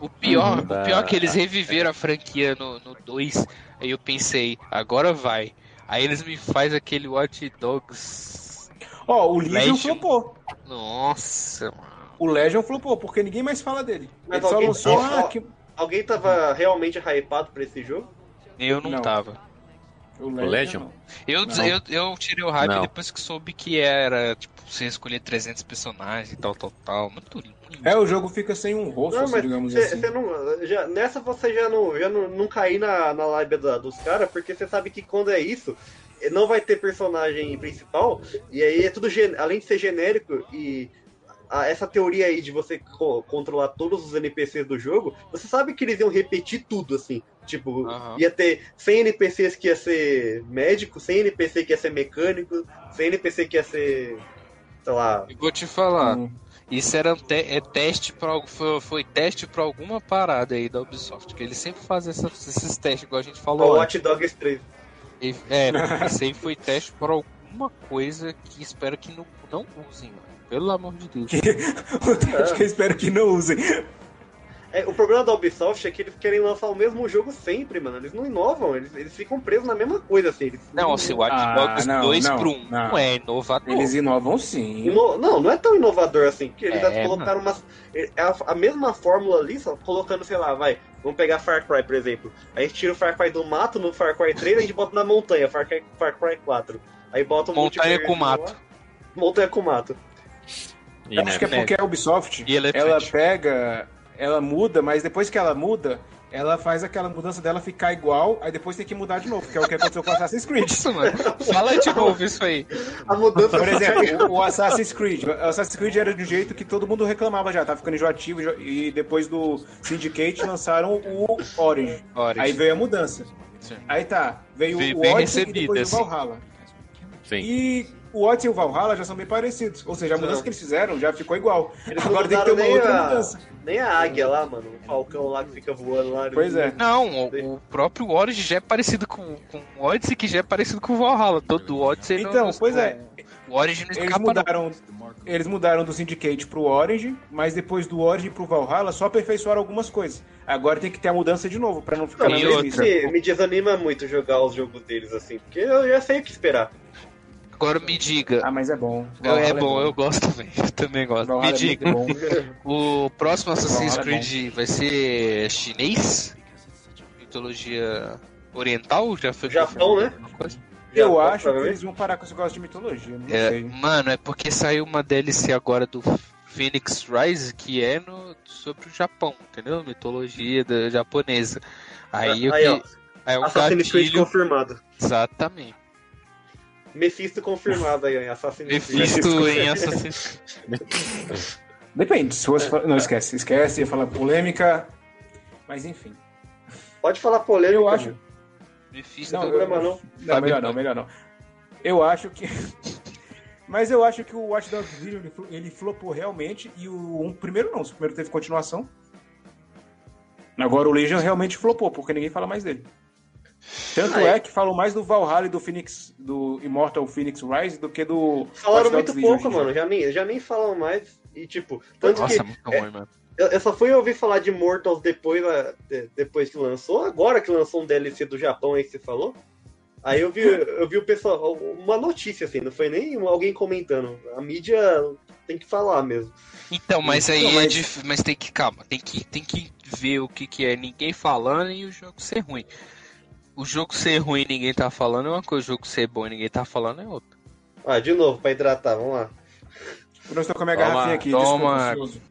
Speaker 5: O pior,
Speaker 4: Uhum.
Speaker 5: o pior é que eles reviveram a franquia no 2. Aí eu pensei, agora vai. Aí eles me faz aquele Watch Dogs.
Speaker 2: Ó, o Legion
Speaker 5: Legion.
Speaker 2: flopou.
Speaker 5: Nossa, mano.
Speaker 2: O Legion flopou, porque ninguém mais fala dele.
Speaker 3: Mas
Speaker 2: Ele só
Speaker 3: alguém-
Speaker 2: lançou.
Speaker 3: Ah,
Speaker 2: Ah, que...
Speaker 3: Alguém tava realmente hypado pra esse jogo?
Speaker 5: Eu não,
Speaker 2: Não.
Speaker 5: tava.
Speaker 2: O
Speaker 4: Legion?
Speaker 2: não.
Speaker 5: Eu,
Speaker 2: Não.
Speaker 5: eu, eu tirei o hype
Speaker 4: Não.
Speaker 5: depois que soube que era, tipo, você escolher 300 personagens e tal, tal, tal. Muito lindo.
Speaker 2: É, o jogo fica sem um rosto,
Speaker 3: Não,
Speaker 2: assim,
Speaker 3: mas
Speaker 2: digamos
Speaker 3: cê-
Speaker 2: assim.
Speaker 3: cê É, não- já- nessa você já não, já não, não caí na, na lábia da- dos caras, porque você sabe que quando é isso, eh, não vai ter personagem principal, e aí é tudo, gen- além de ser genérico, e a- essa teoria aí de você co- controlar todos os NPCs do jogo, você sabe que eles iam repetir tudo, assim. Tipo,
Speaker 5: Aham.
Speaker 3: ia ter 100 NPCs que ia ser médico, 100 NPC que ia ser mecânico, 100 NPC que ia ser, sei lá...
Speaker 5: Eu vou te falar,
Speaker 3: tá.
Speaker 2: <laughs> Hum.
Speaker 5: isso era um te- é teste pra, algo- foi, foi teste pra alguma parada aí da Ubisoft, que eles sempre fazem essa- esses testes, igual a gente falou. antes.
Speaker 3: Watch Dogs 3.
Speaker 5: E-
Speaker 2: <laughs>
Speaker 5: É, porque isso aí foi teste pra alguma coisa que espero que não, não usem, mano. Pelo amor
Speaker 2: <laughs>
Speaker 5: de Deus.
Speaker 2: Acho que eu espero que não usem.
Speaker 3: É, o problema da Ubisoft é que eles querem lançar o mesmo jogo sempre, mano. Eles não inovam, eles, eles ficam presos na mesma coisa, assim. Eles
Speaker 5: Não, se o Watch
Speaker 2: Ah,
Speaker 5: Dogs
Speaker 2: não,
Speaker 5: 2
Speaker 2: não,
Speaker 5: pro 1
Speaker 2: não.
Speaker 5: não é inovador.
Speaker 2: Eles inovam sim.
Speaker 3: ino- Não, não é tão inovador assim, porque eles
Speaker 5: É,
Speaker 3: já colocaram umas. é A, a mesma fórmula ali, só colocando, sei lá, vai. Vamos pegar Far Cry, por exemplo. A gente tira o Far Cry do mato no Far Cry 3 a gente bota na montanha, Far Cry, Far Cry 4. Aí bota um
Speaker 5: Montanha
Speaker 3: multiplayer
Speaker 5: com mato.
Speaker 3: lá, Montanha com mato.
Speaker 4: E,
Speaker 2: Eu
Speaker 4: né,
Speaker 2: acho que é porque a Ubisoft,
Speaker 5: E é elefante.
Speaker 2: ela pega, ela muda, mas depois que ela muda, ela faz aquela mudança dela ficar igual, aí depois tem que mudar de novo, que é o que aconteceu com o Assassin's Creed.
Speaker 5: Isso, mano. Fala de novo isso aí.
Speaker 3: A mudança
Speaker 2: <laughs> Por exemplo, <laughs> o Assassin's Creed. O Assassin's Creed era de um jeito que todo mundo reclamava já, tava ficando enjoativo. enjo- E depois do Syndicate lançaram o Orange.
Speaker 5: Ora,
Speaker 2: Aí veio a mudança. Aí tá, veio
Speaker 5: Veio
Speaker 2: o
Speaker 5: bem
Speaker 2: Odyssey e
Speaker 5: recebida,
Speaker 2: depois
Speaker 5: assim.
Speaker 2: o Valhalla.
Speaker 4: Sim.
Speaker 2: E o Odyssey e o Valhalla já são bem parecidos. Ou seja, a mudança
Speaker 3: Não.
Speaker 2: que eles fizeram já ficou igual.
Speaker 3: eles não
Speaker 2: Agora tem que ter
Speaker 3: mudaram
Speaker 2: uma
Speaker 3: nem
Speaker 2: outra
Speaker 3: a,
Speaker 2: mudança.
Speaker 3: nem a águia lá, mano. O falcão lá que fica voando lá.
Speaker 2: Pois é.
Speaker 5: Não, o, o próprio Origin já é parecido com, com o Odyssey, que já é parecido com o Valhalla. Todo o Odyssey não-
Speaker 2: Então,
Speaker 5: não-
Speaker 2: pois é,
Speaker 5: O Origin não
Speaker 2: eles
Speaker 5: escapa, não.
Speaker 2: mudaram, eles mudaram do Syndicate pro Orange, mas depois do Orange pro Valhalla só aperfeiçoaram algumas coisas. Agora tem que ter a mudança de novo, pra não ficar
Speaker 3: Não,
Speaker 2: na
Speaker 5: E
Speaker 2: mesma.
Speaker 5: outra.
Speaker 3: me, me desanima muito jogar os jogos deles assim, porque eu já sei o que esperar.
Speaker 5: Agora me diga.
Speaker 2: Ah, mas é bom.
Speaker 5: é bom, eu gosto, velho. Eu também <laughs> gosto.
Speaker 2: Valhalla
Speaker 5: me
Speaker 2: é muito
Speaker 5: diga.
Speaker 2: bom.
Speaker 5: <laughs> O próximo Assassin's
Speaker 2: Não, é
Speaker 5: Creed vai ser chinês? Mitologia oriental? Já foi
Speaker 3: Japão, né?
Speaker 5: alguma coisa?
Speaker 2: Eu
Speaker 3: Já,
Speaker 2: acho que
Speaker 3: provavelmente.
Speaker 2: eles vão parar com esse negócio de mitologia, não
Speaker 5: É,
Speaker 2: sei.
Speaker 5: mano, é porque saiu uma DLC agora do Phoenix Rise que é no- sobre o Japão, entendeu? Mitologia da- japonesa. Aí, o
Speaker 3: Aí, ó,
Speaker 5: que, aí é um
Speaker 3: Assassin's Creed
Speaker 5: gatilho.
Speaker 3: confirmado.
Speaker 5: Exatamente.
Speaker 3: Mephisto confirmado aí, ó, em Assassin's Creed.
Speaker 5: Mephisto em Assassin's Creed.
Speaker 2: Depende, se você... Não, esquece, esquece, ia falar polêmica, mas enfim.
Speaker 3: Pode falar polêmico.
Speaker 2: Eu acho...
Speaker 5: Mephisto.
Speaker 2: Não,
Speaker 3: Não, problema não.
Speaker 2: Não, melhor não, melhor não. Eu acho que... <laughs> Mas eu acho que o Watch Dogs Legion, ele flo- ele flopou realmente, e o um primeiro não, o primeiro teve continuação. Agora o Legion realmente flopou, porque ninguém fala mais dele.
Speaker 3: Ah,
Speaker 2: Tanto é que falam mais do Valhalla e do Phoenix, do Immortal Phoenix Rise, do que do
Speaker 3: Falaram
Speaker 2: Watch
Speaker 3: muito
Speaker 2: Dogs Legion hoje
Speaker 3: pouco,
Speaker 2: em dia.
Speaker 3: mano. Já nem, já nem falam mais. E tipo, tanto
Speaker 5: Nossa, é
Speaker 3: que
Speaker 5: muito ruim, mano.
Speaker 3: eu, eu só fui ouvir falar de Mortals depois, né, de- depois que lançou, agora que lançou um DLC do Japão aí que você falou. Aí eu vi, eu vi o pessoal, uma notícia assim, não foi nem alguém comentando. A mídia tem que falar mesmo.
Speaker 5: Então, mas aí
Speaker 2: Não,
Speaker 5: é
Speaker 2: mas-
Speaker 5: difícil. Mas tem que, calma, tem que, tem que ver o que, que é ninguém falando e o jogo ser ruim. O jogo ser ruim e ninguém tá falando é uma coisa, o jogo ser bom e ninguém tá falando é outra.
Speaker 3: Ah, de novo, pra hidratar, vamos lá.
Speaker 2: Eu não estou com a minha
Speaker 4: Toma,
Speaker 2: garrafinha aqui.
Speaker 5: toma.
Speaker 2: desculpa, ansioso.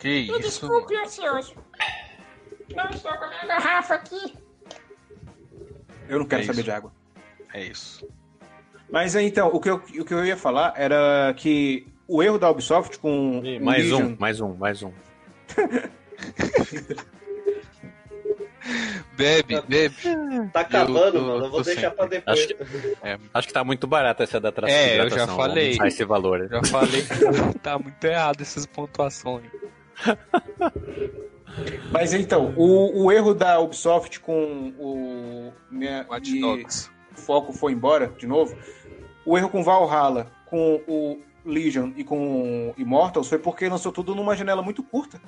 Speaker 5: Que isso?
Speaker 7: Desculpe, ansioso. Não estou com a minha garrafa aqui.
Speaker 2: Eu não quero
Speaker 5: É
Speaker 2: saber
Speaker 5: isso.
Speaker 2: de água.
Speaker 5: É isso.
Speaker 2: Mas é, então, o que, eu, o que eu ia falar era que o erro da Ubisoft com.
Speaker 4: Ih,
Speaker 2: o
Speaker 4: mais
Speaker 2: Legion-
Speaker 4: um, mais um, mais um.
Speaker 5: Bebe, bebe.
Speaker 3: Tá acabando,
Speaker 5: Eu- eu-
Speaker 3: mano. Eu vou
Speaker 5: eu tô
Speaker 3: deixar
Speaker 5: sem.
Speaker 3: pra depois.
Speaker 4: Acho Acho que tá muito barata essa da tração.
Speaker 5: É, eu
Speaker 4: hidratação,
Speaker 5: já
Speaker 4: ó,
Speaker 5: falei.
Speaker 4: Não sai esse valor.
Speaker 5: Já falei que <laughs> tá muito errado essas pontuações.
Speaker 2: Mas então, o, o erro da Ubisoft com o. Né,
Speaker 5: Watch
Speaker 2: de-
Speaker 5: Dogs.
Speaker 2: o foco foi embora de novo. O erro com Valhalla, com o Legion e com o Immortals foi porque lançou tudo numa janela muito curta.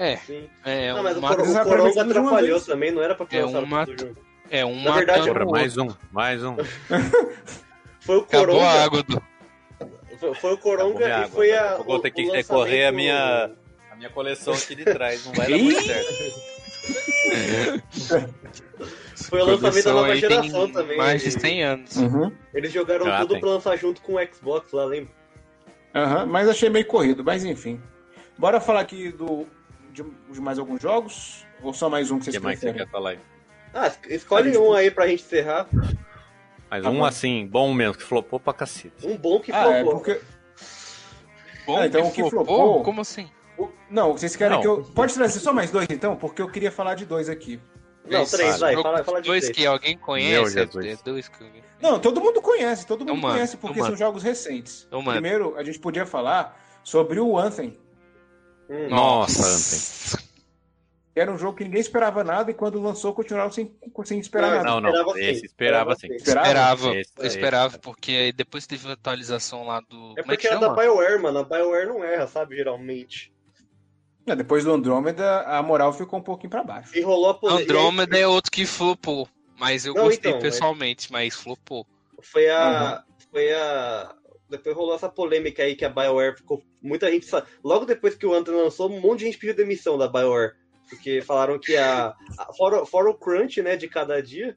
Speaker 5: É,
Speaker 3: Sim.
Speaker 5: é
Speaker 3: não, mas o,
Speaker 5: uma-
Speaker 3: Cor-
Speaker 2: eles
Speaker 3: o Coronga
Speaker 2: aproveitam de uma
Speaker 3: atrapalhou
Speaker 2: vez.
Speaker 3: também, não era pra
Speaker 5: É
Speaker 3: começar
Speaker 5: uma-
Speaker 3: o jogo.
Speaker 5: é um
Speaker 3: Na verdade,
Speaker 5: matando
Speaker 4: Quebra,
Speaker 5: o
Speaker 4: mais um, mais um.
Speaker 3: Foi o
Speaker 5: outro. Acabou a
Speaker 3: Coronga,
Speaker 5: água do...
Speaker 3: foi, foi o
Speaker 4: Acabou minha
Speaker 3: Coronga e
Speaker 4: água.
Speaker 3: foi
Speaker 4: Daqui a
Speaker 3: a.
Speaker 4: pouco eu vou ter
Speaker 3: o-
Speaker 4: que
Speaker 3: o
Speaker 4: decorrer a minha-
Speaker 3: lançamento-
Speaker 4: A minha coleção aqui de trás <laughs> não vai dar muito certo.
Speaker 3: Foi o lançamento da
Speaker 5: Produção
Speaker 3: nova
Speaker 5: aí tem
Speaker 3: geração também.
Speaker 5: mais de
Speaker 3: e-
Speaker 5: 100 anos.
Speaker 2: Uhum.
Speaker 3: Eles jogaram
Speaker 4: Ah,
Speaker 3: tudo
Speaker 4: tem.
Speaker 3: pra lançar junto com o Xbox lá, lembra?
Speaker 2: Aham, mas achei meio corrido, mas enfim. Bora falar aqui do, de, de mais alguns jogos? Ou só mais um que
Speaker 4: O
Speaker 2: vocês
Speaker 4: que mais que você
Speaker 2: preferem?
Speaker 4: quer falar aí?
Speaker 3: Ah, es- escolhe
Speaker 2: tipo,
Speaker 3: um aí pra gente encerrar.
Speaker 4: Mas
Speaker 2: Tá
Speaker 4: um
Speaker 2: bom.
Speaker 4: assim, bom mesmo, que flopou pra cacete.
Speaker 3: Um bom que
Speaker 2: Ah, é
Speaker 3: flopou.
Speaker 2: porque.
Speaker 5: Bom,
Speaker 2: Ah, então o
Speaker 5: que
Speaker 2: que
Speaker 5: flopou?
Speaker 2: flopou-
Speaker 5: Como assim?
Speaker 2: o- Não, vocês querem
Speaker 4: Não.
Speaker 2: que eu. Pode trazer só mais dois então? Porque eu queria falar de dois aqui.
Speaker 3: Não, três,
Speaker 4: Fala.
Speaker 3: vai,
Speaker 5: Jogo
Speaker 3: fala, fala de
Speaker 5: dois
Speaker 3: três.
Speaker 5: que alguém conhece, é,
Speaker 4: Jesus.
Speaker 5: é dois que alguém...
Speaker 2: Não, todo mundo conhece, todo
Speaker 5: Então
Speaker 2: mundo
Speaker 5: manda,
Speaker 2: conhece, porque
Speaker 5: então
Speaker 2: são jogos recentes.
Speaker 5: Então manda.
Speaker 2: Primeiro, a gente podia falar sobre o Anthem,
Speaker 3: Hum.
Speaker 4: Nossa,
Speaker 2: que era um jogo que ninguém esperava nada e quando lançou continuaram sem, sem esperar nada.
Speaker 3: Não,
Speaker 4: Não,
Speaker 3: Esperava
Speaker 4: não, esse
Speaker 3: sim,
Speaker 4: esperava
Speaker 3: esperava
Speaker 4: sim.
Speaker 3: sim.
Speaker 5: Esperava,
Speaker 4: Esse
Speaker 5: eu
Speaker 4: aí.
Speaker 5: esperava, porque aí depois teve a atualização lá do...
Speaker 3: É
Speaker 5: Como é que
Speaker 3: porque era da
Speaker 5: chama?
Speaker 3: BioWare, mano. A BioWare não erra, sabe, geralmente.
Speaker 2: É, Depois do Andrômeda, a moral ficou um pouquinho pra baixo.
Speaker 3: E rolou a polêmica.
Speaker 5: Andrômeda é outro que flopou. Mas eu
Speaker 3: Não,
Speaker 5: gostei
Speaker 3: então, mas-
Speaker 5: pessoalmente, mas flopou.
Speaker 3: Foi a. Foi a. Depois rolou essa polêmica aí que a BioWare ficou. Muita gente. sa- Logo depois que o Anthem lançou, um monte de gente pediu demissão da BioWare. Porque falaram que a. a- fora, fora o crunch, né, de cada dia.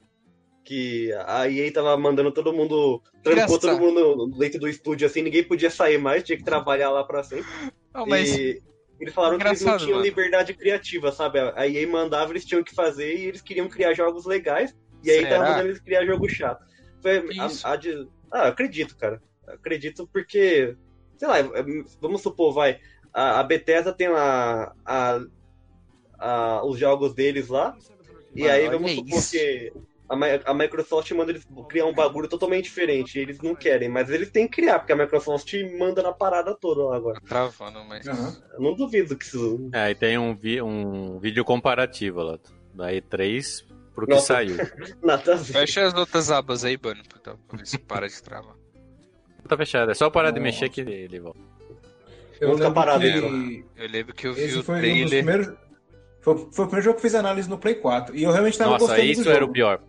Speaker 3: Que a EA tava mandando todo mundo. Trancou
Speaker 5: Engraçado.
Speaker 3: todo mundo dentro do estúdio assim, ninguém podia sair mais, tinha que trabalhar lá pra sempre.
Speaker 5: Não, mas
Speaker 3: E eles falaram que eles não
Speaker 5: Engraçado,
Speaker 3: tinham
Speaker 5: mano.
Speaker 3: liberdade criativa, sabe? A EA mandava, eles tinham que fazer e eles queriam criar jogos legais. E aí tava
Speaker 5: Será?
Speaker 3: mandando eles criar jogo chato. Foi
Speaker 5: Que
Speaker 3: a-
Speaker 5: isso?
Speaker 3: a de- Ah, eu acredito, cara. Eu Acredito porque, sei lá, é- vamos supor, vai. A, a Bethesda tem lá a- a- os jogos deles lá. E
Speaker 5: Mano,
Speaker 3: aí
Speaker 5: olha
Speaker 3: vamos supor
Speaker 5: isso.
Speaker 3: que a, Mi- a Microsoft manda eles criar um bagulho totalmente diferente. e Eles não querem, mas eles têm que criar, porque a Microsoft manda na parada toda lá agora.
Speaker 5: tá travando, mas.
Speaker 2: Aham.
Speaker 3: Eu não duvido que isso.
Speaker 4: É, aí tem um, vi- um vídeo comparativo lá, da E3 pro que
Speaker 3: Nossa.
Speaker 4: saiu.
Speaker 3: Nada a
Speaker 4: É,
Speaker 3: ver.
Speaker 5: Fecha as outras abas aí, Bano, pra tá- pra ver se para de travar.
Speaker 4: Tá fechado, é só parar de mexer que ele volta.
Speaker 2: Eu
Speaker 3: Vamos ficar
Speaker 2: lembro
Speaker 3: parado,
Speaker 2: que
Speaker 5: Eu lembro que eu vi
Speaker 2: esse
Speaker 5: o
Speaker 2: foi um dos
Speaker 5: trailer.
Speaker 2: primeiros. Foi, foi o primeiro jogo que eu fiz análise no Play 4. E eu realmente tava
Speaker 4: Nossa,
Speaker 2: gostando do
Speaker 4: isso
Speaker 2: jogo.
Speaker 4: era o pior.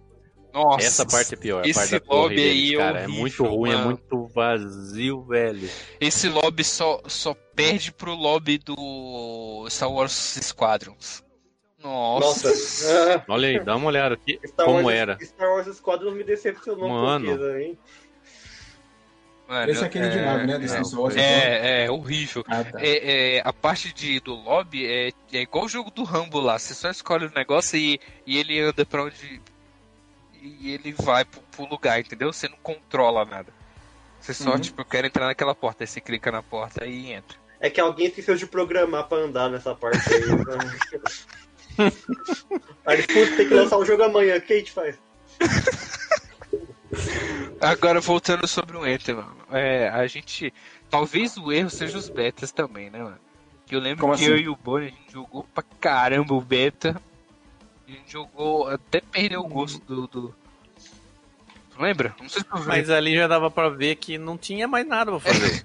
Speaker 5: Nossa,
Speaker 4: Essa parte é pior.
Speaker 5: esse
Speaker 4: a parte da torre
Speaker 5: lobby aí
Speaker 4: deles,
Speaker 5: é
Speaker 4: cara. É
Speaker 5: horrível,
Speaker 4: muito ruim, é
Speaker 5: mano.
Speaker 4: muito vazio, velho.
Speaker 5: esse lobby só, só perde pro lobby do Star Wars Squadrons. Nossa.
Speaker 3: Nossa. Ah,
Speaker 4: Olha aí, dá uma olhada aqui
Speaker 3: Star
Speaker 4: como
Speaker 3: Wars,
Speaker 4: era.
Speaker 3: Star Wars Squadron me decepcionou
Speaker 4: Mano.
Speaker 3: um pouquinho, hein?
Speaker 5: Mano,
Speaker 2: Esse é aquele de nave, né? Desse
Speaker 5: é,
Speaker 2: episódio.
Speaker 5: é, é horrível.
Speaker 2: Ah, tá.
Speaker 5: É, é, a parte de, do lobby é, é igual o jogo do Rambo lá. Você só escolhe o negócio e, e ele anda pra onde. E ele vai pro, pro lugar, entendeu? Você não controla nada. Você só,
Speaker 2: Uhum.
Speaker 5: tipo, eu quero entrar naquela porta. Aí você clica na porta e entra.
Speaker 3: É que alguém esqueceu de programar pra andar nessa parte aí.
Speaker 4: <laughs>
Speaker 3: então. Aí eles, putz, tem que lançar o jogo amanhã, o que a gente faz?
Speaker 5: Agora, voltando sobre o Enter, mano. É, a gente. Talvez o erro seja os betas também, né, mano? Que eu lembro
Speaker 2: Como
Speaker 5: que
Speaker 2: assim?
Speaker 5: eu e o Bonnie, a gente jogou pra caramba o beta. A gente jogou até perder o gosto do. do... Tu Lembra? Não sei se tu lembra.
Speaker 4: Mas ali já dava pra ver que não tinha mais nada pra fazer.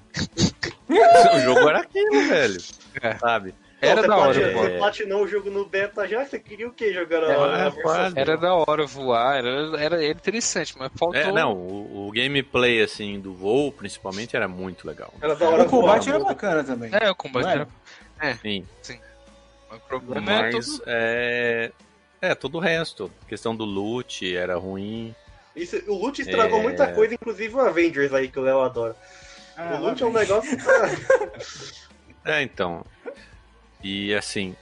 Speaker 4: <laughs> o jogo era aquilo, velho.
Speaker 5: É.
Speaker 4: Sabe?
Speaker 5: Era
Speaker 3: Você
Speaker 5: da hora,
Speaker 3: plati-
Speaker 4: pô.
Speaker 3: Você platinou o jogo no beta já? Você queria o que jogar na
Speaker 4: É,
Speaker 3: na
Speaker 4: é,
Speaker 3: versão?
Speaker 4: quase.
Speaker 5: Era da hora voar, era, era interessante, mas faltou.
Speaker 4: É, não, o, o gameplay, assim, do voo, principalmente, era muito legal.
Speaker 3: Era da hora
Speaker 2: o combate
Speaker 3: voar, né?
Speaker 2: era
Speaker 3: mano.
Speaker 2: bacana também.
Speaker 5: É, o combate
Speaker 2: Não era?
Speaker 5: era-
Speaker 4: Sim.
Speaker 5: O problema é
Speaker 4: Mas
Speaker 5: todo.
Speaker 4: é, é todo o resto. Questão do loot era ruim.
Speaker 3: Isso, o loot estragou
Speaker 4: É.
Speaker 3: muita coisa, inclusive o Avengers aí que o Léo adora.
Speaker 2: Ah,
Speaker 3: o loot é um negócio que
Speaker 4: É, então. E assim.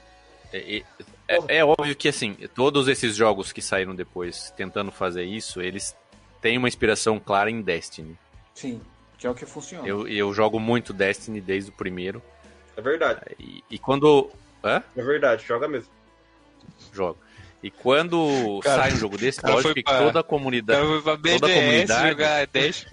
Speaker 4: É, é- é- é óbvio que assim, todos esses jogos que saíram depois tentando fazer isso, eles têm uma inspiração clara em Destiny.
Speaker 2: Sim, que é o que funciona.
Speaker 4: Eu, eu jogo muito Destiny desde o primeiro.
Speaker 3: <laughs> É verdade,
Speaker 4: E, e quando. Hã?
Speaker 3: é verdade, joga mesmo.
Speaker 4: Jogo. E quando
Speaker 5: Cara,
Speaker 4: sai um jogo desse,
Speaker 5: cara,
Speaker 4: lógico
Speaker 5: foi
Speaker 4: que
Speaker 5: pra-
Speaker 4: toda a
Speaker 5: O cara
Speaker 4: comunidade.
Speaker 5: foi
Speaker 4: toda
Speaker 5: pra
Speaker 4: a
Speaker 5: BDS
Speaker 4: comunidade-
Speaker 5: jogar 10.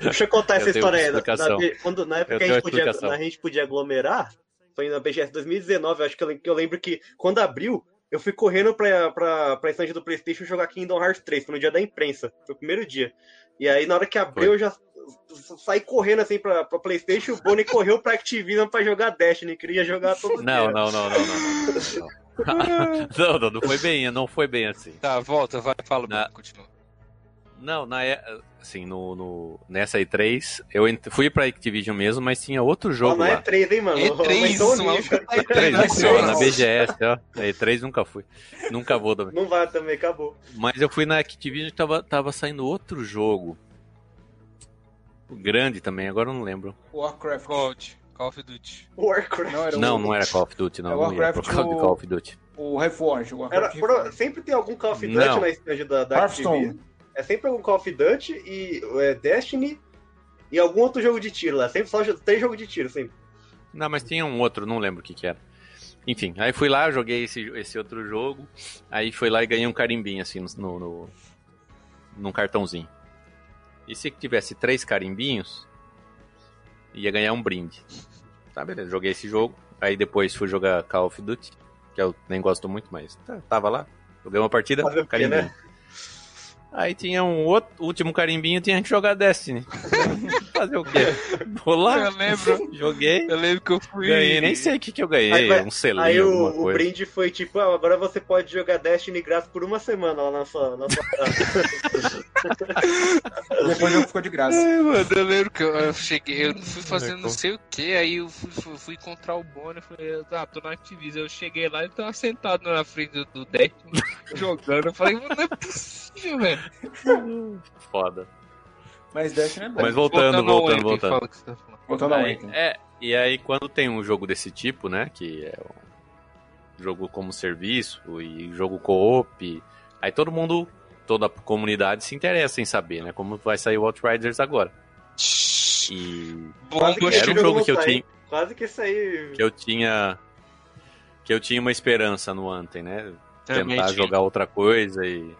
Speaker 3: Deixa eu contar
Speaker 4: Eu
Speaker 3: essa
Speaker 4: tenho
Speaker 3: história aí.
Speaker 4: explicação.
Speaker 3: Na- na- quando, na época
Speaker 4: Eu
Speaker 3: que a
Speaker 4: tenho
Speaker 3: gente, podia,
Speaker 4: explicação.
Speaker 3: a gente podia aglomerar, foi na BGS 2019, eu acho que eu, lem- que eu lembro que quando abriu, eu fui correndo pra, pra, pra estande do Playstation jogar Kingdom Hearts 3, foi no dia da imprensa, foi o primeiro dia. E aí na hora que abriu,
Speaker 4: Foi.
Speaker 3: eu já saí correndo assim pra, pra Playstation, o Bonnie correu pra Activision pra jogar Destiny, queria jogar todo
Speaker 4: Não, é não, não, não, não, não. <laughs> não. não, não, não foi bem, não foi bem assim.
Speaker 5: Tá, volta, vai, fala,
Speaker 4: Na-
Speaker 5: Bruno, continua.
Speaker 4: Não, na, e- assim, no, no- nessa E3, eu ent- fui pra Activision mesmo, mas tinha outro um jogo
Speaker 3: não é
Speaker 4: lá.
Speaker 3: 3, hein, mano?
Speaker 5: E3,
Speaker 3: Aumentou o
Speaker 5: mano.
Speaker 3: nível.
Speaker 5: <laughs>
Speaker 4: E3
Speaker 5: Não,
Speaker 4: nunca,
Speaker 5: não.
Speaker 4: né? na BGS, ó. Na E3 nunca fui. Nunca vou também.
Speaker 3: Não vai também, acabou.
Speaker 4: Mas eu fui na Activision e tava, tava saindo outro jogo. Grande também, agora eu não lembro.
Speaker 2: Warcraft.
Speaker 5: Gold, Call of Duty.
Speaker 3: Warcraft.
Speaker 2: Não, era o-
Speaker 4: Não, não era Call of Duty, não.
Speaker 2: É
Speaker 4: não ia por
Speaker 2: Warcraft
Speaker 4: causa de
Speaker 2: o-
Speaker 4: Call of Duty.
Speaker 2: O Reforged. O
Speaker 3: Era,
Speaker 2: Warcraft
Speaker 3: pro- sempre tem algum Call of Duty
Speaker 4: Não.
Speaker 3: na estande da, da Activision.
Speaker 2: Hearthstone.
Speaker 3: É sempre algum Call of Duty e é, Destiny e algum outro jogo de tiro lá. Sempre só jo- tem jogo de tiro, sempre.
Speaker 4: Não, mas tinha um outro, não lembro o que que era. Enfim, aí fui lá, joguei esse, esse outro jogo, aí fui lá e ganhei um carimbinho, assim, no, no, num cartãozinho. E se tivesse três carimbinhos, ia ganhar um brinde. Tá, beleza, joguei esse jogo, aí depois fui jogar Call of Duty, que eu nem gosto muito, mas tá- tava lá, joguei uma partida,
Speaker 3: Fazer o quê,
Speaker 4: carimbinho.
Speaker 3: né?
Speaker 4: Aí tinha um outro, último carimbinho, tinha que jogar Destiny. <laughs> Fazer o quê? Vou lá,
Speaker 5: Eu lembro.
Speaker 4: joguei,
Speaker 5: Eu lembro que eu fui.
Speaker 4: Ganhei, nem sei o que, que eu ganhei,
Speaker 3: Aí vai-
Speaker 4: um selinho,
Speaker 3: Aí
Speaker 4: alguma
Speaker 3: o, o
Speaker 4: coisa.
Speaker 3: brinde foi tipo, ah, agora você pode jogar Destiny grátis por uma semana lá na sua, na sua
Speaker 4: <laughs>
Speaker 3: casa.
Speaker 2: Depois o jogo ficou de graça.
Speaker 5: Ai, mano, eu lembro que eu, eu cheguei, eu
Speaker 4: é
Speaker 5: fui fazendo não sei o que, aí eu fui, fui, fui encontrar o Bonner, eu falei, ah, tô na Activision. Eu cheguei lá e tava sentado na frente do, do deck jogando. Eu falei, mano, não é possível, velho.
Speaker 4: Foda.
Speaker 2: Mas Destiny é bom.
Speaker 4: Mas voltando,
Speaker 5: ao
Speaker 4: voltando,
Speaker 5: Wayne,
Speaker 4: voltando.
Speaker 5: fala o que você tá falando.
Speaker 2: Voltando ao
Speaker 4: Aí-
Speaker 2: item.
Speaker 4: é, e aí quando tem um jogo desse tipo, né, que é um jogo como serviço e jogo co-op, aí todo mundo, toda a comunidade se interessa em saber, né, como vai sair o Outriders agora. E
Speaker 3: Quase
Speaker 5: Bomba
Speaker 3: que
Speaker 4: era um
Speaker 3: chegou
Speaker 4: jogo
Speaker 3: no
Speaker 4: que eu
Speaker 3: site.
Speaker 4: tinha...
Speaker 3: Quase que isso aí.
Speaker 4: que eu tinha que eu tinha uma esperança no Anthem, né?
Speaker 5: Também
Speaker 4: Tentar
Speaker 5: tinha.
Speaker 4: jogar outra coisa e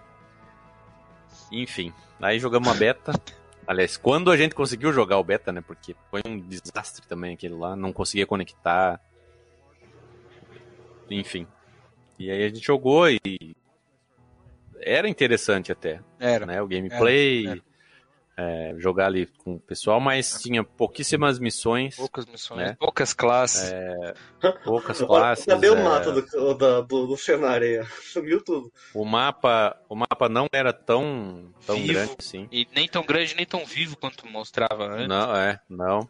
Speaker 4: enfim. Aí jogamos uma beta. Aliás, quando a gente conseguiu jogar o beta, né? Porque foi um desastre também aquilo lá, não conseguia conectar. Enfim. E aí a gente jogou e era interessante até
Speaker 5: Era.
Speaker 4: né, O gameplay,
Speaker 5: era.
Speaker 4: é, jogar ali com o pessoal, mas tinha pouquíssimas missões,
Speaker 5: Poucas missões,
Speaker 4: Né?
Speaker 5: poucas classes.
Speaker 4: poucas
Speaker 3: Olha,
Speaker 4: classes.
Speaker 3: Cadê o
Speaker 4: é,
Speaker 3: mapa do, do, do, do cenário aí? <laughs> Sumiu tudo.
Speaker 4: O mapa, o mapa não era tão, tão
Speaker 5: Vivo.
Speaker 4: grande assim.
Speaker 5: E nem tão grande, nem tão vivo quanto mostrava antes.
Speaker 4: Não, é, não.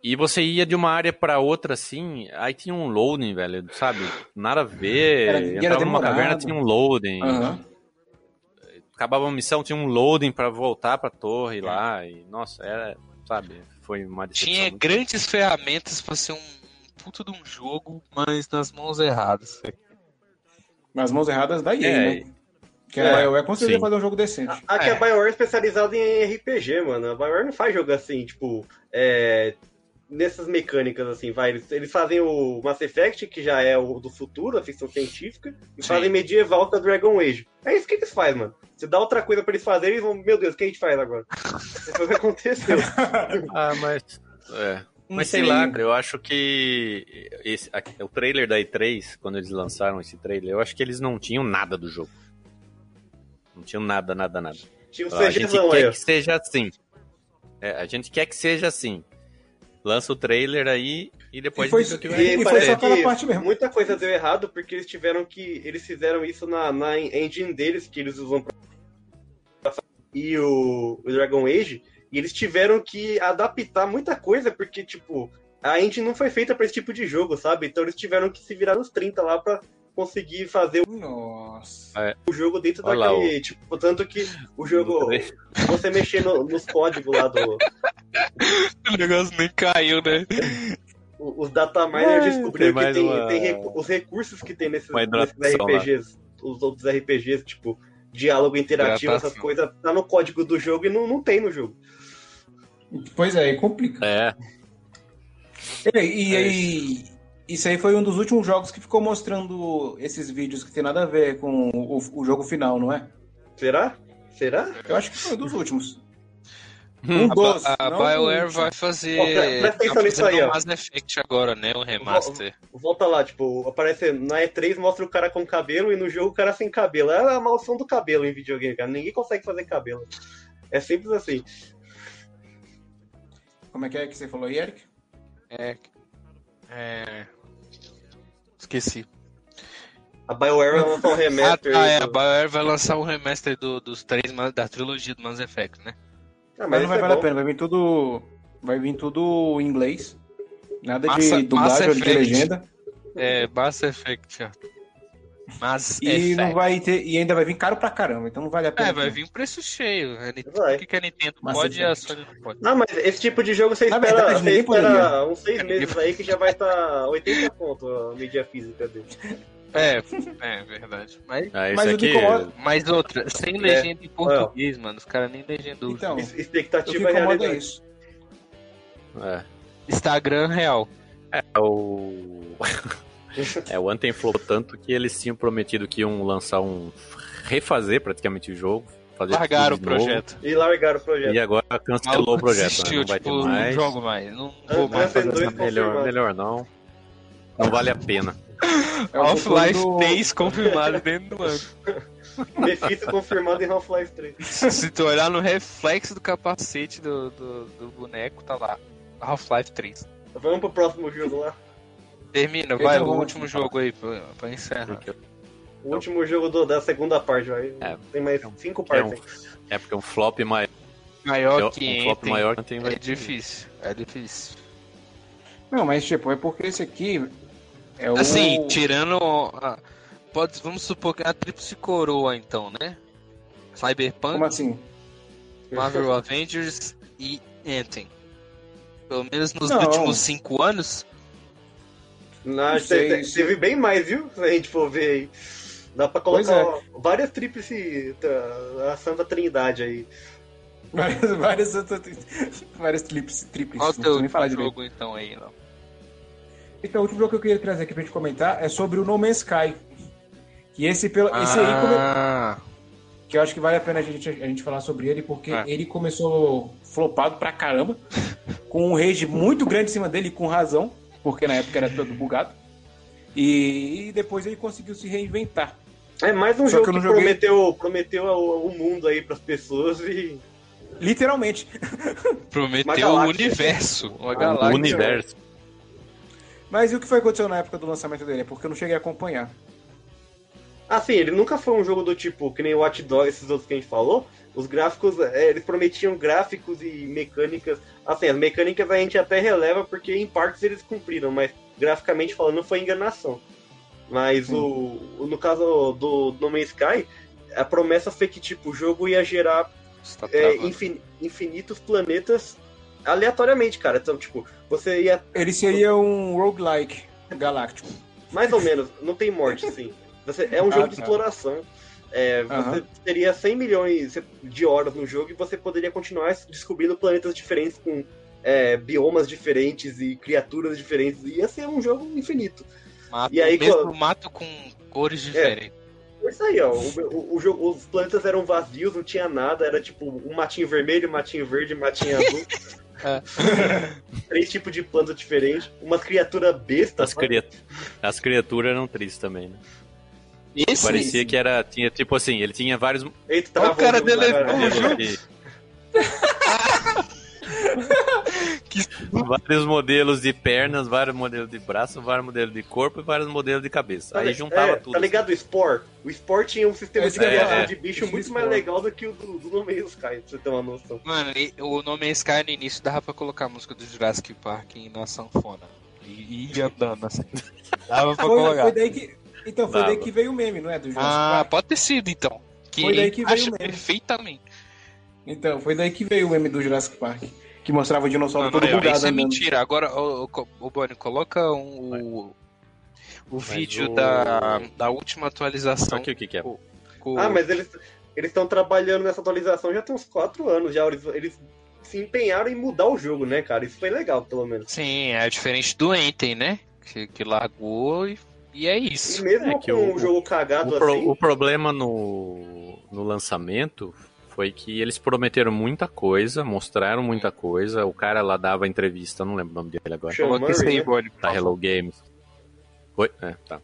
Speaker 4: E você ia de uma área pra outra assim, aí tinha um loading, velho, sabe? Nada a ver.
Speaker 2: Era- era
Speaker 4: Entrava numa
Speaker 2: demorado.
Speaker 4: caverna, tinha um loading.
Speaker 2: Aham.
Speaker 4: Acabava a missão, tinha um loading pra voltar pra torre lá. E, nossa, era, sabe? Foi uma decepção.
Speaker 5: Tinha
Speaker 4: muito
Speaker 5: grandes ferramentas pra ser um puto de um jogo, mas nas mãos erradas.
Speaker 2: Mas mãos erradas da EA,
Speaker 4: É.
Speaker 2: né? Que a
Speaker 4: É,
Speaker 2: é, conseguiu
Speaker 4: sim.
Speaker 2: fazer um jogo decente.
Speaker 3: A- Aqui a BioWare é especializada em RPG, mano. A BioWare não faz jogo assim, tipo, é, nessas mecânicas, assim, vai. Eles, eles fazem o Mass Effect, que já é o do futuro, a ficção científica, e
Speaker 5: Sim.
Speaker 3: fazem medieval com a Dragon Age. É isso que eles fazem, mano. Se dá outra coisa pra eles fazerem, eles vão, meu Deus, o que a gente faz agora? <laughs> Foi o que
Speaker 4: <laughs>
Speaker 3: aconteceu.
Speaker 4: Ah, mas. É. Mas sei
Speaker 2: sei.
Speaker 4: lá, cara, eu acho que esse, a- o trailer da E3, quando eles lançaram esse trailer, eu acho que eles não tinham nada do jogo. Não tinham nada, nada, nada.
Speaker 3: Tinha um
Speaker 4: Ah, a gente
Speaker 3: CGzão aí,
Speaker 4: quer
Speaker 3: ó.
Speaker 4: que seja assim. É, a gente quer que seja assim. Lança o trailer aí e depois
Speaker 2: E foi-
Speaker 4: a gente vê o que vai
Speaker 2: E
Speaker 3: E
Speaker 2: foi
Speaker 3: parece
Speaker 2: só aquela
Speaker 3: que
Speaker 2: parte mesmo.
Speaker 3: Muita coisa deu errado porque eles tiveram que. Eles fizeram isso na, na engine deles, que eles usam pra. E o, o Dragon Age. E eles tiveram que adaptar muita coisa, porque, tipo, a engine não foi feita pra esse tipo de jogo, sabe? Então eles tiveram que se virar nos 30 lá pra conseguir fazer
Speaker 2: Nossa.
Speaker 3: o jogo dentro
Speaker 4: Olha lá,
Speaker 3: daquele. Tipo, tanto que o
Speaker 4: <laughs>
Speaker 3: jogo.
Speaker 4: É,
Speaker 3: Você mexer no- nos códigos lá do.
Speaker 5: <laughs> O negócio nem caiu, né?
Speaker 3: O- Os dataminers
Speaker 4: É,
Speaker 3: descobriram
Speaker 4: tem
Speaker 3: que
Speaker 4: mais
Speaker 3: tem,
Speaker 4: uma-
Speaker 3: tem recu- os recursos que tem nesses,
Speaker 4: Uma
Speaker 3: nesses
Speaker 4: hidratação lá.
Speaker 3: RPGs, os outros RPGs, tipo, diálogo interativo,
Speaker 5: Hidratação.
Speaker 3: essas coisas, tá no código do jogo e não, não tem no jogo.
Speaker 2: Pois é, e complica.
Speaker 4: É,
Speaker 2: E, e, e- isso aí foi um dos últimos jogos que ficou mostrando esses vídeos que tem nada a ver com o, o jogo final, não é?
Speaker 3: Será? Será?
Speaker 2: Eu acho que foi um dos últimos.
Speaker 4: Hum.
Speaker 2: Um dos.
Speaker 5: A
Speaker 2: não
Speaker 5: BioWare
Speaker 2: do-
Speaker 5: vai
Speaker 3: Ó,
Speaker 5: fazer.
Speaker 3: pre- presta atenção nisso
Speaker 5: fazendo
Speaker 3: aí, ó.
Speaker 5: Mass Effect agora, né? O remaster.
Speaker 3: Volta lá, tipo, aparece na E3 mostra o cara com cabelo e no jogo o cara sem cabelo. É a maldição do cabelo em videogame, cara. Ninguém consegue fazer cabelo. É simples assim.
Speaker 2: Como é que é que você falou aí, Eric?
Speaker 5: É. É. Esqueci.
Speaker 3: A BioWare vai lançar um remaster.
Speaker 5: ah,
Speaker 3: aí
Speaker 5: é, a
Speaker 3: do-
Speaker 5: BioWare vai lançar um remaster do- dos três, ma- da trilogia do Mass Effect, né?
Speaker 3: Ah,
Speaker 2: Mas não
Speaker 3: isso
Speaker 2: vai
Speaker 3: é
Speaker 2: valer a
Speaker 3: bom.
Speaker 2: pena, vai vir tudo. Vai vir tudo em inglês. Nada
Speaker 5: Massa-
Speaker 2: de dublagem ou
Speaker 5: Mass
Speaker 2: de
Speaker 5: Effect.
Speaker 2: legenda.
Speaker 5: É, Mass Effect, ó. Mass
Speaker 2: E
Speaker 5: Effect.
Speaker 2: não vai ter. E ainda vai vir caro pra caramba, então não vale a pena.
Speaker 5: É, vai vir um preço cheio. A Nintendo-
Speaker 3: Vai.
Speaker 5: O que, que a Nintendo
Speaker 2: Mass
Speaker 5: pode e a
Speaker 2: Effect.
Speaker 5: Sony não pode?
Speaker 3: Não, mas esse tipo de jogo você
Speaker 2: Na
Speaker 3: espera,
Speaker 2: verdade,
Speaker 3: você
Speaker 2: ninguém
Speaker 3: espera uns seis
Speaker 5: Ninguém
Speaker 3: meses aí que já vai estar 80 conto a mídia física dele.
Speaker 5: É, <laughs> é verdade. Mas,
Speaker 4: Ah,
Speaker 2: Mas
Speaker 4: esse
Speaker 2: o
Speaker 4: aqui.
Speaker 2: Nicolas-
Speaker 5: mas outra, sem legenda em português, mano. Os caras nem legendou.
Speaker 2: Então,
Speaker 3: Ex-
Speaker 2: O que
Speaker 3: Expectativa é
Speaker 2: incomoda é
Speaker 3: realidade.
Speaker 2: isso.
Speaker 5: Instagram real.
Speaker 4: É o. <laughs> é, o Anthem flopou tanto que eles tinham prometido que iam lançar um. refazer praticamente o jogo. Fazer
Speaker 5: Largaram o
Speaker 4: tudo de novo,
Speaker 5: projeto.
Speaker 3: E largaram o projeto.
Speaker 4: E agora cancelou o projeto. né?
Speaker 5: Desistiu,
Speaker 4: Não vai
Speaker 5: tipo,
Speaker 4: ter mais.
Speaker 5: não jogo mais. Não
Speaker 3: Não
Speaker 5: vou mais
Speaker 3: vai ter
Speaker 5: fazer
Speaker 3: dois
Speaker 5: essa merda.
Speaker 4: Melhor, melhor não. Não vale a pena.
Speaker 2: É o
Speaker 5: Half-Life
Speaker 2: futuro do-
Speaker 5: 3 confirmado dentro do ano.
Speaker 3: Benefício confirmado em Half-Life 3.
Speaker 5: Se tu olhar no reflexo do capacete do, do, do boneco, tá lá. Half-Life 3.
Speaker 3: Vamos pro próximo jogo lá.
Speaker 5: Termina, vai,
Speaker 2: Eu
Speaker 5: o então.
Speaker 2: vou-
Speaker 5: último jogo aí pra, pra encerrar.
Speaker 3: O último jogo do- da segunda parte, vai.
Speaker 4: Então. É.
Speaker 3: Tem mais cinco
Speaker 4: É,
Speaker 3: partes.
Speaker 4: um,
Speaker 3: hein?
Speaker 4: é porque um flop maior.
Speaker 5: Maior que
Speaker 4: Um flop
Speaker 5: Anthem.
Speaker 4: maior que Anthem
Speaker 5: É
Speaker 4: vai
Speaker 5: difícil, é difícil.
Speaker 2: Não, mas tipo, é porque esse aqui é o.
Speaker 5: Assim, tirando. a- pode, vamos supor que é a Tríplice Coroa, então, né? Cyberpunk,
Speaker 2: Como assim? <laughs>
Speaker 5: Marvel Avengers e Anthem. Pelo menos nos
Speaker 2: Não.
Speaker 5: últimos cinco anos.
Speaker 4: um-
Speaker 3: Não,
Speaker 2: Não sei,
Speaker 3: teve,
Speaker 2: isso-
Speaker 3: teve bem mais, viu? Se a gente for ver aí. Dá pra
Speaker 2: Pois é.
Speaker 3: colocar várias tríplices tá, a Santa Trindade aí.
Speaker 2: Várias, várias, várias trips, trips.
Speaker 5: Qual
Speaker 2: Não
Speaker 5: o teu
Speaker 2: preciso nem falar de
Speaker 5: jogo, então, aí, Léo?
Speaker 2: Então, o último jogo que eu queria trazer aqui pra gente comentar é sobre o No Man's Sky. Que esse, pelo, esse aí come-
Speaker 5: Ah,
Speaker 2: que eu acho que vale a pena a gente, a gente falar sobre ele, porque
Speaker 5: É.
Speaker 2: ele começou flopado pra caramba, <laughs> com um rage muito grande em cima dele, com razão, porque na época era todo bugado. E, e depois ele conseguiu se reinventar.
Speaker 3: É mais um
Speaker 2: Só
Speaker 3: jogo
Speaker 2: que eu
Speaker 3: que,
Speaker 2: não joguei.
Speaker 3: prometeu, prometeu o, o mundo aí pras pessoas e.
Speaker 2: Literalmente.
Speaker 5: prometeu
Speaker 3: Uma
Speaker 5: o
Speaker 3: galáxia.
Speaker 5: universo.
Speaker 2: Ah,
Speaker 5: Uma
Speaker 4: ter. O
Speaker 5: galáxia.
Speaker 4: universo.
Speaker 2: Mas e o que foi que aconteceu na época do lançamento dele? É porque eu não cheguei a acompanhar.
Speaker 3: Assim, ele nunca foi um jogo do tipo, que nem o Watch Dogs, esses outros que a gente falou. Os gráficos, é, eles prometiam gráficos e mecânicas. Assim, as mecânicas a gente até releva porque em partes eles cumpriram, mas graficamente falando foi enganação. Mas o, o- no caso do No Man's Sky, a promessa foi que tipo, o jogo ia gerar
Speaker 5: Está
Speaker 3: é,
Speaker 5: travando.
Speaker 3: infin- infinitos planetas aleatoriamente, cara. Então, tipo, você ia
Speaker 2: Ele seria um roguelike galáctico.
Speaker 3: mais ou menos, não tem morte,
Speaker 5: <laughs>
Speaker 3: assim. Você, é um
Speaker 2: Ah,
Speaker 3: jogo de
Speaker 2: tá.
Speaker 3: exploração. É, você
Speaker 2: Aham.
Speaker 3: teria 100 milhões de horas no jogo e você poderia continuar descobrindo planetas diferentes com é, biomas diferentes e criaturas diferentes. Ia ser um jogo infinito.
Speaker 5: Mato,
Speaker 3: E aí,
Speaker 5: mesmo
Speaker 3: quando-
Speaker 5: mato com
Speaker 2: É.
Speaker 5: cores diferentes.
Speaker 3: Foi É isso aí, ó. O, o- o jogo, os planetas eram vazios, não tinha nada. Era tipo um matinho vermelho, matinho verde, um matinho
Speaker 5: <laughs>
Speaker 3: azul.
Speaker 5: É.
Speaker 3: Três tipos de planta diferentes. Umas criaturas bestas.
Speaker 4: As, cria... As criaturas eram tristes também, né?
Speaker 5: Esse
Speaker 4: Parecia que era. Tinha, tipo assim, ele
Speaker 3: <laughs>
Speaker 4: tinha vários.
Speaker 3: Eita, travou
Speaker 5: Olha o cara
Speaker 3: jogo,
Speaker 5: dele-
Speaker 3: cara.
Speaker 5: o jogo.
Speaker 4: que-
Speaker 5: Que
Speaker 3: <laughs>
Speaker 4: vários modelos de pernas, vários modelos de braço, vários modelos de corpo e vários modelos de cabeça.
Speaker 3: Tá
Speaker 4: Aí
Speaker 3: li-
Speaker 4: juntava
Speaker 3: é,
Speaker 4: tudo. assim.
Speaker 3: Tá ligado o Spore? O Spore tinha um sistema de
Speaker 2: É,
Speaker 3: criação
Speaker 4: é.
Speaker 3: de bicho
Speaker 2: Esse
Speaker 3: muito
Speaker 2: Spore.
Speaker 3: mais legal do que o do, do No Man's Sky, pra você ter uma noção.
Speaker 5: Mano, e- o No Man's Sky no início dava pra colocar a música do Jurassic Park em- na sanfona. E, e andando assim. <laughs> Dava pra
Speaker 2: Foi,
Speaker 5: colocar.
Speaker 2: foi daí que. Então, foi
Speaker 4: Dava.
Speaker 2: daí que veio o meme, não é? Do Jurassic
Speaker 5: Ah,
Speaker 2: Park.
Speaker 5: pode ter sido então. Que
Speaker 2: Foi daí que veio
Speaker 5: encaixa
Speaker 2: mesmo.
Speaker 5: perfeitamente.
Speaker 2: Então, foi daí que veio o meme do Jurassic Park. Que mostrava o dinossauro
Speaker 5: Mano,
Speaker 2: todo
Speaker 5: é,
Speaker 2: bugado
Speaker 5: isso é
Speaker 2: andando.
Speaker 5: mentira. Agora, o, Boni, coloca um- o, o vídeo
Speaker 4: o-
Speaker 5: da, da última atualização.
Speaker 4: Aqui, o que, que é?
Speaker 5: com-
Speaker 3: Ah, mas eles eles estão trabalhando nessa atualização já tem uns 4 anos já. Eles, eles se empenharam em mudar o jogo, né, cara? Isso foi legal, pelo menos.
Speaker 5: Sim, é diferente do Enten, né? Que, que largou e, e é
Speaker 3: E
Speaker 5: isso.
Speaker 3: mesmo
Speaker 4: É que
Speaker 3: com
Speaker 4: o-
Speaker 3: um jogo cagado
Speaker 4: O, pro-
Speaker 3: assim,
Speaker 4: o problema no, no lançamento foi que eles prometeram muita coisa, mostraram muita coisa. O cara lá dava entrevista, eu não lembro o nome dele agora.
Speaker 3: Sean
Speaker 5: Coloca isso
Speaker 3: Murray,
Speaker 5: aí,
Speaker 3: né?
Speaker 5: Boni. por
Speaker 4: Da
Speaker 5: favor.
Speaker 4: Hello Games. Oi? É, tá.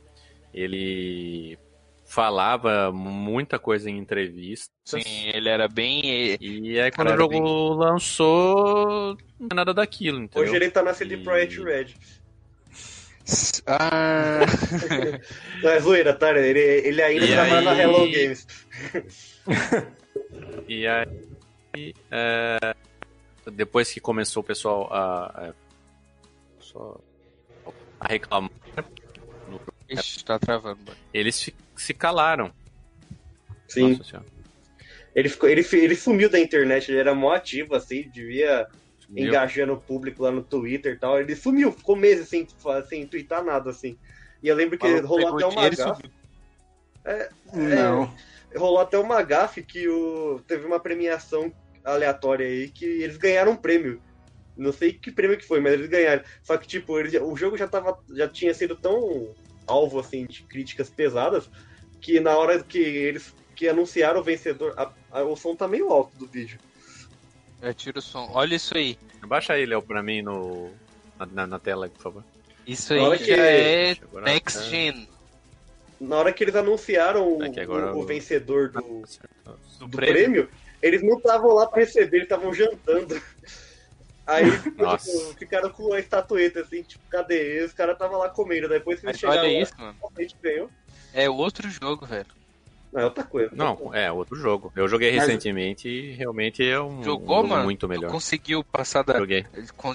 Speaker 4: Ele falava muita coisa em entrevista.
Speaker 5: Sim, ele era bem. eh,
Speaker 4: E aí quando
Speaker 5: Cara,
Speaker 4: o jogo lançou, não é nada daquilo, entendeu?
Speaker 3: Hoje ele tá na CD
Speaker 4: E-
Speaker 3: Projekt Red.
Speaker 5: Ah,
Speaker 3: Não, é zoeira, tá? Ele, ele ainda
Speaker 4: E
Speaker 3: trabalha na
Speaker 4: aí-
Speaker 3: Hello Games.
Speaker 4: E aí, é, depois que começou o pessoal a, a, só- a reclamar,
Speaker 5: ixi, tá travando.
Speaker 4: eles fi- se calaram.
Speaker 3: Sim.
Speaker 4: Nossa Senhora.
Speaker 3: Ele, ficou, ele, fi- ele sumiu da internet, ele era mó ativo, assim, devia
Speaker 4: Viu?
Speaker 3: engajando o público lá no Twitter e tal. Ele sumiu, ficou meses sem, fa- sem twittar nada, assim. E eu lembro que
Speaker 5: Maluco
Speaker 3: rolou
Speaker 5: pegou
Speaker 3: até uma
Speaker 5: dinheiro e
Speaker 3: gafe.
Speaker 5: sumiu.
Speaker 2: Não.
Speaker 3: rolou até uma gafe que o, teve uma premiação aleatória aí que eles ganharam um prêmio. Não sei que prêmio que foi, mas eles ganharam. Só que, tipo, eles já- o jogo já, tava, já tinha sido tão alvo, assim, de críticas pesadas que na hora que eles que anunciaram o vencedor, a- a- o som tá meio alto do vídeo.
Speaker 5: É, tira o som. Olha isso aí.
Speaker 4: Baixa aí, Léo, pra mim no, na- na, na tela, por favor.
Speaker 5: Isso aí
Speaker 3: Olha que-
Speaker 5: já é
Speaker 4: Chegou na-
Speaker 5: Next Gen.
Speaker 3: Na hora que eles anunciaram o,
Speaker 4: É que agora
Speaker 3: o- o
Speaker 4: eu-
Speaker 3: vencedor do,
Speaker 4: Do
Speaker 3: do prêmio, eles não estavam lá pra receber, eles estavam jantando. Aí
Speaker 4: Nossa.
Speaker 3: tipo, ficaram com a estatueta assim, tipo, cadê? E os caras estavam lá comendo. Depois que eles
Speaker 5: Mas
Speaker 3: chegaram
Speaker 5: olha
Speaker 3: lá,
Speaker 5: isso, mano.
Speaker 3: realmente ganhou.
Speaker 5: É outro jogo, velho.
Speaker 3: Não, é outra coisa.
Speaker 4: Não, é outro jogo. Eu joguei
Speaker 2: Mas-
Speaker 4: recentemente e realmente é um,
Speaker 5: Jogou,
Speaker 4: um jogo
Speaker 5: mano?
Speaker 4: muito melhor.
Speaker 5: Conseguiu passar da,
Speaker 4: Joguei.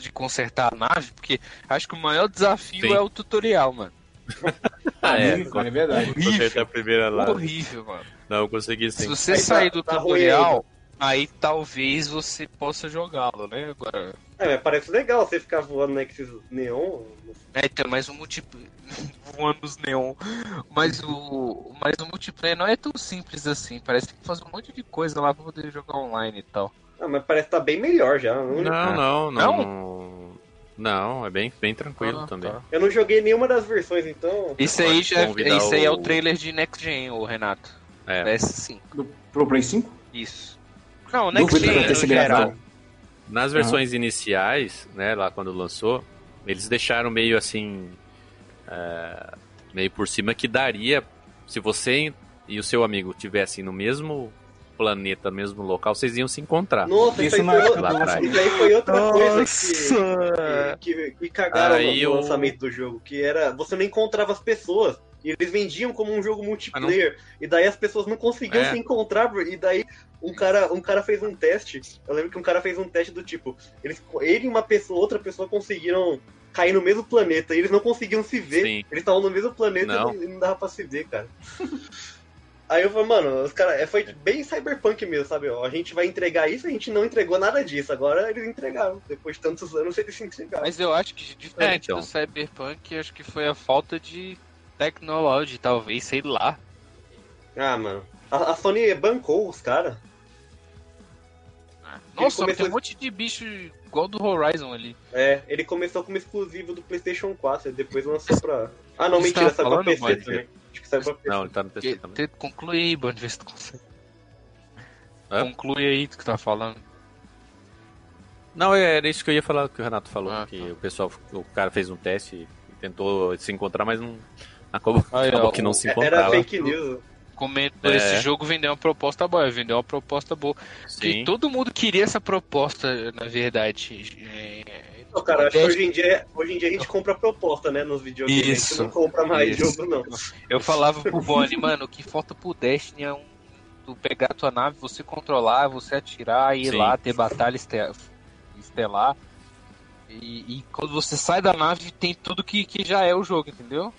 Speaker 5: de consertar a nave, porque acho que o maior desafio
Speaker 4: Sim.
Speaker 5: é o tutorial, mano.
Speaker 4: Ah, é.
Speaker 2: Amigo, é verdade.
Speaker 4: Acertar a primeira lá.
Speaker 5: É Horrível, mano.
Speaker 4: Não, eu consegui
Speaker 5: Se
Speaker 4: sim.
Speaker 5: você
Speaker 3: Aí tá-
Speaker 5: sair do
Speaker 3: tá ruim
Speaker 5: tutorial, aí talvez você possa jogá-lo, né? Agora.
Speaker 3: É, mas parece legal você ficar voando né, com esses neon.
Speaker 5: É, então, mas o <laughs> multiplayer. voando os neon. Mas o. Mas o multiplayer não é tão simples assim. Parece que tem que fazer um monte de coisa lá pra poder jogar online e tal.
Speaker 3: Ah, mas parece que tá bem melhor já. Eu não-
Speaker 4: Não, não, não.
Speaker 5: Não?
Speaker 4: Não, é bem, bem tranquilo
Speaker 5: Ah,
Speaker 4: também.
Speaker 5: tá.
Speaker 3: Eu não joguei nenhuma das versões, então.
Speaker 5: Isso aí
Speaker 4: Pode
Speaker 5: já
Speaker 4: convidar
Speaker 5: isso aí é o
Speaker 4: o-
Speaker 5: trailer de Next Gen, o Renato.
Speaker 4: É.
Speaker 5: PS5.
Speaker 2: Pro Play 5?
Speaker 5: Isso. Não,
Speaker 4: é
Speaker 5: Next
Speaker 2: Dúvida
Speaker 5: Gen
Speaker 2: pra ter
Speaker 5: no
Speaker 2: se
Speaker 5: geral.
Speaker 2: gravado.
Speaker 4: Nas versões iniciais, né, lá quando lançou, eles deixaram meio assim. é, meio por cima que daria. Se você e o seu amigo tivessem no mesmo planeta, mesmo local, vocês iam se encontrar.
Speaker 3: Nossa,
Speaker 2: Isso
Speaker 3: isso, aí
Speaker 2: na
Speaker 3: foi
Speaker 2: época do
Speaker 3: outra,
Speaker 4: é Lá atrás.
Speaker 2: lançamento.
Speaker 3: isso aí foi outra coisa que.
Speaker 5: Nossa!
Speaker 3: que me cagaram
Speaker 4: É, Aí
Speaker 3: no
Speaker 4: eu-
Speaker 3: lançamento do jogo, que era você não encontrava as pessoas. E eles vendiam como um jogo multiplayer. E daí as pessoas não conseguiam
Speaker 4: Ah, É.
Speaker 3: se encontrar. E daí um cara, um cara fez um teste. Eu lembro que um cara fez um teste do tipo, eles, ele e uma pessoa, outra pessoa conseguiram cair no mesmo planeta. E eles não conseguiam se ver.
Speaker 4: Sim.
Speaker 3: Eles estavam no mesmo planeta
Speaker 4: Não.
Speaker 3: e não- e não dava pra se ver, cara. Aí eu falei, mano, os cara, é, foi bem cyberpunk mesmo, sabe? Ó, a gente vai entregar isso, a gente não entregou nada disso. Agora eles entregaram. Depois de tantos anos, eles se entregaram.
Speaker 5: Mas eu acho que diferente
Speaker 4: É, então.
Speaker 5: do Cyberpunk, acho que foi a falta de tecnologia, talvez, sei lá.
Speaker 3: Ah, mano. A, a Sony bancou os caras.
Speaker 5: Nossa,
Speaker 3: começou-
Speaker 5: tem um monte de bicho igual do Horizon ali.
Speaker 3: É, ele começou como exclusivo do PlayStation 4, e depois lançou pra. Ah, não,
Speaker 5: Você
Speaker 3: mentira,
Speaker 5: tava
Speaker 3: saiu pra
Speaker 5: falando, é-
Speaker 3: PC
Speaker 5: Mike?
Speaker 3: também. Acho que saiu pra PC.
Speaker 4: Não, ele tá no PC
Speaker 5: Que-
Speaker 4: também.
Speaker 5: te- Conclui aí, Band, vê se tu consegue.
Speaker 4: Hã?
Speaker 5: Conclui aí do que tá falando.
Speaker 4: Não, é- era isso que eu ia falar que o Renato falou,
Speaker 5: Ah,
Speaker 4: que o pessoal, o cara fez um teste, tentou se encontrar, mas não acabou,
Speaker 6: Aí,
Speaker 4: acabou
Speaker 6: ó,
Speaker 4: que não se
Speaker 3: É, Era
Speaker 4: encontrava.
Speaker 3: fake news.
Speaker 5: Comento,
Speaker 4: É.
Speaker 5: esse jogo vendeu uma proposta boa, vendeu uma proposta boa. Que
Speaker 4: Sim.
Speaker 5: todo mundo queria essa proposta, na verdade. É,
Speaker 3: Não, cara, acho que
Speaker 5: Dez-
Speaker 3: hoje em, dia, hoje em dia a gente compra proposta, né, nos videogames. A
Speaker 5: Isso.
Speaker 3: gente não compra mais
Speaker 5: Isso.
Speaker 3: jogo, não.
Speaker 5: Eu falava pro Bonnie, mano, o que falta pro Destiny é um, tu pegar a tua nave, você controlar, você atirar, ir
Speaker 4: Sim.
Speaker 5: lá, ter batalha este- estelar. E, e quando você sai da nave, tem tudo que, que já é o jogo, entendeu?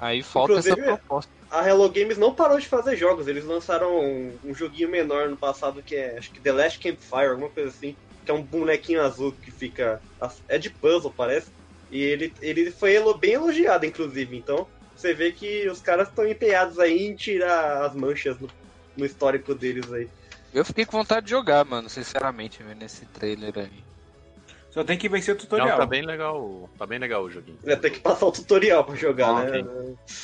Speaker 5: Aí falta
Speaker 3: Inclusive, é.
Speaker 5: essa proposta.
Speaker 3: A Hello Games não parou de fazer jogos. Eles lançaram um, um joguinho menor no passado que é, acho que The Last Campfire, alguma coisa assim. Que é um bonequinho azul que fica. É de puzzle, parece. E ele, ele foi elo- bem elogiado, inclusive. Então, você vê que os caras estão empenhados aí em tirar as manchas no, no histórico deles aí.
Speaker 5: Eu fiquei com vontade de jogar, mano, sinceramente, vendo esse trailer aí.
Speaker 2: Só tem que vencer o tutorial.
Speaker 4: Não, tá bem legal, o- tá bem legal o joguinho.
Speaker 3: Vai ter que passar o tutorial pra jogar,
Speaker 4: Ah,
Speaker 3: né?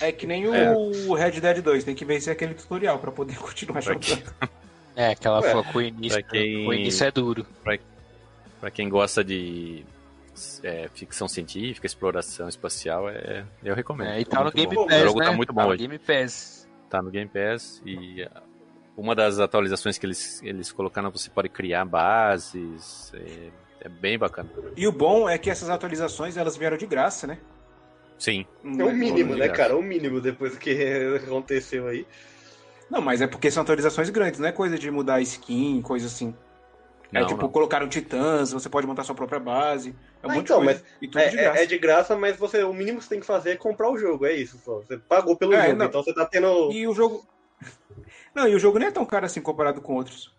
Speaker 2: É que nem o Red Dead 2, tem que vencer aquele tutorial pra poder <laughs> continuar
Speaker 4: Pra
Speaker 2: jogando.
Speaker 5: É, aquela
Speaker 3: Ué,
Speaker 5: foi com o início.
Speaker 4: pra quem-
Speaker 5: O início é duro.
Speaker 4: Pra quem gosta de é, ficção científica, exploração espacial, é, eu recomendo.
Speaker 5: É, e tá no
Speaker 4: Muito
Speaker 5: Game
Speaker 4: bom.
Speaker 5: Pass,
Speaker 4: O jogo
Speaker 5: né?
Speaker 4: tá muito bom
Speaker 5: tá no
Speaker 4: hoje.
Speaker 5: Game Pass.
Speaker 4: tá no Game Pass e uma das atualizações que eles, eles colocaram, você pode criar bases, é, é bem bacana.
Speaker 2: E o bom é que essas atualizações elas vieram de graça, né?
Speaker 4: Sim.
Speaker 3: É o mínimo, né, cara? É o mínimo depois do que <laughs> aconteceu aí.
Speaker 2: Não, mas é porque são atualizações grandes, não é coisa de mudar skin, coisa assim. É
Speaker 4: Não,
Speaker 2: tipo,
Speaker 4: não.
Speaker 2: colocaram titãs, você pode montar sua própria base. É um
Speaker 3: Ah,
Speaker 2: monte
Speaker 3: então,
Speaker 2: de coisa. E tudo
Speaker 3: É,
Speaker 2: de
Speaker 3: é-
Speaker 2: graça.
Speaker 3: é de graça, mas você, o mínimo que você tem que fazer é comprar o jogo, é isso só. Você pagou pelo
Speaker 2: É,
Speaker 3: jogo,
Speaker 2: não.
Speaker 3: então você tá tendo.
Speaker 2: E o jogo. <laughs> Não, e o jogo nem é tão caro assim comparado com outros.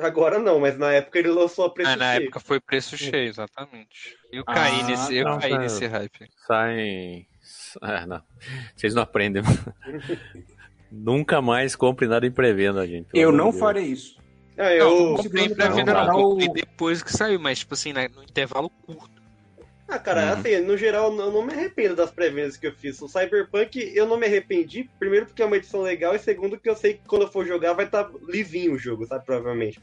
Speaker 3: Agora não, mas na época ele lançou a preço
Speaker 5: Ah, na
Speaker 3: cheio.
Speaker 5: época foi preço cheio, exatamente. Eu caí
Speaker 2: Ah,
Speaker 5: nesse, eu
Speaker 4: tá.
Speaker 5: caí nesse hype.
Speaker 4: Saem. Ah, não. Vocês não
Speaker 2: <laughs>
Speaker 4: aprendem. Nunca mais compre nada em pré-venda, gente. pelo
Speaker 2: eu
Speaker 4: amor
Speaker 2: não
Speaker 4: de Deus.
Speaker 2: farei isso.
Speaker 3: Ah,
Speaker 5: Eu
Speaker 3: eu...
Speaker 5: comprei
Speaker 2: segurando
Speaker 5: pra
Speaker 4: pra
Speaker 5: venda
Speaker 4: comprar
Speaker 5: não,
Speaker 2: o-
Speaker 5: comprei depois que saiu, mas tipo assim, na- no intervalo curto.
Speaker 3: ah, cara,
Speaker 4: Uhum.
Speaker 3: assim, no geral eu não me arrependo das pré-vendas que eu fiz. O Cyberpunk eu não me arrependi, primeiro porque é uma edição legal e segundo porque eu sei que quando eu for jogar vai estar lisinho o jogo, sabe? Provavelmente.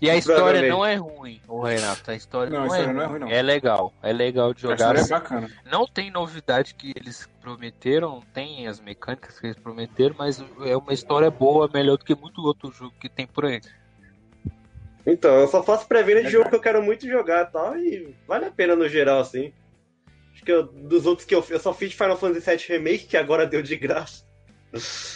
Speaker 6: E a história
Speaker 3: Provavelmente.
Speaker 6: não é ruim, o Renato. A história
Speaker 2: Não,
Speaker 6: não,
Speaker 2: a história
Speaker 6: é,
Speaker 2: não é
Speaker 6: ruim.
Speaker 2: ruim, não.
Speaker 6: É legal. É legal de
Speaker 2: A
Speaker 6: jogar.
Speaker 2: história
Speaker 4: assim.
Speaker 2: é bacana.
Speaker 6: Não tem novidade que eles prometeram, não tem as mecânicas que eles prometeram, mas é uma história boa, melhor do que muito outro jogo que tem por aí.
Speaker 3: Então, eu só faço pré-venda de
Speaker 2: É,
Speaker 3: jogo que eu quero muito jogar e tal, e vale a pena no geral, assim. Acho que eu- dos outros que eu fiz, eu só fiz de Final Fantasy VII Remake, que agora deu de graça.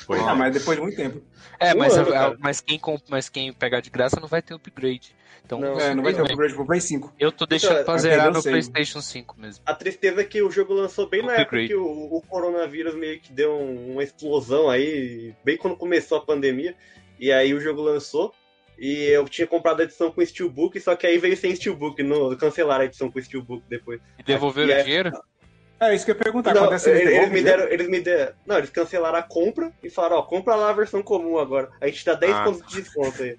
Speaker 4: Pois
Speaker 2: Ah, mas depois de muito tempo.
Speaker 6: É,
Speaker 3: Um
Speaker 6: mas,
Speaker 3: ano,
Speaker 6: a-
Speaker 3: cara.
Speaker 6: mas, quem, comp- mas quem pegar de graça não vai ter upgrade. Então,
Speaker 3: Não.
Speaker 2: É, não vai ter
Speaker 6: eu-
Speaker 2: upgrade pro Play 5.
Speaker 6: eu tô deixando
Speaker 3: Então,
Speaker 6: pra
Speaker 2: vai
Speaker 6: zerar
Speaker 2: perder o
Speaker 6: no
Speaker 2: save.
Speaker 6: PlayStation 5 mesmo.
Speaker 3: A tristeza é que o jogo lançou bem na época
Speaker 6: Upgrade.
Speaker 3: que o, o coronavírus meio que deu um- uma explosão aí, bem quando começou a pandemia, e aí o jogo lançou, e eu tinha comprado a edição com Steelbook, só que aí veio sem Steelbook, no, cancelaram a edição com Steelbook depois.
Speaker 6: E devolveram
Speaker 3: E é-
Speaker 6: o dinheiro?
Speaker 2: É isso que eu ia perguntar.
Speaker 3: não,
Speaker 2: quando é que eles
Speaker 3: eles,
Speaker 2: devolvem,
Speaker 3: me
Speaker 2: né?
Speaker 3: deram, eles me deram, não, eles cancelaram a compra e falaram, ó, compra lá a versão comum agora, a gente dá 10
Speaker 6: Ah.
Speaker 3: pontos de desconto aí.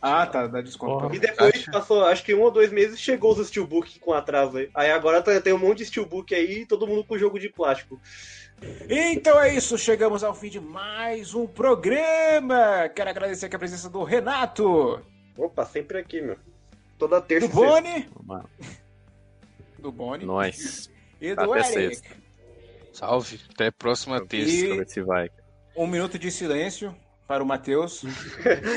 Speaker 2: Ah, tá, dá desconto.
Speaker 3: E depois
Speaker 6: Acho-
Speaker 3: passou, acho que um ou dois meses, chegou os Steelbook com atraso aí. Aí agora tá- tem um monte de Steelbook aí, todo mundo com jogo de plástico.
Speaker 2: Então é isso, chegamos ao fim de mais um programa. Quero agradecer aqui a presença do Renato,
Speaker 3: Opa, sempre aqui, meu. Toda terça.
Speaker 2: do
Speaker 3: e sexta.
Speaker 2: Boni,
Speaker 4: Mano,
Speaker 2: do Boni
Speaker 4: nós.
Speaker 2: e do
Speaker 4: Até
Speaker 2: Eric.
Speaker 4: sexta.
Speaker 5: Salve, até a próxima terça.
Speaker 4: Deixa eu ver se vai.
Speaker 2: Um minuto de silêncio para o Matheus.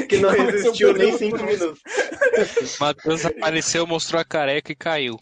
Speaker 3: Que não
Speaker 2: Começou
Speaker 3: resistiu
Speaker 2: perdendo
Speaker 3: nem cinco
Speaker 2: tudo.
Speaker 3: minutos.
Speaker 5: Matheus apareceu, mostrou a careca e caiu.